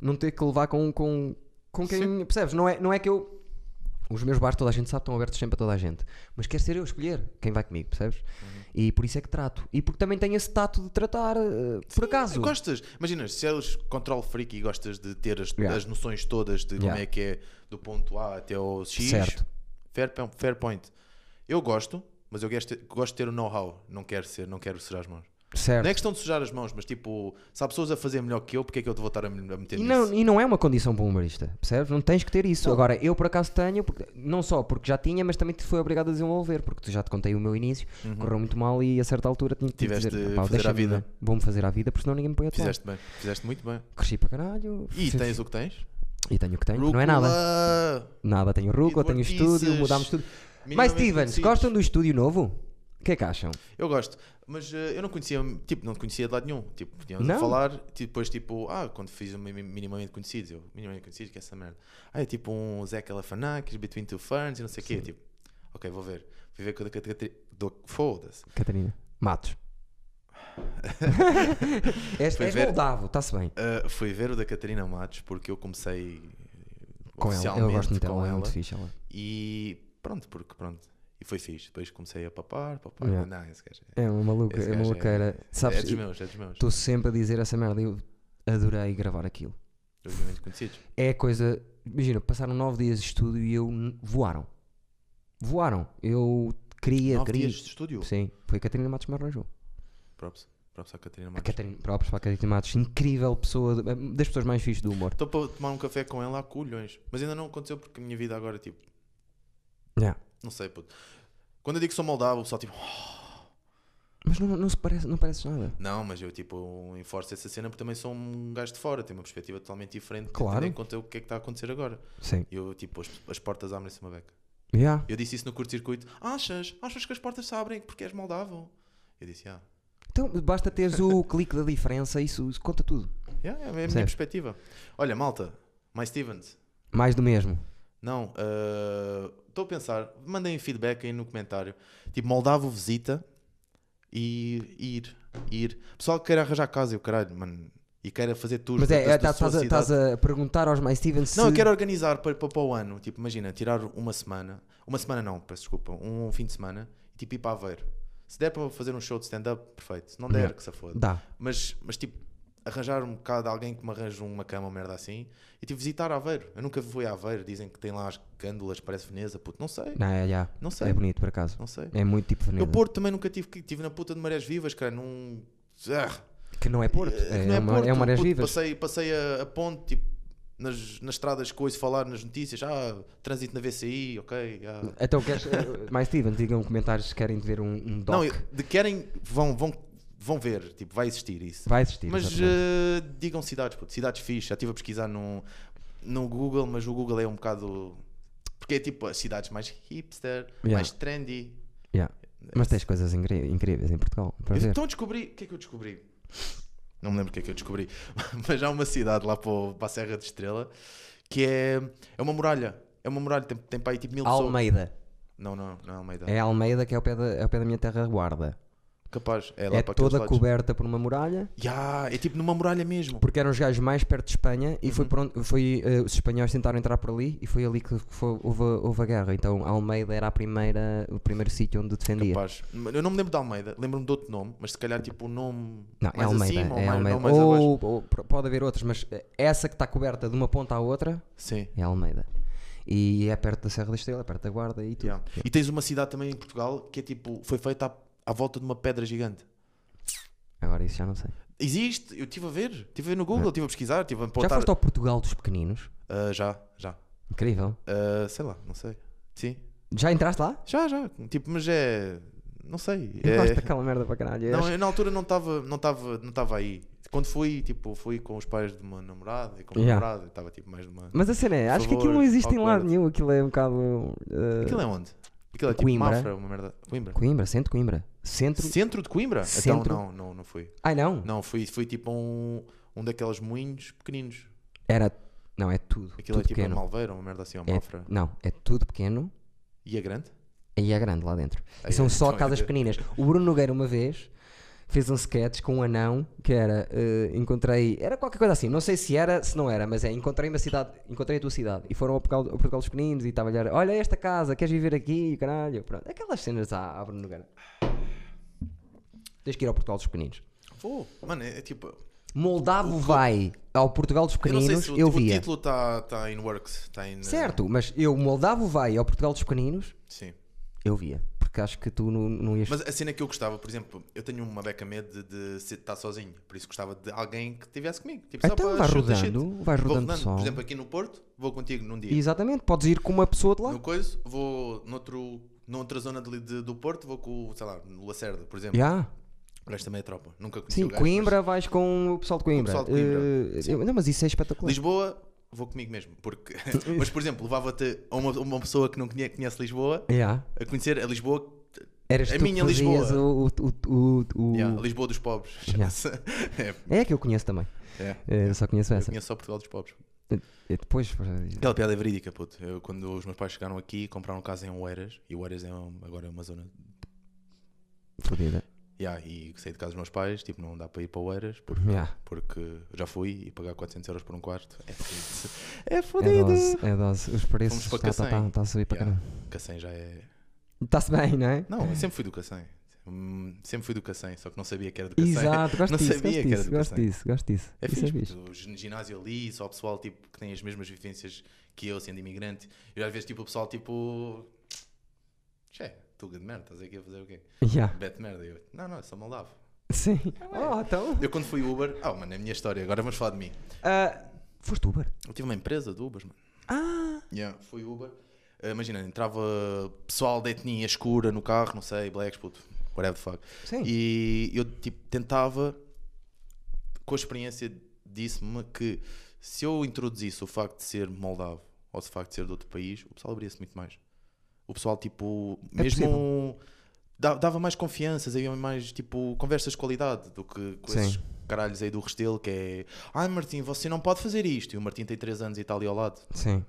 [SPEAKER 1] não ter que levar com, com, com quem. Percebes? Não é, não é que eu. Os meus bares, toda a gente sabe, estão abertos sempre a toda a gente. Mas quer ser eu a escolher quem vai comigo, percebes?
[SPEAKER 2] Uhum.
[SPEAKER 1] E por isso é que trato. E porque também tenho esse tato de tratar, eh, por acaso.
[SPEAKER 2] Gostas, imagina, se és control freak e gostas de ter as,
[SPEAKER 1] Yeah.
[SPEAKER 2] as noções todas de como
[SPEAKER 1] Yeah.
[SPEAKER 2] é que é do ponto A até ao X,
[SPEAKER 1] Certo.
[SPEAKER 2] Fair, po- fair point. Eu gosto, mas eu gosto de ter, gosto de ter o know-how, não quero ser, não quero sujar as mãos.
[SPEAKER 1] Certo.
[SPEAKER 2] Não é questão de sujar as mãos, mas tipo, se há pessoas a fazer melhor que eu, porque é que eu te vou estar a me- a meter
[SPEAKER 1] E
[SPEAKER 2] nisso?
[SPEAKER 1] não, e não é uma condição para um humorista, percebes? Não tens que ter isso. Agora, eu por acaso tenho, porque- não só porque já tinha, mas também te fui obrigado a desenvolver, porque tu já te contei o meu início, correu muito mal e a certa altura tinha que te
[SPEAKER 2] Uhum. Tiveste
[SPEAKER 1] dizer,
[SPEAKER 2] de
[SPEAKER 1] "Epá,
[SPEAKER 2] fazer à
[SPEAKER 1] deixa-me,
[SPEAKER 2] vida."
[SPEAKER 1] né? Vou-me fazer à vida, porque senão ninguém me põe a toa.
[SPEAKER 2] Fizeste bem, fizeste muito bem.
[SPEAKER 1] Cresci para caralho.
[SPEAKER 2] E
[SPEAKER 1] fiz-
[SPEAKER 2] tens o que tens?
[SPEAKER 1] e tenho o que tenho, que não é nada.
[SPEAKER 2] Rúcula!
[SPEAKER 1] Nada, tenho rúcula,
[SPEAKER 2] E
[SPEAKER 1] tenho estúdio,
[SPEAKER 2] gordices,
[SPEAKER 1] mudámos tudo. Mas
[SPEAKER 2] minimamente
[SPEAKER 1] Stevens,
[SPEAKER 2] conhecidos.
[SPEAKER 1] gostam do estúdio novo? O que é que acham?
[SPEAKER 2] Eu gosto, mas eh, eu não conhecia, tipo, não te conhecia de lado nenhum. Tipo, tínhamos
[SPEAKER 1] Não?
[SPEAKER 2] a falar, tipo, depois, tipo, ah, quando fiz o mi- mi- minimamente conhecidos, eu, minimamente conhecidos, que é essa merda. Ah, é tipo um Zeca Lafanakis, Between Two Ferns e não sei o quê. Tipo, ok, vou ver. Fui ver com a da Catri- do- Foda-se.
[SPEAKER 1] Catarina, Matos. este
[SPEAKER 2] Foi
[SPEAKER 1] és
[SPEAKER 2] ver-
[SPEAKER 1] moldavo, está-se bem.
[SPEAKER 2] Ah, fui ver o da Catarina Matos porque eu comecei
[SPEAKER 1] Com ela, eu gosto muito
[SPEAKER 2] oficialmente
[SPEAKER 1] dela,
[SPEAKER 2] com
[SPEAKER 1] é
[SPEAKER 2] ela.
[SPEAKER 1] muito fixe ela.
[SPEAKER 2] E pronto, porque pronto. E foi fixe. Depois comecei a papar, papar.
[SPEAKER 1] Yeah.
[SPEAKER 2] Não, esse gajo é-
[SPEAKER 1] É uma maluca,
[SPEAKER 2] Esse
[SPEAKER 1] é uma
[SPEAKER 2] gajo é-
[SPEAKER 1] louqueira.
[SPEAKER 2] é,
[SPEAKER 1] Sabes,
[SPEAKER 2] dos meus, é dos meus.
[SPEAKER 1] estou sempre a dizer essa merda. Eu adorei gravar aquilo.
[SPEAKER 2] Dos meus conhecidos.
[SPEAKER 1] É a coisa. Imagina, passaram nove dias de estúdio e eu n- voaram. Voaram. Eu queria.
[SPEAKER 2] Nove
[SPEAKER 1] queria.
[SPEAKER 2] dias de estúdio.
[SPEAKER 1] Sim, foi a Catarina Matos que me arranjou.
[SPEAKER 2] Props. Props à Catarina
[SPEAKER 1] A
[SPEAKER 2] Matos.
[SPEAKER 1] Catarina, próprios para a Catarina Matos, incrível pessoa, de- eh, das pessoas mais fixas do humor.
[SPEAKER 2] Estou para tomar um café com ela há colhões. Mas ainda não aconteceu porque a minha vida agora, tipo,
[SPEAKER 1] Yeah.
[SPEAKER 2] não sei, puto. Quando eu digo que sou moldavo, o pessoal, tipo,
[SPEAKER 1] Mas não, não se parece, não parece nada.
[SPEAKER 2] não, mas eu, tipo, enforço essa cena porque também sou um gajo de fora, tenho uma perspectiva totalmente diferente.
[SPEAKER 1] Claro.
[SPEAKER 2] Tendo em conta o que é que está a acontecer agora.
[SPEAKER 1] Sim.
[SPEAKER 2] Eu, tipo, as, as portas abrem-se uma beca.
[SPEAKER 1] Yeah.
[SPEAKER 2] Eu disse isso no curto-circuito. Achas? Achas que as portas se abrem porque és moldavo? Eu disse, ah.
[SPEAKER 1] Então basta teres o clique da diferença, isso, isso conta tudo.
[SPEAKER 2] Yeah, é a minha
[SPEAKER 1] Percebes?
[SPEAKER 2] perspectiva. Olha, malta, mais Stevens.
[SPEAKER 1] Mais do mesmo.
[SPEAKER 2] Não, ah, estou a pensar, mandem feedback aí no comentário. Tipo, Moldavo visita e ir, ir. Pessoal que quer arranjar casa e o caralho, mano, e queira fazer tours
[SPEAKER 1] Mas
[SPEAKER 2] da-
[SPEAKER 1] é,
[SPEAKER 2] da-
[SPEAKER 1] é, tá-
[SPEAKER 2] da sua
[SPEAKER 1] estás a,
[SPEAKER 2] cidade.
[SPEAKER 1] estás a perguntar aos mais Stevens
[SPEAKER 2] Não,
[SPEAKER 1] se.
[SPEAKER 2] eu quero organizar para, para, para o ano. Tipo, imagina, tirar uma semana. Uma semana não, peço desculpa. Um, fim de semana e tipo ir para Aveiro. Se der para fazer um show de stand-up, perfeito. Se não der,
[SPEAKER 1] Yeah.
[SPEAKER 2] que se foda.
[SPEAKER 1] Dá.
[SPEAKER 2] Mas, mas tipo, arranjar um bocado alguém que me arranje uma cama, uma merda assim. E tipo, visitar Aveiro. Eu nunca fui a Aveiro. Dizem que tem lá as gândulas, parece Veneza. Puto, não sei.
[SPEAKER 1] Não, é, yeah.
[SPEAKER 2] Não sei.
[SPEAKER 1] é bonito por acaso.
[SPEAKER 2] Não sei.
[SPEAKER 1] É muito tipo
[SPEAKER 2] Eu
[SPEAKER 1] Veneza.
[SPEAKER 2] Porto também nunca tive que. Tive na puta de marés vivas, cara. Num. Ah,
[SPEAKER 1] Que não é Porto. É,
[SPEAKER 2] não
[SPEAKER 1] é, uma, é
[SPEAKER 2] Porto,
[SPEAKER 1] uma áreas
[SPEAKER 2] puto,
[SPEAKER 1] vivas.
[SPEAKER 2] Passei, passei a, a ponte, tipo, nas, nas estradas que ouço falar nas notícias, ah, trânsito na VCI, ok. ah.
[SPEAKER 1] Então queres. mais Stevens, digam no comentário se querem ver um, um doc.
[SPEAKER 2] Não, eu- de querem, vão, vão, vão ver, tipo, vai existir isso.
[SPEAKER 1] Vai existir.
[SPEAKER 2] mas
[SPEAKER 1] exatamente.
[SPEAKER 2] eh, digam cidades, puto, cidades fixe, já estive a pesquisar no, no Google, mas o Google é um bocado. Porque é tipo as cidades mais hipster,
[SPEAKER 1] Yeah.
[SPEAKER 2] mais trendy.
[SPEAKER 1] Yeah. Mas tens coisas incri- incríveis em Portugal. Para ver.
[SPEAKER 2] Então descobri. O que é que eu descobri? Não me lembro o que é que eu descobri. Mas há uma cidade lá para, o- para a Serra de Estrela que é, é uma muralha. É uma muralha, tem, tem para aí tipo mil pessoas.
[SPEAKER 1] Almeida.
[SPEAKER 2] Não, não, não é Almeida.
[SPEAKER 1] É Almeida que é o pé da, é o pé da minha terra guarda.
[SPEAKER 2] Capaz, é lá
[SPEAKER 1] É,
[SPEAKER 2] para aqueles
[SPEAKER 1] toda
[SPEAKER 2] lados.
[SPEAKER 1] coberta por uma muralha.
[SPEAKER 2] Yeah, é tipo numa muralha mesmo.
[SPEAKER 1] Porque eram os gajos mais perto de Espanha e
[SPEAKER 2] Uhum.
[SPEAKER 1] foi por onde- foi, eh, os espanhóis tentaram entrar por ali e foi ali que foi- houve, a- houve a guerra. Então Almeida era a primeira, o primeiro sítio onde defendia.
[SPEAKER 2] Capaz. Eu não me lembro de Almeida, lembro-me de outro nome, mas se calhar tipo o nome
[SPEAKER 1] Não, é
[SPEAKER 2] mais
[SPEAKER 1] Almeida.
[SPEAKER 2] acima ou
[SPEAKER 1] é
[SPEAKER 2] mais,
[SPEAKER 1] Almeida.
[SPEAKER 2] não, mais abaixo.
[SPEAKER 1] ou, ou p- pode haver outras, mas eh, essa que está coberta de uma ponta à outra
[SPEAKER 2] Sim.
[SPEAKER 1] é Almeida. E é perto da Serra da Estrela, é perto da Guarda e tudo.
[SPEAKER 2] yeah. E tens uma cidade também em Portugal que é tipo, foi feita à, à volta de uma pedra gigante.
[SPEAKER 1] Agora isso já não sei.
[SPEAKER 2] Existe, eu estive a ver, estive a ver no Google, estive a pesquisar, estive a
[SPEAKER 1] É. Já
[SPEAKER 2] apontar.
[SPEAKER 1] foste ao Portugal dos Pequeninos?
[SPEAKER 2] Ah, já, já.
[SPEAKER 1] Incrível.
[SPEAKER 2] Ah, sei lá, não sei. Sim.
[SPEAKER 1] Já entraste lá?
[SPEAKER 2] Já, já. Tipo, mas é. Não sei.
[SPEAKER 1] Encosta
[SPEAKER 2] É...
[SPEAKER 1] aquela merda para caralho.
[SPEAKER 2] Não,
[SPEAKER 1] é...
[SPEAKER 2] eu na altura não estava não tava, não tava aí. Quando fui, tipo, fui com os pais de uma namorada e com uma
[SPEAKER 1] Yeah.
[SPEAKER 2] namorada, estava tipo mais de uma.
[SPEAKER 1] Mas a cena é, acho que aquilo não
[SPEAKER 2] Favores,
[SPEAKER 1] existe em lado
[SPEAKER 2] awkward.
[SPEAKER 1] nenhum. Aquilo é um bocado. eh,
[SPEAKER 2] Aquilo é onde? Aquilo é tipo
[SPEAKER 1] Coimbra.
[SPEAKER 2] Mafra, uma merda. Coimbra.
[SPEAKER 1] Coimbra, centro de Coimbra. Centro.
[SPEAKER 2] Centro de Coimbra?
[SPEAKER 1] Centro.
[SPEAKER 2] Então não, não, não fui.
[SPEAKER 1] Ai não.
[SPEAKER 2] Não, fui, fui tipo a um, um daqueles moinhos pequeninos.
[SPEAKER 1] Era. Não, é tudo. tudo
[SPEAKER 2] Aquilo é tipo
[SPEAKER 1] pequeno.
[SPEAKER 2] a Malveira, uma merda assim, ou
[SPEAKER 1] É-
[SPEAKER 2] Mafra.
[SPEAKER 1] Não, é tudo pequeno
[SPEAKER 2] E a grande?
[SPEAKER 1] e é grande lá dentro. E
[SPEAKER 2] Aí,
[SPEAKER 1] são só
[SPEAKER 2] então,
[SPEAKER 1] casas
[SPEAKER 2] é-
[SPEAKER 1] pequeninas. O Bruno Nogueira, uma vez, fez um sketch com um anão que era. eh, encontrei. Era qualquer coisa assim, não sei se era, se não era, mas é. Encontrei uma cidade, encontrei a tua cidade. E foram a Portugal, a Portugal dos Pequeninos e estava-lhe a olhar, Olha esta casa, queres viver aqui? Caralho. Pronto. Aquelas cenas à, à Bruno Nogueira. Tens que ir ao Portugal dos Pequeninos.
[SPEAKER 2] Vou. Mano, é, é tipo.
[SPEAKER 1] Moldavo vai ao Portugal dos
[SPEAKER 2] Eu não
[SPEAKER 1] Pequeninos, eu,
[SPEAKER 2] sei se o, o
[SPEAKER 1] via.
[SPEAKER 2] título está tá in works. Tá in, eh,
[SPEAKER 1] Certo, mas eu, Moldavo vai ao Portugal dos Pequeninos,
[SPEAKER 2] Sim.
[SPEAKER 1] eu via. Porque acho que tu não, não ias.
[SPEAKER 2] Mas a cena que eu gostava, por exemplo, eu tenho uma beca medo de, de estar sozinho, por isso gostava de alguém que estivesse comigo. Tipo, só
[SPEAKER 1] Então
[SPEAKER 2] para
[SPEAKER 1] vai
[SPEAKER 2] shoot the shit.
[SPEAKER 1] rodando, vai
[SPEAKER 2] Vou
[SPEAKER 1] rodando
[SPEAKER 2] rodando.
[SPEAKER 1] pessoal.
[SPEAKER 2] Por exemplo, aqui no Porto, vou contigo num dia.
[SPEAKER 1] Exatamente, podes ir com uma pessoa de lá.
[SPEAKER 2] No coiso, vou noutro, noutra zona de, de- do Porto, vou com, o, sei lá, no Lacerda, por exemplo.
[SPEAKER 1] Já.
[SPEAKER 2] O gajo também é tropa. Nunca conheci
[SPEAKER 1] Sim,
[SPEAKER 2] o gajo, assim.
[SPEAKER 1] Coimbra, vais com o pessoal de Coimbra.
[SPEAKER 2] pessoal de Coimbra,
[SPEAKER 1] Eh, eu- não, mas isso é
[SPEAKER 2] mas
[SPEAKER 1] espetacular.
[SPEAKER 2] Lisboa, vou comigo mesmo. Porque... mas, por exemplo, levava-te a uma, uma pessoa que não conhe- conhece Lisboa,
[SPEAKER 1] Já.
[SPEAKER 2] a conhecer a Lisboa,
[SPEAKER 1] Eras
[SPEAKER 2] A
[SPEAKER 1] tu
[SPEAKER 2] É minha
[SPEAKER 1] que fazias
[SPEAKER 2] Lisboa.
[SPEAKER 1] O, o- o- o- o-
[SPEAKER 2] Yeah, a Lisboa dos pobres.
[SPEAKER 1] Uh. Yeah.
[SPEAKER 2] chama-se. É,
[SPEAKER 1] É a que eu conheço também.
[SPEAKER 2] é.
[SPEAKER 1] Eh, Eu só conheço
[SPEAKER 2] Eu
[SPEAKER 1] essa.
[SPEAKER 2] conheço só Portugal dos pobres.
[SPEAKER 1] Eh, Depois.
[SPEAKER 2] Aquela piada é verídica, puto. Eu, quando os meus pais chegaram aqui, compraram casa em Oeiras, e Oeiras é um- agora é uma zona.
[SPEAKER 1] Fodida.
[SPEAKER 2] Yeah, e saí de casa dos meus pais, tipo, não dá para ir para Oeiras, porque,
[SPEAKER 1] Já.
[SPEAKER 2] porque eu já fui e pagar 400 euros por um quarto é fodido. É
[SPEAKER 1] É
[SPEAKER 2] fodido!
[SPEAKER 1] dose, é dose. Os preços.
[SPEAKER 2] para
[SPEAKER 1] Está tá,
[SPEAKER 2] Cacém.
[SPEAKER 1] tá, tá a subir para
[SPEAKER 2] Yeah.
[SPEAKER 1] caramba.
[SPEAKER 2] Cacém já é.
[SPEAKER 1] Está-se bem, não é?
[SPEAKER 2] Não, eu sempre fui do Cacém. Hum, Sempre fui do Cacém, só que não sabia que era do Cacém.
[SPEAKER 1] Exato, gosto
[SPEAKER 2] Não
[SPEAKER 1] disso, gosto
[SPEAKER 2] sabia que era
[SPEAKER 1] disso,
[SPEAKER 2] do
[SPEAKER 1] gosto
[SPEAKER 2] Cacém.
[SPEAKER 1] disso, gosto disso.
[SPEAKER 2] É
[SPEAKER 1] Isso
[SPEAKER 2] fixe,
[SPEAKER 1] fixe.
[SPEAKER 2] puto. o gin- ginásio ali, só o pessoal tipo, que tem as mesmas vivências que eu, sendo imigrante. Eu às vezes, tipo, o pessoal tipo. Che, tu grande merda, estás aqui a fazer o quê?
[SPEAKER 1] Já.
[SPEAKER 2] Bete merda. Eu, não, não, eu sou moldavo.
[SPEAKER 1] Sim.
[SPEAKER 2] É
[SPEAKER 1] Oh, então.
[SPEAKER 2] Eu quando fui Uber, ah, mano, é a minha história, agora vamos falar de mim.
[SPEAKER 1] Ah, Foste Uber?
[SPEAKER 2] Eu tive uma empresa de Ubers, mano.
[SPEAKER 1] Ah!
[SPEAKER 2] Yeah, fui Uber. Eh, Imagina, entrava pessoal da etnia escura no carro, não sei, blacks, puto, whatever the fuck.
[SPEAKER 1] Sim.
[SPEAKER 2] E eu tipo, tentava, com a experiência, disse-me que se eu introduzisse o facto de ser moldavo ou se o facto de ser de outro país, o pessoal abria-se muito mais. O pessoal, tipo,
[SPEAKER 1] É
[SPEAKER 2] mesmo da- dava mais confianças, havia mais, tipo, conversas de qualidade do que com
[SPEAKER 1] Sim.
[SPEAKER 2] esses caralhos aí do Restelo que é ai Martim, você não pode fazer isto. E o Martim tem 3 anos e está ali ao lado.
[SPEAKER 1] Sim.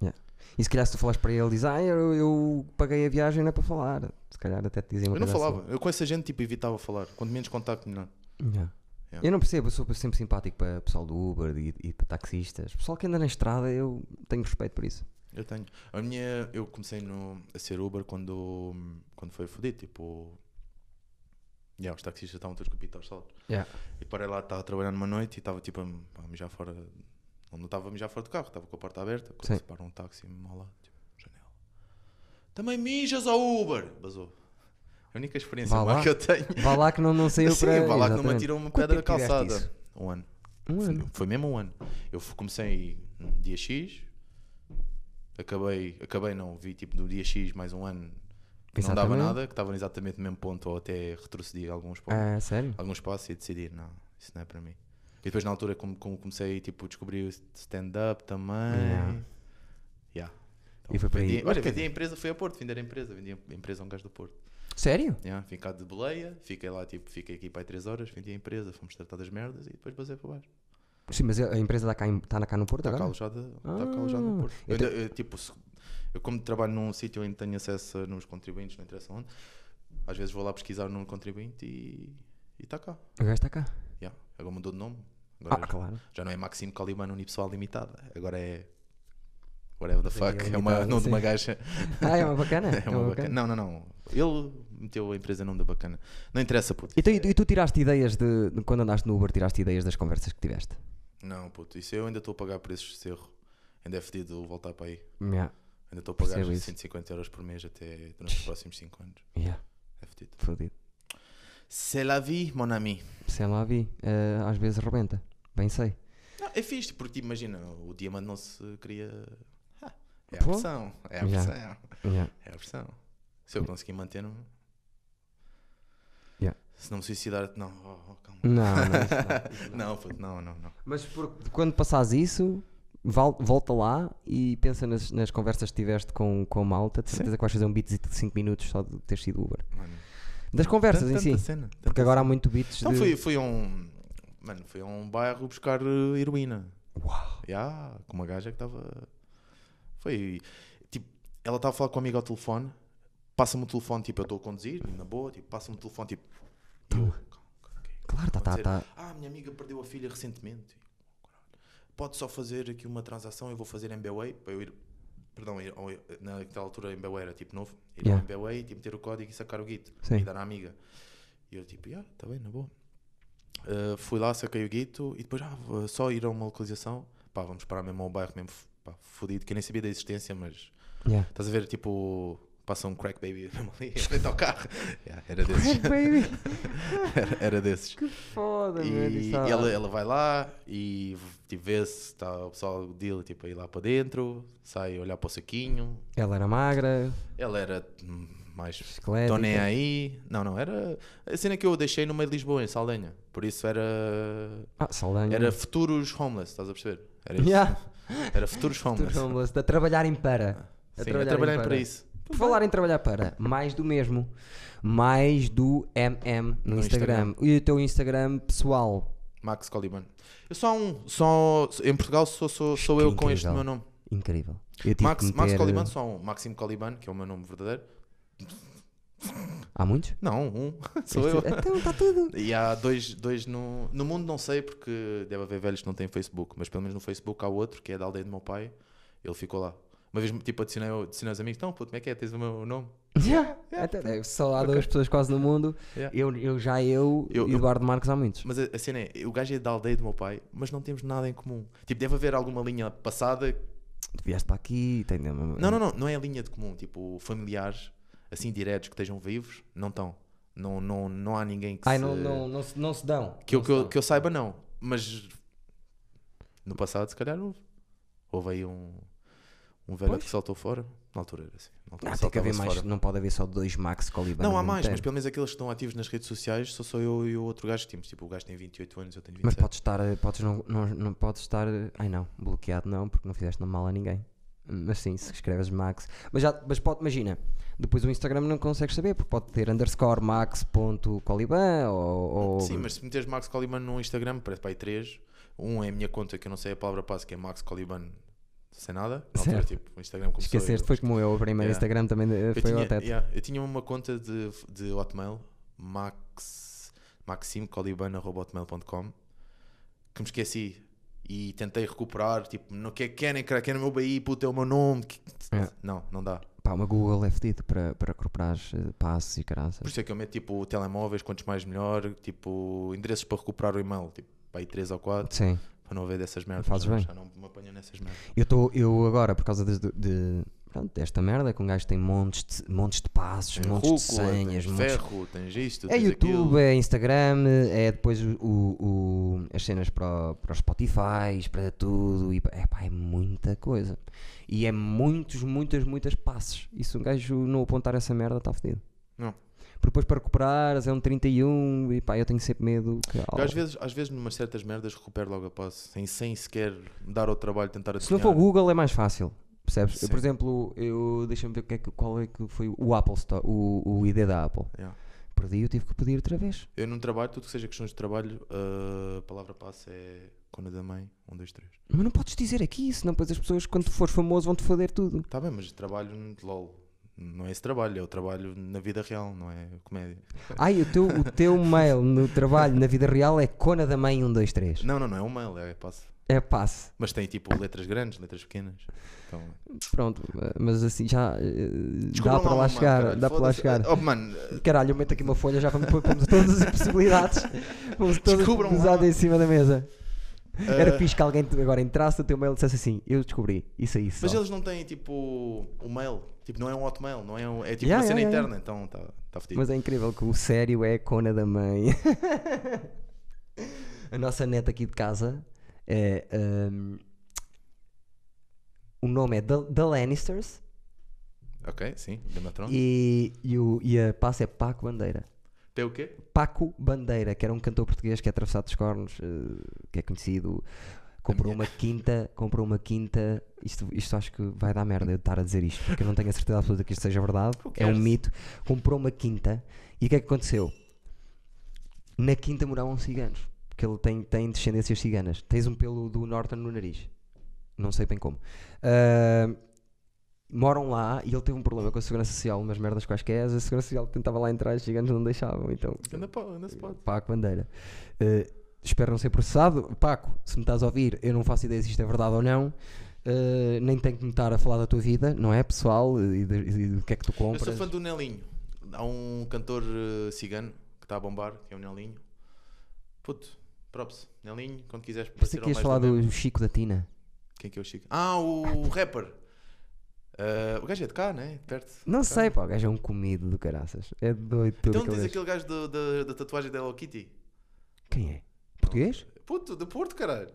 [SPEAKER 1] Yeah. E se calhar se tu falas para ele, diz, ah, eu, eu paguei a viagem, não é para falar. Se calhar até te dizem uma
[SPEAKER 2] Eu não
[SPEAKER 1] coisa
[SPEAKER 2] falava, eu com essa gente, tipo, evitava falar. Quanto menos contacto, melhor.
[SPEAKER 1] assim. Yeah.
[SPEAKER 2] Yeah.
[SPEAKER 1] Eu não percebo, eu sou sempre simpático para pessoal do Uber e, e para taxistas. Pessoal que anda na estrada, eu tenho respeito por isso.
[SPEAKER 2] Eu tenho. A minha, eu comecei no, a ser Uber quando, quando foi fodido, tipo. Yeah, os taxistas estavam todos com o pito aos saltos. E parei lá, estava a trabalhar numa noite e estava tipo a, a mijar fora. Não estava a mijar fora do carro, estava com a porta aberta. Quando
[SPEAKER 1] Sim.
[SPEAKER 2] se para um táxi mesmo ao lado, tipo, janela. Também mijas ao Uber! Basou. É a única experiência
[SPEAKER 1] Vá
[SPEAKER 2] má
[SPEAKER 1] lá.
[SPEAKER 2] que eu tenho.
[SPEAKER 1] Vá lá que não, não saiu
[SPEAKER 2] Sim,
[SPEAKER 1] para...
[SPEAKER 2] vá lá que não me
[SPEAKER 1] Exatamente.
[SPEAKER 2] tirou uma
[SPEAKER 1] Quanto
[SPEAKER 2] pedra da
[SPEAKER 1] tempo tiveste
[SPEAKER 2] calçada.
[SPEAKER 1] isso?
[SPEAKER 2] Um ano.
[SPEAKER 1] Um
[SPEAKER 2] Foi-
[SPEAKER 1] ano.
[SPEAKER 2] Foi mesmo um ano. Eu fu- comecei no dia X, acabei, acabei não, vi tipo do dia X mais um ano que não dava
[SPEAKER 1] Exatamente.
[SPEAKER 2] nada, que estavam exatamente no mesmo ponto ou até retrocedi alguns pontos,
[SPEAKER 1] Ah, sério?
[SPEAKER 2] algum espaço e decidi, não, isso não é para mim. E depois na altura como, como comecei tipo a descobrir o stand-up também.
[SPEAKER 1] Yeah.
[SPEAKER 2] Yeah. Então,
[SPEAKER 1] E foi por aí.
[SPEAKER 2] vendi,
[SPEAKER 1] Mas
[SPEAKER 2] olha,
[SPEAKER 1] quer
[SPEAKER 2] vendi a empresa, fui a Porto, vender a empresa, vendi a empresa a um gajo do Porto.
[SPEAKER 1] Sério?
[SPEAKER 2] Yeah, vim cá de boleia, fiquei lá tipo, fiquei aqui para aí 3 horas, vendi a empresa, fomos tratar das merdas e depois basei para baixo.
[SPEAKER 1] Sim, mas a a empresa está cá, em- está cá no Porto
[SPEAKER 2] Está cá
[SPEAKER 1] agora?
[SPEAKER 2] alojada, está
[SPEAKER 1] Ah,
[SPEAKER 2] cá alojada no Porto. Eu,
[SPEAKER 1] então-
[SPEAKER 2] ainda- eu, tipo, se- eu como trabalho num sítio onde tenho acesso a- nos contribuintes, não interessa onde, às vezes vou lá pesquisar num contribuinte e e está cá.
[SPEAKER 1] Agora está cá.
[SPEAKER 2] Yeah. Agora mudou de nome. Agora
[SPEAKER 1] Ah, claro.
[SPEAKER 2] Já não é Maxime Calimano Unipessoal Limitada. Agora é. Whatever the fuck.
[SPEAKER 1] Limitada,
[SPEAKER 2] É uma nome de uma
[SPEAKER 1] sim.
[SPEAKER 2] gaja.
[SPEAKER 1] Ah, é uma bacana?
[SPEAKER 2] É uma bacana. Não, não, não. Ele meteu a empresa nome da bacana. Não interessa, puto.
[SPEAKER 1] Então, e tu- e tu tiraste ideias de, de quando andaste no Uber, tiraste ideias das conversas que tiveste?
[SPEAKER 2] Não, puto. Isso eu ainda estou a pagar preços de cerro. Ainda é fedido voltar para aí.
[SPEAKER 1] Yeah.
[SPEAKER 2] Ainda estou a pagar
[SPEAKER 1] Percebo isso.
[SPEAKER 2] 150 euros por mês até durante os próximos 5 anos.
[SPEAKER 1] Yeah.
[SPEAKER 2] É fedido.
[SPEAKER 1] Fodido.
[SPEAKER 2] C'est la vie, mon ami.
[SPEAKER 1] Sei lá, vi. eh, às vezes rebenta. Bem sei.
[SPEAKER 2] Não, é fixe, porque tipo, imagina, o diamante não se cria. Ah, É a
[SPEAKER 1] Pô.
[SPEAKER 2] pressão. É
[SPEAKER 1] Já.
[SPEAKER 2] a
[SPEAKER 1] Hum.
[SPEAKER 2] pressão.
[SPEAKER 1] Yeah.
[SPEAKER 2] É a pressão. Se eu conseguir manter, não.
[SPEAKER 1] Yeah.
[SPEAKER 2] Se não me suicidar, não, oh, oh, calma.
[SPEAKER 1] Não, não, isso não.
[SPEAKER 2] Não, puto, não, não, não.
[SPEAKER 1] Mas por- quando passares isso, val- volta lá e pensa nas, nas conversas que tiveste com, com a malta. De certeza que vais fazer um beatzito de 5 minutos só de ter sido Uber.
[SPEAKER 2] Mano,
[SPEAKER 1] Das conversas em si.
[SPEAKER 2] tanta cena, tanta
[SPEAKER 1] Porque agora há muito beats
[SPEAKER 2] Então
[SPEAKER 1] de...
[SPEAKER 2] fui, fui a um. Mano, fui a um bairro buscar eh, heroína.
[SPEAKER 1] Uau.
[SPEAKER 2] Ya, com uma gaja que estava. Foi. Tipo, ela estava a falar com a amiga ao telefone. Passa-me o telefone, tipo, eu estou a conduzir, na boa, tipo, passa-me o telefone, tipo. e eu, "Calma, ok,
[SPEAKER 1] Claro, tá, tá,
[SPEAKER 2] Pode
[SPEAKER 1] tá.
[SPEAKER 2] ser, Ah, minha amiga perdeu a filha recentemente. Caralho. Pode só fazer aqui uma transação, eu vou fazer MBWay para eu ir. Perdão, ir ao- naquela altura MBWay era tipo novo. Ir
[SPEAKER 1] Yeah.
[SPEAKER 2] ao MBWay, tipo, meter o código e sacar o guito.
[SPEAKER 1] Sim.
[SPEAKER 2] E dar à amiga. E eu tipo, ah, tá bem, na boa. Ah, fui lá, saquei o guito e depois, ah, vou só ir a uma localização. Pá, vamos parar mesmo ao bairro mesmo, pá, fodido, que eu nem sabia da existência, mas.
[SPEAKER 1] Yeah.
[SPEAKER 2] Estás a ver, tipo, passa um crack baby mesmo ali, em frente ao carro. Yeah, era desses.
[SPEAKER 1] Baby,
[SPEAKER 2] Era- era desses.
[SPEAKER 1] que foda, mano.
[SPEAKER 2] E
[SPEAKER 1] isso é-
[SPEAKER 2] ela, ela vai lá e tipo, vê-se, tá, o pessoal do deal tipo, a ir lá para dentro, sai a olhar para o saquinho.
[SPEAKER 1] Ela era magra,
[SPEAKER 2] Ela era hum, mais.
[SPEAKER 1] esquelética.
[SPEAKER 2] Tô nem aí. Não, não, era. A cena que eu deixei no meio de Lisboa, em Saldanha. Por isso era.
[SPEAKER 1] Ah, Saldanha.
[SPEAKER 2] Era futuros homeless, estás a perceber? Era isso.
[SPEAKER 1] Yeah.
[SPEAKER 2] Era futuros homeless.
[SPEAKER 1] Tudo homeless, de trabalharem para.
[SPEAKER 2] Sim, eu trabalhei para isso.
[SPEAKER 1] Por falar em trabalhar para, mais do mesmo. Mais do MM no,
[SPEAKER 2] No
[SPEAKER 1] Instagram.
[SPEAKER 2] Instagram.
[SPEAKER 1] E o teu Instagram pessoal.
[SPEAKER 2] Max Colimano. Eu só um. Só, em Portugal sou, sou, sou
[SPEAKER 1] Que
[SPEAKER 2] eu com este
[SPEAKER 1] incrível.
[SPEAKER 2] meu nome.
[SPEAKER 1] Incrível. Eu tive
[SPEAKER 2] Max,
[SPEAKER 1] que
[SPEAKER 2] Max
[SPEAKER 1] meter- eh,
[SPEAKER 2] Colimano, só um. Maximo Colimano, que é o meu nome verdadeiro.
[SPEAKER 1] Há muitos?
[SPEAKER 2] Não, um. Sou eu.
[SPEAKER 1] Este- Então está tudo.
[SPEAKER 2] E há dois, dois no, no mundo, não sei, porque deve haver velhos que não têm Facebook, mas pelo menos no Facebook há outro que é da aldeia do meu pai. Ele ficou lá. Uma vez, tipo, adicionei, adicionei os amigos: Então, puto, como é que é? Tens o meu nome?
[SPEAKER 1] Yeah. Então, é, só há duas pessoas quase no mundo.
[SPEAKER 2] Yeah.
[SPEAKER 1] Eu, eu já eu,
[SPEAKER 2] Eu-
[SPEAKER 1] e
[SPEAKER 2] eu-
[SPEAKER 1] Eduardo Marques há muitos.
[SPEAKER 2] Mas a, a cena é: o gajo é da aldeia do meu pai, mas não temos nada em comum. Tipo, deve haver alguma linha passada.
[SPEAKER 1] Tu vieste para aqui, tem
[SPEAKER 2] Não, não, não, não é a linha de comum. Tipo, familiares, assim, diretos, que estejam vivos, não estão. Não, não, não há ninguém que
[SPEAKER 1] Ai,
[SPEAKER 2] se.
[SPEAKER 1] não, não, não, se, não se dão.
[SPEAKER 2] eh, Que eu, que, eu, que eu saiba, não. Mas no passado, se calhar, houve. Houve aí um, um velho
[SPEAKER 1] Pois.
[SPEAKER 2] que saltou fora. Na altura era assim. Na altura
[SPEAKER 1] Ah, tem que haver
[SPEAKER 2] saltava-se
[SPEAKER 1] mais,
[SPEAKER 2] fora.
[SPEAKER 1] não pode haver só dois Max Colibano.
[SPEAKER 2] Não, há mais, mas pelo menos aqueles que estão ativos nas redes sociais sou só eu e o outro gajo que temos. Tipo, o gajo tem 28 anos, eu tenho
[SPEAKER 1] Mas
[SPEAKER 2] 27.
[SPEAKER 1] podes estar, eh, podes não, não, não podes estar, eh, ai não, bloqueado não, porque não fizeste mal a ninguém. Mas sim, se escreves Max. Mas, já, mas pode, imagina, depois o Instagram não consegues saber, porque pode ter underscore max.coliban ou. ou
[SPEAKER 2] Sim, mas se meteres Max Coliban no Instagram, parece para aí 3. Um é a minha conta que eu não sei a palavra passo, que é Max Coliban sem nada. Na altura,
[SPEAKER 1] Certo.
[SPEAKER 2] tipo, o Instagram começou. eu-
[SPEAKER 1] Esqueceste, foi como eu, o primeiro
[SPEAKER 2] Yeah.
[SPEAKER 1] Instagram também eh,
[SPEAKER 2] Eu
[SPEAKER 1] foi
[SPEAKER 2] tinha,
[SPEAKER 1] ao teto.
[SPEAKER 2] yeah, eu tinha uma conta de, de Hotmail, max, maximcoliban.hotmail.com, que me esqueci e tentei recuperar, tipo, não que querem, cara, querem o meu BI, puto, é o meu nome. que-
[SPEAKER 1] É.
[SPEAKER 2] Não, não dá.
[SPEAKER 1] Pá, uma Google é fedido para, para recuperar eh, passos e caraças.
[SPEAKER 2] Por isso é que eu meto, tipo, telemóveis, quantos mais melhor, tipo, endereços para recuperar o e-mail, tipo, para aí 3 ou 4,
[SPEAKER 1] Sim.
[SPEAKER 2] para não haver dessas merdas.
[SPEAKER 1] Fazes
[SPEAKER 2] já,
[SPEAKER 1] bem.
[SPEAKER 2] já não me apanho nessas merdas.
[SPEAKER 1] Eu estou, eu agora, por causa de, de- pronto, desta merda, que um gajo tem montes de, montes de passos,
[SPEAKER 2] Tem
[SPEAKER 1] montes de
[SPEAKER 2] É rúcula,
[SPEAKER 1] senhas,
[SPEAKER 2] tens
[SPEAKER 1] montes
[SPEAKER 2] ferro, tens isto,
[SPEAKER 1] É
[SPEAKER 2] tens
[SPEAKER 1] YouTube,
[SPEAKER 2] aquilo.
[SPEAKER 1] é Instagram, é depois o, o- o- as cenas para, o- para os Spotify, para tudo. E, é, pá, é muita coisa. E é muitos, muitas, muitas passes. E se um gajo não apontar essa merda, está fedido.
[SPEAKER 2] Não.
[SPEAKER 1] Porque depois para recuperar é um 31 e pá, eu tenho sempre medo. Que,
[SPEAKER 2] Eu às vezes, às vezes, numas certas merdas, recupero logo a posse, sem, sem sequer me dar ao trabalho de tentar
[SPEAKER 1] se não for
[SPEAKER 2] adivinhar.
[SPEAKER 1] Google é mais fácil. Percebes? Eu, por
[SPEAKER 2] Sim.
[SPEAKER 1] exemplo, eu deixa-me ver o que é que- qual é que foi o Apple Store, o, o ID da Apple.
[SPEAKER 2] Yeah.
[SPEAKER 1] Perdi, eu tive que pedir outra vez.
[SPEAKER 2] Eu num trabalho, tudo que seja questões de trabalho, a palavra passa é Cona da Mãe, 1, 2, 3.
[SPEAKER 1] Mas não podes dizer aqui, senão depois as pessoas, quando tu fores famoso, vão-te foder tudo.
[SPEAKER 2] Está Tá bem, mas trabalho, lol, não é esse trabalho, é o trabalho na vida real, não é comédia.
[SPEAKER 1] Ai, o teu, o teu mail no trabalho, na vida real, é cona da mãe 123.
[SPEAKER 2] Não, não, não é um mail, é passo.
[SPEAKER 1] É passe.
[SPEAKER 2] Mas tem tipo letras grandes, letras pequenas. Então,
[SPEAKER 1] Pronto, mas assim já eh, dá
[SPEAKER 2] descubram
[SPEAKER 1] para lá,
[SPEAKER 2] uma,
[SPEAKER 1] chegar.
[SPEAKER 2] caralho,
[SPEAKER 1] dá para lá
[SPEAKER 2] foda-se.
[SPEAKER 1] chegar.
[SPEAKER 2] Oh, mano, eh,
[SPEAKER 1] Caralho, eu meto aqui uma folha, já vamos pôr pomos todas as possibilidades. Vamos todas
[SPEAKER 2] Descubram
[SPEAKER 1] usadas
[SPEAKER 2] lá.
[SPEAKER 1] em cima da mesa. Era
[SPEAKER 2] eh,
[SPEAKER 1] fixe que alguém te- agora entrasse no teu mail e dissesse assim: Eu descobri, isso é isso.
[SPEAKER 2] mas eles não têm tipo o mail, tipo, não é um hotmail, não é, um, é tipo
[SPEAKER 1] Yeah, yeah,
[SPEAKER 2] uma cena
[SPEAKER 1] yeah,
[SPEAKER 2] interna, então está tá fedido.
[SPEAKER 1] Mas é incrível que o sério é a cona da mãe. a nossa neta aqui de casa é. hum, o nome é The, The Lannisters
[SPEAKER 2] Ok, sim, Game of Thrones.
[SPEAKER 1] e, e, o, e a passa é Paco Bandeira.
[SPEAKER 2] Tem o quê?
[SPEAKER 1] Paco Bandeira, que era um cantor português que é atravessado dos cornos, eh, que é conhecido. Comprou uma quinta, comprou uma quinta. Isto, isto acho que vai dar merda eu estar a dizer isto, porque eu não tenho a certeza absoluta que isto seja verdade. É um
[SPEAKER 2] cares?
[SPEAKER 1] mito. Comprou uma quinta e o que é que aconteceu? Na quinta moravam ciganos, porque ele tem, tem descendências ciganas. Tens um pelo do Norton no nariz. Não sei bem como. Ah, moram lá e ele teve um problema com a segurança social, umas merdas quaisquer. A segurança social tentava lá entrar, os ciganos não deixavam. Então,
[SPEAKER 2] Ainda, po- ainda se pode.
[SPEAKER 1] Paco Bandeira. Eh, espero não ser processado. Paco, se me estás a ouvir, eu não faço ideia se isto é verdade ou não. Eh, nem tenho que me estar a falar da tua vida, não é, pessoal? E, de- e do que é que tu
[SPEAKER 2] Eu sou
[SPEAKER 1] compras.
[SPEAKER 2] fã do Nelinho. Há um cantor eh, cigano que está a bombar, que é o Nelinho. Puto, props. Nelinho, quando quiseres
[SPEAKER 1] Pensei
[SPEAKER 2] aparecer
[SPEAKER 1] é que
[SPEAKER 2] ao
[SPEAKER 1] ias
[SPEAKER 2] mais
[SPEAKER 1] falar
[SPEAKER 2] do
[SPEAKER 1] do
[SPEAKER 2] mesmo.
[SPEAKER 1] Chico da Tina.
[SPEAKER 2] Quem é que é o Chico? Ah, o rapper. Eh, o gajo é de cá, né? De perto.
[SPEAKER 1] Não sei, pá, o gajo é um comido do caraças. É doido tudo
[SPEAKER 2] Então
[SPEAKER 1] aquele gajo.
[SPEAKER 2] tens aquele gajo do- da- da tatuagem da Hello Kitty.
[SPEAKER 1] Quem é? Português?
[SPEAKER 2] Puto, do Porto, caralho.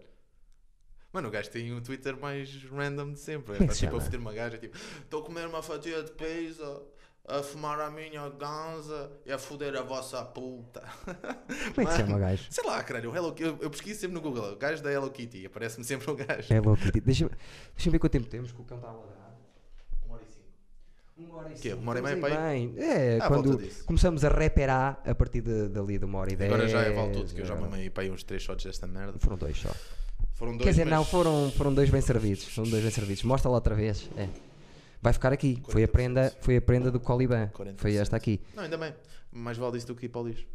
[SPEAKER 2] Mano, o gajo tem um Twitter mais random de
[SPEAKER 1] Como é
[SPEAKER 2] sempre. É
[SPEAKER 1] que
[SPEAKER 2] pá,
[SPEAKER 1] se
[SPEAKER 2] tipo a
[SPEAKER 1] chama?
[SPEAKER 2] foder uma gaja, tipo, estou a comer uma fatia de pizza, a fumar a minha ganza e a foder a vossa puta.
[SPEAKER 1] Como é que se chama o gajo?
[SPEAKER 2] Sei lá, caralho, o Hello, eu, eu pesquiso sempre no Google, o gajo da Hello Kitty, aparece-me sempre um gajo.
[SPEAKER 1] É Hello Kitty. Deixa-me deixa ver quanto tempo temos, que o cão está a ladrar.
[SPEAKER 2] Uma hora e cinco.
[SPEAKER 1] Uma hora e
[SPEAKER 2] Quê?
[SPEAKER 1] cinco,
[SPEAKER 2] é? Uma hora e meia
[SPEAKER 1] estamos
[SPEAKER 2] para
[SPEAKER 1] aí bem. É,
[SPEAKER 2] Ah,
[SPEAKER 1] quando
[SPEAKER 2] volta disso.
[SPEAKER 1] começamos a reparar a partir de, dali de uma hora e dez.
[SPEAKER 2] Agora já é vale tudo, que eu já
[SPEAKER 1] agora.
[SPEAKER 2] mamei para aí uns 3 shots desta merda.
[SPEAKER 1] Foram dois só.
[SPEAKER 2] Foram dois,
[SPEAKER 1] Quer dizer,
[SPEAKER 2] mas-
[SPEAKER 1] não, foram, foram dois bem servidos. Foram dois bem servidos. Mostra lá outra vez. É. Vai ficar aqui. Foi a
[SPEAKER 2] 40%.
[SPEAKER 1] prenda, foi a prenda do Coliban.
[SPEAKER 2] 40%.
[SPEAKER 1] Foi esta aqui.
[SPEAKER 2] Não, ainda bem. Mais vale isso do que ir para o lixo.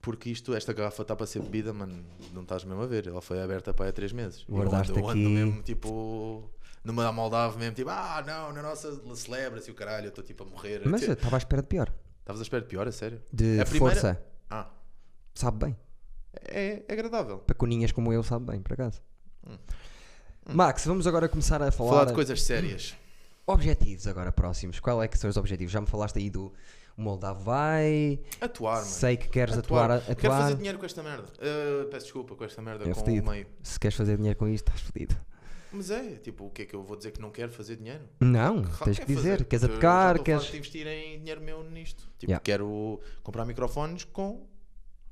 [SPEAKER 2] Porque isto, esta garrafa está para ser bebida, mano. Não estás mesmo a ver. Ela foi aberta para aí há 3 meses. E eu
[SPEAKER 1] Guardaste
[SPEAKER 2] ando- eu ando
[SPEAKER 1] aqui.
[SPEAKER 2] mesmo, tipo, numa Moldave mesmo, tipo, ah, não, na nossa celebra-se o caralho. Eu estou tipo a morrer.
[SPEAKER 1] Mas eu
[SPEAKER 2] Estavas
[SPEAKER 1] estava à espera de pior.
[SPEAKER 2] à espera de pior, a sério?
[SPEAKER 1] De
[SPEAKER 2] A primeira-
[SPEAKER 1] força.
[SPEAKER 2] Ah,
[SPEAKER 1] Sabe bem.
[SPEAKER 2] é, é agradável.
[SPEAKER 1] Para coninhas como eu, sabe bem, por acaso. Max, vamos agora começar a falar,
[SPEAKER 2] Falar de coisas sérias.
[SPEAKER 1] objetivos agora próximos. Qual é que são os objetivos? Já me falaste aí do Moldavo vai,
[SPEAKER 2] Atuar, mano.
[SPEAKER 1] sei que queres atuar, atuar,
[SPEAKER 2] Quero fazer dinheiro com esta merda. Ah, peço desculpa com esta merda,
[SPEAKER 1] É
[SPEAKER 2] com
[SPEAKER 1] fedido.
[SPEAKER 2] o meio.
[SPEAKER 1] se queres fazer dinheiro com isto, estás fodido.
[SPEAKER 2] Mas é, tipo, o que é que eu vou dizer que não quero fazer dinheiro?
[SPEAKER 1] Não,
[SPEAKER 2] Claro
[SPEAKER 1] tens
[SPEAKER 2] que
[SPEAKER 1] que
[SPEAKER 2] é fazer.
[SPEAKER 1] dizer, queres
[SPEAKER 2] Eu já
[SPEAKER 1] atacar,
[SPEAKER 2] estou a falar
[SPEAKER 1] queres...
[SPEAKER 2] de investir em dinheiro meu nisto. Tipo,
[SPEAKER 1] Yeah.
[SPEAKER 2] quero comprar microfones com.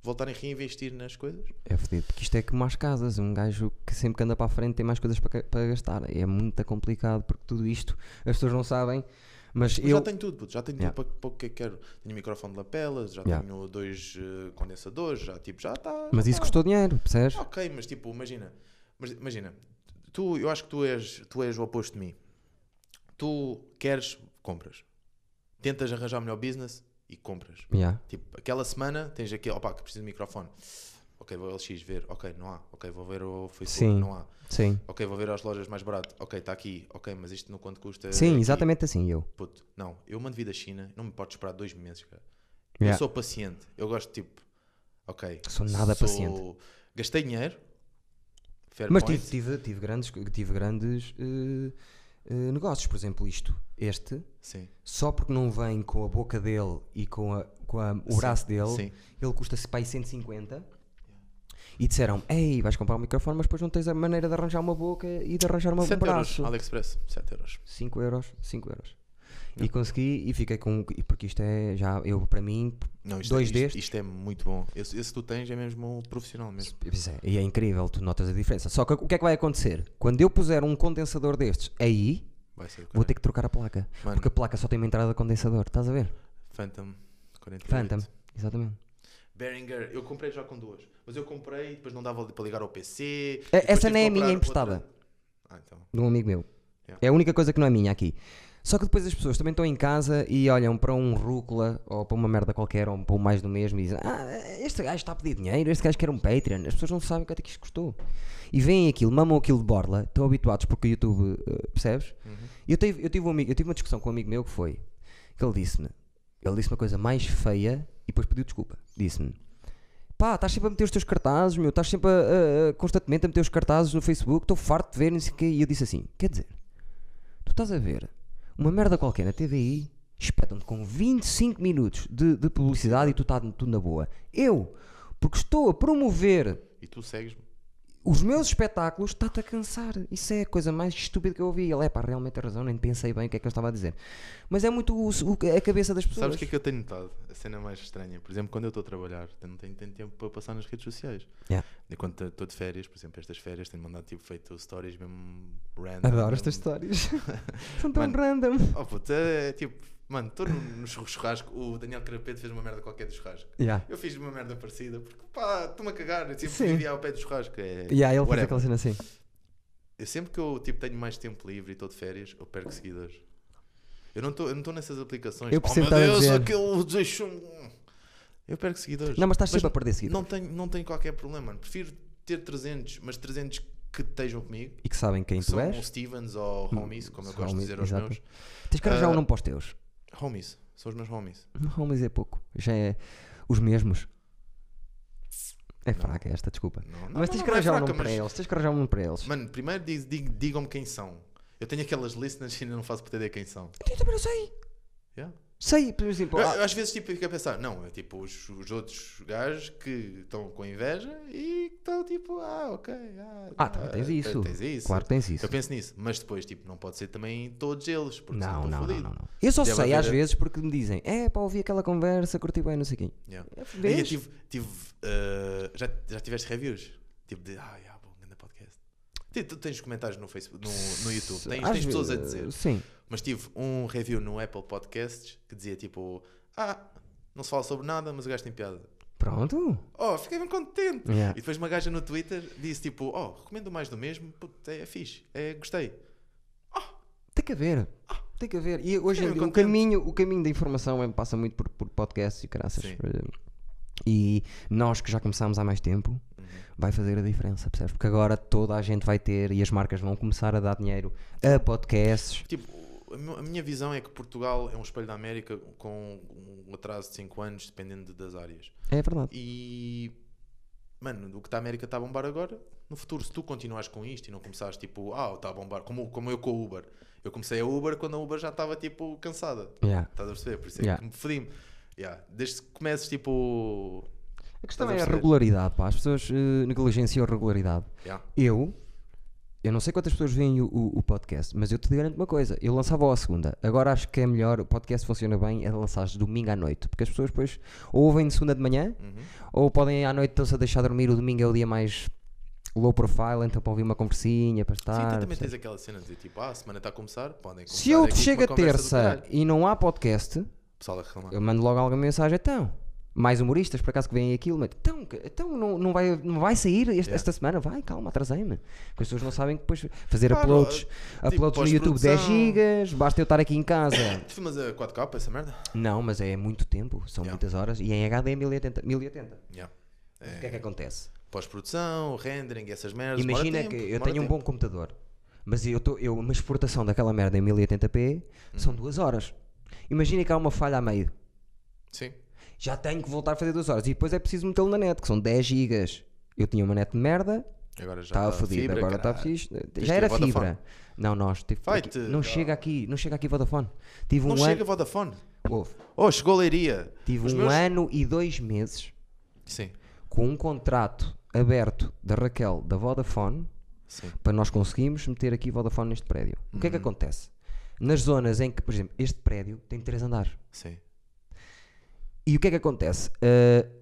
[SPEAKER 2] voltar a reinvestir nas coisas.
[SPEAKER 1] É fodido, porque isto é como as casas, um gajo que sempre que anda para a frente tem mais coisas para, ca- para gastar. É muito complicado porque tudo isto as pessoas não sabem, mas
[SPEAKER 2] Eu
[SPEAKER 1] eu.
[SPEAKER 2] já tenho tudo, puto, já tenho
[SPEAKER 1] Yeah.
[SPEAKER 2] tudo para, para o que é que quero. Tenho microfone de lapelas, já
[SPEAKER 1] Yeah.
[SPEAKER 2] tenho dois eh, condensadores, já tipo, já está.
[SPEAKER 1] Mas isso custou dinheiro, percebes?
[SPEAKER 2] Ok, mas tipo, imagina. Mas, imagina, tu, eu acho que tu és, tu és o oposto de mim. Tu queres, compras. Tentas arranjar o melhor business e compras.
[SPEAKER 1] Yeah.
[SPEAKER 2] Tipo, aquela semana tens aqui, opa, que preciso de microfone. Ok, vou ao LX ver, ok, não há. Ok, vou ver o Facebook,
[SPEAKER 1] Sim.
[SPEAKER 2] não há.
[SPEAKER 1] Sim.
[SPEAKER 2] Ok, vou ver às lojas mais barato. Ok, está aqui. Ok, mas isto no quanto custa?
[SPEAKER 1] Sim,
[SPEAKER 2] aqui?
[SPEAKER 1] exatamente assim eu.
[SPEAKER 2] Puto, não, eu mando vir da China, não me podes esperar dois meses, cara.
[SPEAKER 1] Yeah.
[SPEAKER 2] Eu sou paciente, eu gosto tipo, ok.
[SPEAKER 1] Sou nada paciente.
[SPEAKER 2] Gastei dinheiro, fair
[SPEAKER 1] Mas tipo,
[SPEAKER 2] point.
[SPEAKER 1] tive, tive, tive grandes, tive grandes eh, eh, negócios, por exemplo, isto. Este,
[SPEAKER 2] Sim,
[SPEAKER 1] só porque não vem com a boca dele e com, a, com a- o
[SPEAKER 2] Sim,
[SPEAKER 1] braço dele,
[SPEAKER 2] sim.
[SPEAKER 1] ele custa-se para aí 150. E disseram: Ei, vais comprar um microfone, mas depois não tens a maneira de arranjar uma boca e de arranjar uma, um
[SPEAKER 2] 7 euros,
[SPEAKER 1] braço.
[SPEAKER 2] AliExpress, 7 euros.
[SPEAKER 1] 5 euros, 5 euros. E consegui e fiquei com. e Porque isto é já, eu para mim,
[SPEAKER 2] Não, isto, é-
[SPEAKER 1] dois
[SPEAKER 2] isto,
[SPEAKER 1] destes.
[SPEAKER 2] isto é muito bom. Esse, esse tu tens é mesmo profissional mesmo.
[SPEAKER 1] Pois é, E é incrível, tu notas a diferença. Só que o que é que vai acontecer? Quando eu puser um condensador destes aí,
[SPEAKER 2] Vai ser o
[SPEAKER 1] vou ter que trocar a placa.
[SPEAKER 2] Mano.
[SPEAKER 1] Porque a placa só tem uma entrada de condensador, estás a ver?
[SPEAKER 2] Phantom 48.
[SPEAKER 1] Phantom, exatamente.
[SPEAKER 2] Behringer, eu comprei já com duas. Mas eu comprei e depois não dava para ligar ao PC.
[SPEAKER 1] É,
[SPEAKER 2] e depois
[SPEAKER 1] essa
[SPEAKER 2] tive
[SPEAKER 1] não é
[SPEAKER 2] que
[SPEAKER 1] a minha,
[SPEAKER 2] comprar
[SPEAKER 1] é emprestada.
[SPEAKER 2] outra. Ah, então.
[SPEAKER 1] de um amigo meu.
[SPEAKER 2] Yeah.
[SPEAKER 1] É a única coisa que não é minha aqui. Só que depois as pessoas também estão em casa e olham para um rúcula ou para uma merda qualquer ou para um mais do mesmo e dizem: Ah, este gajo está a pedir dinheiro, este gajo quer um Patreon. As pessoas não sabem quanto é que isto custou. E veem aquilo, mamam aquilo de borla, estão habituados porque o YouTube, eh, percebes? Eu, tive, eu, tive um amigo- eu tive uma discussão com um amigo meu que foi: que ele disse-me, ele disse uma coisa mais feia e depois pediu desculpa. Disse-me: pá, estás sempre a meter os teus cartazes, meu, estás sempre a- a- a- constantemente a meter os cartazes no Facebook, estou farto de ver, não sei o quê. E eu disse assim: quer dizer, tu estás a ver uma merda qualquer na TVI, espetam-te com 25 minutos de, de tá publicidade e tu estás tudo na boa. Eu, porque estou a promover
[SPEAKER 2] E tu segues-me.
[SPEAKER 1] os meus espetáculos está-te a cansar. Isso é a coisa mais estúpida que eu ouvi. Ele é pá, realmente tem razão, nem pensei bem o que é que eu estava a dizer. Mas é muito o- o- a cabeça das pessoas.
[SPEAKER 2] Sabes o que é que eu tenho notado? A cena mais estranha. Por exemplo, quando eu estou a trabalhar, eu não tenho tanto tempo para passar nas redes sociais.
[SPEAKER 1] Yeah.
[SPEAKER 2] E quando estou de férias, por exemplo, estas férias, tenho mandado tipo feito stories mesmo random.
[SPEAKER 1] Adoro
[SPEAKER 2] mesmo-
[SPEAKER 1] estas histórias. São tão
[SPEAKER 2] Mano.
[SPEAKER 1] random.
[SPEAKER 2] Oh puta, é tipo, mano, estou no, no chur- churrasco. O Daniel Carapeto fez uma merda qualquer do churrasco.
[SPEAKER 1] Yeah.
[SPEAKER 2] Eu fiz uma merda parecida, porque pá, estou-me a cagar. Eu
[SPEAKER 1] Sim.
[SPEAKER 2] sempre vivia ao pé do churrasco. É,
[SPEAKER 1] Yeah, ele fez
[SPEAKER 2] whatever.
[SPEAKER 1] aquela cena assim.
[SPEAKER 2] Eu sempre que eu tipo, tenho mais tempo livre e estou de férias, eu perco seguidores. Eu não estou nessas aplicações.
[SPEAKER 1] Eu percebo
[SPEAKER 2] oh
[SPEAKER 1] o que
[SPEAKER 2] meu
[SPEAKER 1] estás a
[SPEAKER 2] Deus,
[SPEAKER 1] dizer.
[SPEAKER 2] aquele deixa Eu perco seguidores.
[SPEAKER 1] Não, mas estás sempre a perder seguidores.
[SPEAKER 2] Não tenho, não tenho qualquer problema, mano. Prefiro ter 300, mas 300 que estejam comigo.
[SPEAKER 1] E que sabem quem
[SPEAKER 2] Que
[SPEAKER 1] tu
[SPEAKER 2] são
[SPEAKER 1] és.
[SPEAKER 2] o Stevens ou homies, como eu gosto de
[SPEAKER 1] homies,
[SPEAKER 2] dizer aos
[SPEAKER 1] exato.
[SPEAKER 2] meus.
[SPEAKER 1] Tens que arranjar um
[SPEAKER 2] Ah.
[SPEAKER 1] nome para os teus.
[SPEAKER 2] Homies, são os meus homies.
[SPEAKER 1] Não, mas é pouco. Já é os mesmos. É
[SPEAKER 2] Não.
[SPEAKER 1] fraca esta, desculpa.
[SPEAKER 2] Não, não,
[SPEAKER 1] mas tens
[SPEAKER 2] não,
[SPEAKER 1] que
[SPEAKER 2] não é
[SPEAKER 1] arranjar um
[SPEAKER 2] fraca,
[SPEAKER 1] nome para
[SPEAKER 2] mas-
[SPEAKER 1] eles. Tens que arranjar um nome para eles.
[SPEAKER 2] Mano, primeiro diz- dig- digam-me quem são. Eu tenho aquelas listeners e ainda não faço para entender quem são.
[SPEAKER 1] Eu também não sei.
[SPEAKER 2] Yeah.
[SPEAKER 1] Sei, por exemplo. ah,
[SPEAKER 2] Eu-
[SPEAKER 1] há-
[SPEAKER 2] eu às vezes tipo, fico a pensar, não, é tipo os, os outros gajos que estão com inveja e que estão tipo, ah, ok, ah,
[SPEAKER 1] Ah, também tens isso.
[SPEAKER 2] Tens isso.
[SPEAKER 1] Claro que tens isso.
[SPEAKER 2] Eu penso nisso, mas depois tipo, não pode ser também todos eles, porque senão
[SPEAKER 1] Não,
[SPEAKER 2] estou
[SPEAKER 1] não, não,
[SPEAKER 2] fodido.
[SPEAKER 1] não, não. Eu só
[SPEAKER 2] Deve
[SPEAKER 1] sei às
[SPEAKER 2] haver-
[SPEAKER 1] vezes porque me dizem, é pá, ouvi aquela conversa, curti bem, não sei quem.
[SPEAKER 2] Yeah.
[SPEAKER 1] É,
[SPEAKER 2] Aí tipo eu
[SPEAKER 1] vês?
[SPEAKER 2] tive, tive, eh, já, já tiveste reviews? Tipo de, ah, yeah, bom, grande podcast. Ti- Tu, tens comentários no Facebook, no, no YouTube, tens,
[SPEAKER 1] Às
[SPEAKER 2] tens pessoas a
[SPEAKER 1] vezes,
[SPEAKER 2] dizer.
[SPEAKER 1] Sim.
[SPEAKER 2] Mas tive um review no Apple Podcasts que dizia tipo, ah, não se fala sobre nada, mas o gajo tem piada.
[SPEAKER 1] Pronto.
[SPEAKER 2] Oh, fiquei bem contente.
[SPEAKER 1] Yeah.
[SPEAKER 2] E depois uma gaja no Twitter disse tipo, oh, recomendo mais do mesmo, puto, é, é fixe, é, gostei.
[SPEAKER 1] Tem que haver. Tem que haver. E hoje em dia
[SPEAKER 2] Fiquei
[SPEAKER 1] o
[SPEAKER 2] contente.
[SPEAKER 1] caminho, o caminho da informação é- passa muito por, por podcasts e caraças.
[SPEAKER 2] Sim.
[SPEAKER 1] E nós que já começámos há mais tempo, vai fazer a diferença, percebes? Porque agora toda a gente vai ter e as marcas vão começar a dar dinheiro a podcasts.
[SPEAKER 2] Tipo, o- a mi- a minha visão é que Portugal é um espelho da América com um atraso de 5 anos, dependendo das áreas.
[SPEAKER 1] É verdade.
[SPEAKER 2] E, mano, o que está a América está a bombar agora, no futuro, se tu continuares com isto e não começares tipo, ah, está a bombar, como, como eu com o Uber. Eu comecei a Uber quando a Uber já estava tipo cansada.
[SPEAKER 1] Yeah.
[SPEAKER 2] Estás a perceber? Por isso é
[SPEAKER 1] Yeah.
[SPEAKER 2] que me fodi-me. Yeah. Desde que comeces tipo.
[SPEAKER 1] A questão
[SPEAKER 2] Estás a
[SPEAKER 1] é a
[SPEAKER 2] perceber?
[SPEAKER 1] regularidade, pá. As pessoas eh, negligenciam a regularidade.
[SPEAKER 2] Yeah.
[SPEAKER 1] Eu, eu não sei quantas pessoas veem o, o- o podcast, mas eu te garanto uma coisa: eu lançava à segunda. Agora acho que é melhor, o podcast funciona bem, é lançares domingo à noite, porque as pessoas depois ou ouvem de segunda de manhã,
[SPEAKER 2] Uhum.
[SPEAKER 1] ou podem à noite estão-se a deixar dormir. O domingo é o dia mais low profile, então para ouvir uma conversinha, para estar.
[SPEAKER 2] Sim, tu também
[SPEAKER 1] percebes?
[SPEAKER 2] tens aquela cena de dizer tipo, ah, a semana está a começar, podem começar.
[SPEAKER 1] Se eu
[SPEAKER 2] aqui
[SPEAKER 1] te
[SPEAKER 2] com
[SPEAKER 1] chego
[SPEAKER 2] uma
[SPEAKER 1] a
[SPEAKER 2] conversa
[SPEAKER 1] terça
[SPEAKER 2] do caralho."
[SPEAKER 1] e não há podcast,
[SPEAKER 2] O Pessoal a reclamar.
[SPEAKER 1] eu mando logo alguma mensagem, então. Mais humoristas, por acaso, que veem aquilo, mas então, que- então não, não, vai, não vai sair este-
[SPEAKER 2] Yeah.
[SPEAKER 1] esta semana, vai, calma, atrasei-me. Porque as pessoas não sabem que depois fazer
[SPEAKER 2] Claro,
[SPEAKER 1] uploads,
[SPEAKER 2] tipo,
[SPEAKER 1] uploads no YouTube 10
[SPEAKER 2] pós-produção.
[SPEAKER 1] gigas, basta eu estar aqui em casa.
[SPEAKER 2] Tu filmas a 4K essa merda?
[SPEAKER 1] não, mas é muito tempo, são
[SPEAKER 2] Yeah.
[SPEAKER 1] muitas horas, e em HD é 1080. 1080.
[SPEAKER 2] Yeah.
[SPEAKER 1] O que é que acontece?
[SPEAKER 2] Pós-produção, rendering, essas merdas. demora
[SPEAKER 1] Imagina
[SPEAKER 2] tempo,
[SPEAKER 1] que eu
[SPEAKER 2] demora
[SPEAKER 1] tenho um
[SPEAKER 2] tempo.
[SPEAKER 1] bom computador, mas eu, tô, eu uma exportação daquela merda em 1080p são
[SPEAKER 2] Uhum.
[SPEAKER 1] duas horas. Imagina que há uma falha a meio.
[SPEAKER 2] Sim.
[SPEAKER 1] já tenho que voltar a fazer duas horas. E depois é preciso metê-lo na net, que são 10 gigas. Eu tinha uma net de merda,
[SPEAKER 2] Agora já
[SPEAKER 1] estava Tá
[SPEAKER 2] está
[SPEAKER 1] fodido, agora está
[SPEAKER 2] Ah, caralho.
[SPEAKER 1] fixe.
[SPEAKER 2] Tens
[SPEAKER 1] Já era
[SPEAKER 2] que ir Vodafone.
[SPEAKER 1] fibra. Não, nós. Tive,
[SPEAKER 2] Vai-te,
[SPEAKER 1] aqui- não
[SPEAKER 2] ah.
[SPEAKER 1] chega aqui, não chega aqui Vodafone. Tive
[SPEAKER 2] Não
[SPEAKER 1] um
[SPEAKER 2] chega
[SPEAKER 1] ano.
[SPEAKER 2] Vodafone.
[SPEAKER 1] Ouve,
[SPEAKER 2] Oh, chegou a Leiria.
[SPEAKER 1] tive
[SPEAKER 2] Os
[SPEAKER 1] um
[SPEAKER 2] meus-
[SPEAKER 1] ano e dois meses
[SPEAKER 2] Sim,
[SPEAKER 1] com um contrato aberto da Raquel da Vodafone
[SPEAKER 2] sim.
[SPEAKER 1] para nós conseguirmos meter aqui Vodafone neste prédio. O que
[SPEAKER 2] Uhum.
[SPEAKER 1] é que acontece? Nas zonas em que, por exemplo, este prédio tem três andares.
[SPEAKER 2] Sim.
[SPEAKER 1] E o que é que acontece? Uh,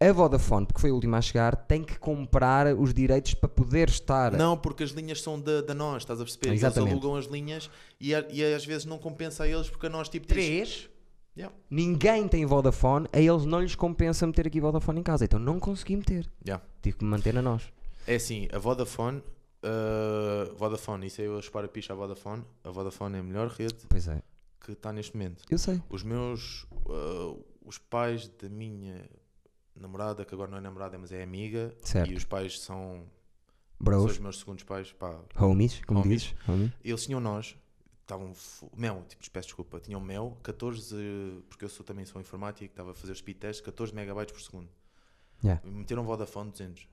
[SPEAKER 1] a Vodafone, porque foi a última a chegar, tem que comprar os direitos para poder estar.
[SPEAKER 2] Não, porque as linhas são da, da nós, estás a perceber?
[SPEAKER 1] Exatamente.
[SPEAKER 2] Eles alugam as linhas e, a- e às vezes não compensa a eles porque a nós tipo diz-
[SPEAKER 1] Três.
[SPEAKER 2] Yeah.
[SPEAKER 1] Ninguém tem Vodafone, a eles não lhes compensa meter aqui Vodafone em casa. Então não consegui meter.
[SPEAKER 2] Yeah.
[SPEAKER 1] Tive que me manter na nós.
[SPEAKER 2] É assim, a Vodafone, uh, Vodafone, isso aí eu esparo a picha à Vodafone. A Vodafone é a melhor rede
[SPEAKER 1] Pois é.
[SPEAKER 2] que está neste momento.
[SPEAKER 1] Eu sei.
[SPEAKER 2] Os meus, uh, os pais da minha namorada, que agora não é namorada, mas é amiga,
[SPEAKER 1] Certo.
[SPEAKER 2] e os pais são, são os
[SPEAKER 1] Bros.
[SPEAKER 2] meus segundos pais, pá,
[SPEAKER 1] Homies, como
[SPEAKER 2] Homies.
[SPEAKER 1] dizes. Homie.
[SPEAKER 2] Eles tinham nós, estavam fu- mel, tipo, peço desculpa, tinham mel, 14, porque eu sou, também sou informático, estava a fazer speed test, 14 megabytes por segundo.
[SPEAKER 1] Yeah.
[SPEAKER 2] E Meteram Vodafone 200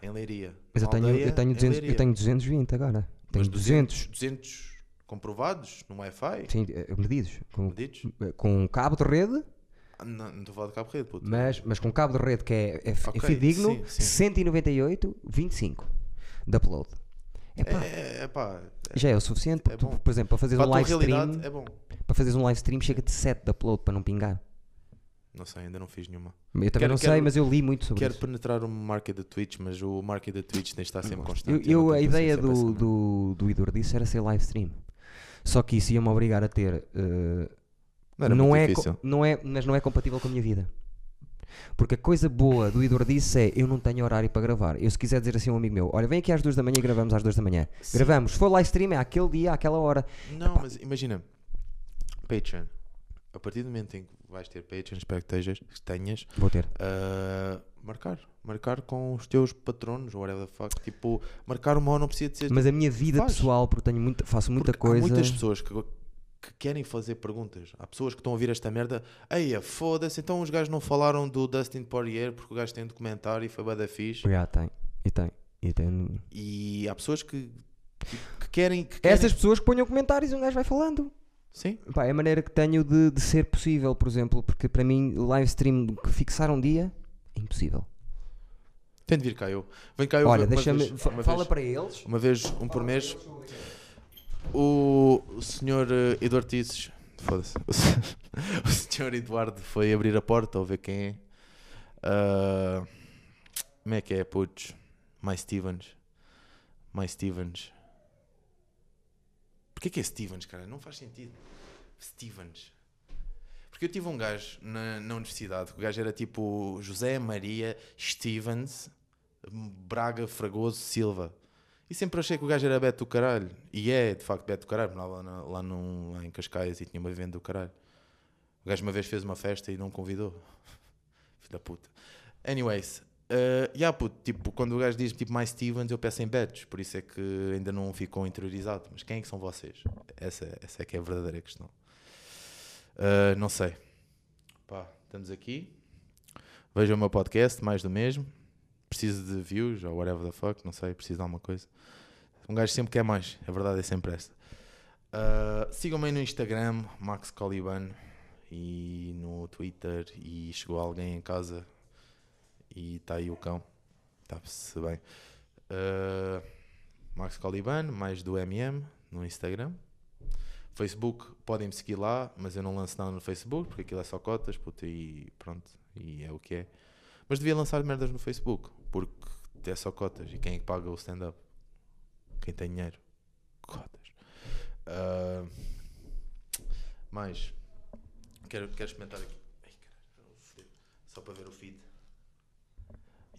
[SPEAKER 2] em Leiria.
[SPEAKER 1] Mas eu
[SPEAKER 2] Uma
[SPEAKER 1] tenho,
[SPEAKER 2] aldeia
[SPEAKER 1] eu, tenho
[SPEAKER 2] em
[SPEAKER 1] 200,
[SPEAKER 2] Leiria.
[SPEAKER 1] eu tenho 220 agora. Tenho
[SPEAKER 2] Mas
[SPEAKER 1] 200.
[SPEAKER 2] 200 comprovados no Wi-Fi,
[SPEAKER 1] Sim, eh, medidos. Com, eh,
[SPEAKER 2] medidos.
[SPEAKER 1] com um cabo de rede,
[SPEAKER 2] Ah, Não não estou a falar de cabo rede, puto.
[SPEAKER 1] mas, mas com cabo de rede que é, é, fi- é
[SPEAKER 2] Ok,
[SPEAKER 1] fidedigno,
[SPEAKER 2] sim, sim.
[SPEAKER 1] 198, 25. de upload. Epá,
[SPEAKER 2] É, é pá.
[SPEAKER 1] já é o suficiente, porque
[SPEAKER 2] é
[SPEAKER 1] tu,
[SPEAKER 2] bom.
[SPEAKER 1] por exemplo, para fazeres
[SPEAKER 2] Para
[SPEAKER 1] um
[SPEAKER 2] a
[SPEAKER 1] live
[SPEAKER 2] tua realidade
[SPEAKER 1] stream,
[SPEAKER 2] é bom.
[SPEAKER 1] para fazeres um live stream chega de 7 de upload para não pingar.
[SPEAKER 2] Não sei, ainda não fiz nenhuma.
[SPEAKER 1] Eu também
[SPEAKER 2] Quero-
[SPEAKER 1] não sei,
[SPEAKER 2] quero-
[SPEAKER 1] mas eu li muito sobre
[SPEAKER 2] Quero
[SPEAKER 1] isso.
[SPEAKER 2] penetrar o market da Twitch, mas o market da Twitch tem de estar sempre
[SPEAKER 1] Eu,
[SPEAKER 2] constante. é
[SPEAKER 1] eu-
[SPEAKER 2] assim, não
[SPEAKER 1] a
[SPEAKER 2] tenho
[SPEAKER 1] ideia
[SPEAKER 2] paciência para essa
[SPEAKER 1] do,
[SPEAKER 2] merda.
[SPEAKER 1] do, do Idor disso era ser live stream. Só que isso ia-me obrigar a ter. eh,
[SPEAKER 2] Não era
[SPEAKER 1] não
[SPEAKER 2] muito
[SPEAKER 1] é,
[SPEAKER 2] difícil.
[SPEAKER 1] co- não é, mas não é compatível com a minha vida. Porque a coisa boa do Idor disse é eu não tenho horário para gravar. Eu se quiser dizer assim a um amigo meu, olha, vem aqui às duas da manhã e gravamos às duas da manhã. Gravamos, se for live stream é àquele dia, àquela hora.
[SPEAKER 2] Não, mas imagina, Patreon. A partir do momento em que vais ter Patreon, espero que tejas- que tenhas,
[SPEAKER 1] Vou ter.
[SPEAKER 2] ah, marcar. Marcar com os teus patronos, ou whatever the fuck. Tipo, marcar uma hora não precisa de ser.
[SPEAKER 1] Mas a minha vida
[SPEAKER 2] Faz.
[SPEAKER 1] pessoal, porque tenho muita, faço muita
[SPEAKER 2] Porque
[SPEAKER 1] coisa.
[SPEAKER 2] Há muitas pessoas que, que querem fazer perguntas. Há pessoas que estão a ouvir esta merda. Eia, foda-se, então os gajos não falaram do Dustin Poirier porque o gajo tem um documentário e foi bada fixe.
[SPEAKER 1] Já, tem. E tem. E tem.
[SPEAKER 2] E há pessoas que, que, que querem. Que querem-
[SPEAKER 1] Essas pessoas que ponham comentários e um gajo vai falando.
[SPEAKER 2] Sim,
[SPEAKER 1] Pá, é a maneira que tenho de, de ser possível, por exemplo, porque para mim live stream que fixar um dia é impossível.
[SPEAKER 2] tem de vir cá eu. Vem cá eu. é
[SPEAKER 1] Olha,
[SPEAKER 2] uma
[SPEAKER 1] deixa-me.
[SPEAKER 2] vez-
[SPEAKER 1] fa-
[SPEAKER 2] uma
[SPEAKER 1] Fala
[SPEAKER 2] vez.
[SPEAKER 1] para eles.
[SPEAKER 2] Uma vez, um por mês, o, o senhor eh, Eduardo Tises, foda-se, o se- o senhor Eduardo foi abrir a porta ou ver quem é. Ah, como é que é, putos? My Stevens. My Stevens. Porquê que é Stevens, cara? Não faz sentido. Stevens. Porque eu tive um gajo na, na universidade, que o gajo era tipo José Maria Stevens Braga Fragoso Silva. E sempre achei que o gajo era Beto do caralho. E é, de facto, Beto do caralho. Lá, lá, lá num- lá em Cascais e tinha uma vivenda do caralho. O gajo uma vez fez uma festa e não convidou. Filho da puta. Anyways, eh, yeah, puto, tipo, quando o gajo diz tipo mais Stevens, eu peço em Betos. Por isso é que ainda não ficou interiorizado. Mas quem é que são vocês? Essa, essa é que é a verdadeira questão. Eh, não sei. Pá, estamos aqui. Vejam o meu podcast, mais do mesmo preciso de views ou whatever the fuck, não sei, preciso de alguma coisa. Um gajo sempre quer mais, a verdade é sempre esta. Ah, Sigam-me aí no Instagram, Max Coliban, e no Twitter. E chegou alguém em casa e está aí o cão, está-se bem. Ah, Max Coliban, mais do MM no Instagram. Facebook, podem me seguir lá, mas eu não lanço nada no Facebook porque aquilo é só cotas, puto, e pronto, e é o que é. Mas devia lançar merdas no Facebook, porque é só cotas. E quem é que paga o stand-up? Quem tem dinheiro? Cotas. Ah, mais. Quero, quero experimentar aqui. Ai, caralho, vou foder. Só para ver o feed.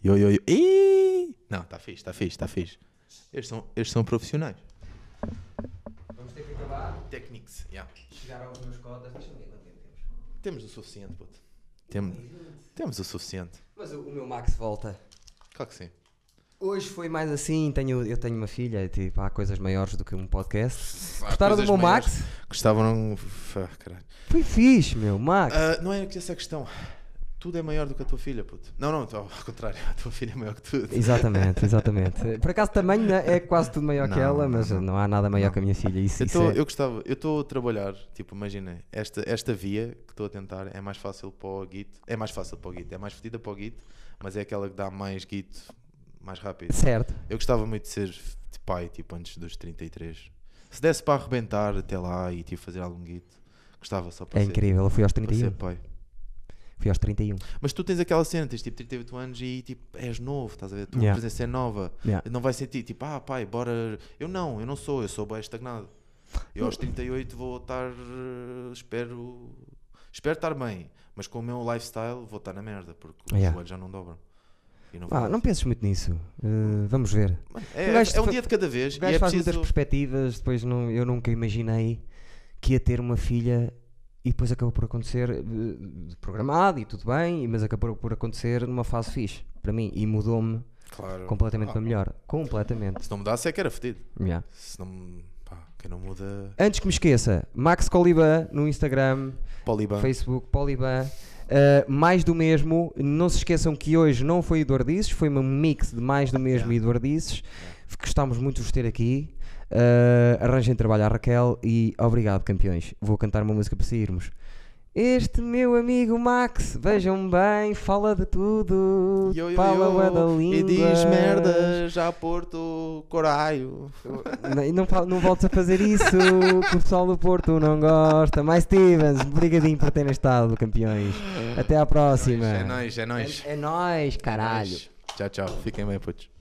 [SPEAKER 2] Yo, yo, yo. Ih! Não, está fixe, está fixe, está fixe. Estes são, estes são profissionais.
[SPEAKER 1] Vamos ter que acabar,
[SPEAKER 2] Técnicos, yeah.
[SPEAKER 1] chegar aos meus cotas, deixa-me ver quanto tempo temos.
[SPEAKER 2] Temos o suficiente, puto. Tem- temos o suficiente.
[SPEAKER 1] Mas o, o meu Max volta.
[SPEAKER 2] Claro que sim.
[SPEAKER 1] Hoje foi mais assim, tenho, eu tenho uma filha, e, tipo, há coisas maiores do que um podcast.
[SPEAKER 2] Há
[SPEAKER 1] Gostaram do
[SPEAKER 2] coisas
[SPEAKER 1] meu
[SPEAKER 2] maiores.
[SPEAKER 1] Max?
[SPEAKER 2] Gostavam. Ah, caralho.
[SPEAKER 1] Foi fixe, meu Max.
[SPEAKER 2] Ah, não é que essa é a questão. Tudo é maior do que a tua filha, puto. Não, não, tá, ao contrário. A tua filha é maior que tudo.
[SPEAKER 1] Exatamente, exatamente. Por acaso também né, é quase tudo maior que
[SPEAKER 2] Não,
[SPEAKER 1] ela,
[SPEAKER 2] não,
[SPEAKER 1] mas não, há nada maior que a minha filha. Isso,
[SPEAKER 2] Eu,
[SPEAKER 1] isso
[SPEAKER 2] tô-
[SPEAKER 1] é-
[SPEAKER 2] eu gostava, eu estou a trabalhar, tipo, imagina, esta, esta via que estou a tentar é mais fácil para o Git, é mais fácil para o Git, é mais fedida para o Git, mas é aquela que dá mais Git mais rápido.
[SPEAKER 1] Certo.
[SPEAKER 2] Eu gostava muito de ser de pai, tipo, antes dos 33. Se desse para arrebentar até lá e tipo, fazer algum Git, gostava só para,
[SPEAKER 1] É
[SPEAKER 2] ser,
[SPEAKER 1] incrível, eu fui aos
[SPEAKER 2] para ser
[SPEAKER 1] 31.
[SPEAKER 2] pai.
[SPEAKER 1] Fui aos 31.
[SPEAKER 2] Mas tu tens aquela cena, tens tipo 38 anos e tipo, és novo, estás a ver? A tua
[SPEAKER 1] Yeah.
[SPEAKER 2] presença é nova.
[SPEAKER 1] Yeah.
[SPEAKER 2] Não vai ser ti- tipo, ah pai, bora. Eu não, eu não sou, eu sou bem estagnado. Eu aos 38 vou estar. eh, Espero. Espero estar bem, mas com o meu lifestyle vou estar na merda, porque os
[SPEAKER 1] Yeah.
[SPEAKER 2] joelhos já não dobram. E não
[SPEAKER 1] Ah,
[SPEAKER 2] vou-
[SPEAKER 1] não penses muito nisso. Uh, vamos ver.
[SPEAKER 2] Mano,
[SPEAKER 1] um
[SPEAKER 2] é,
[SPEAKER 1] gajo
[SPEAKER 2] é um
[SPEAKER 1] fa-
[SPEAKER 2] dia de cada vez
[SPEAKER 1] O
[SPEAKER 2] e
[SPEAKER 1] gajo
[SPEAKER 2] é
[SPEAKER 1] faz
[SPEAKER 2] preciso.
[SPEAKER 1] muitas perspectivas, depois não, eu nunca imaginei que ia ter uma filha e depois acabou por acontecer eh, programado e tudo bem, e- mas acabou por acontecer numa fase fixe para mim e mudou-me
[SPEAKER 2] Claro.
[SPEAKER 1] completamente
[SPEAKER 2] Ah,
[SPEAKER 1] para melhor. Completamente.
[SPEAKER 2] Se não mudasse é que era fedido.
[SPEAKER 1] Yeah.
[SPEAKER 2] Se não. Pá, quem não muda.
[SPEAKER 1] Antes que me esqueça, Max Coliban no Instagram,
[SPEAKER 2] Poliban.
[SPEAKER 1] Facebook, Poliban. uh, mais do mesmo, não se esqueçam que hoje não foi Eduardices, foi um mix de mais do mesmo e Eduardices. Gostámos muito de vos ter aqui. Ah, Uh, arranjem trabalho à Raquel e obrigado, campeões. Vou cantar uma música para sairmos. Este meu amigo Max, vejam bem, fala de tudo.
[SPEAKER 2] Yo, yo,
[SPEAKER 1] fala bué da
[SPEAKER 2] yo, e
[SPEAKER 1] língua.
[SPEAKER 2] diz merdas já Porto Coraio.
[SPEAKER 1] Não, e não, fal- não voltes a fazer isso, que o pessoal do Porto não gosta. Mais Stevens, obrigadinho por terem estado, campeões. Até à próxima.
[SPEAKER 2] É nóis, é nóis.
[SPEAKER 1] É, é nóis, caralho.
[SPEAKER 2] Tchau, tchau. Fiquem bem, putos.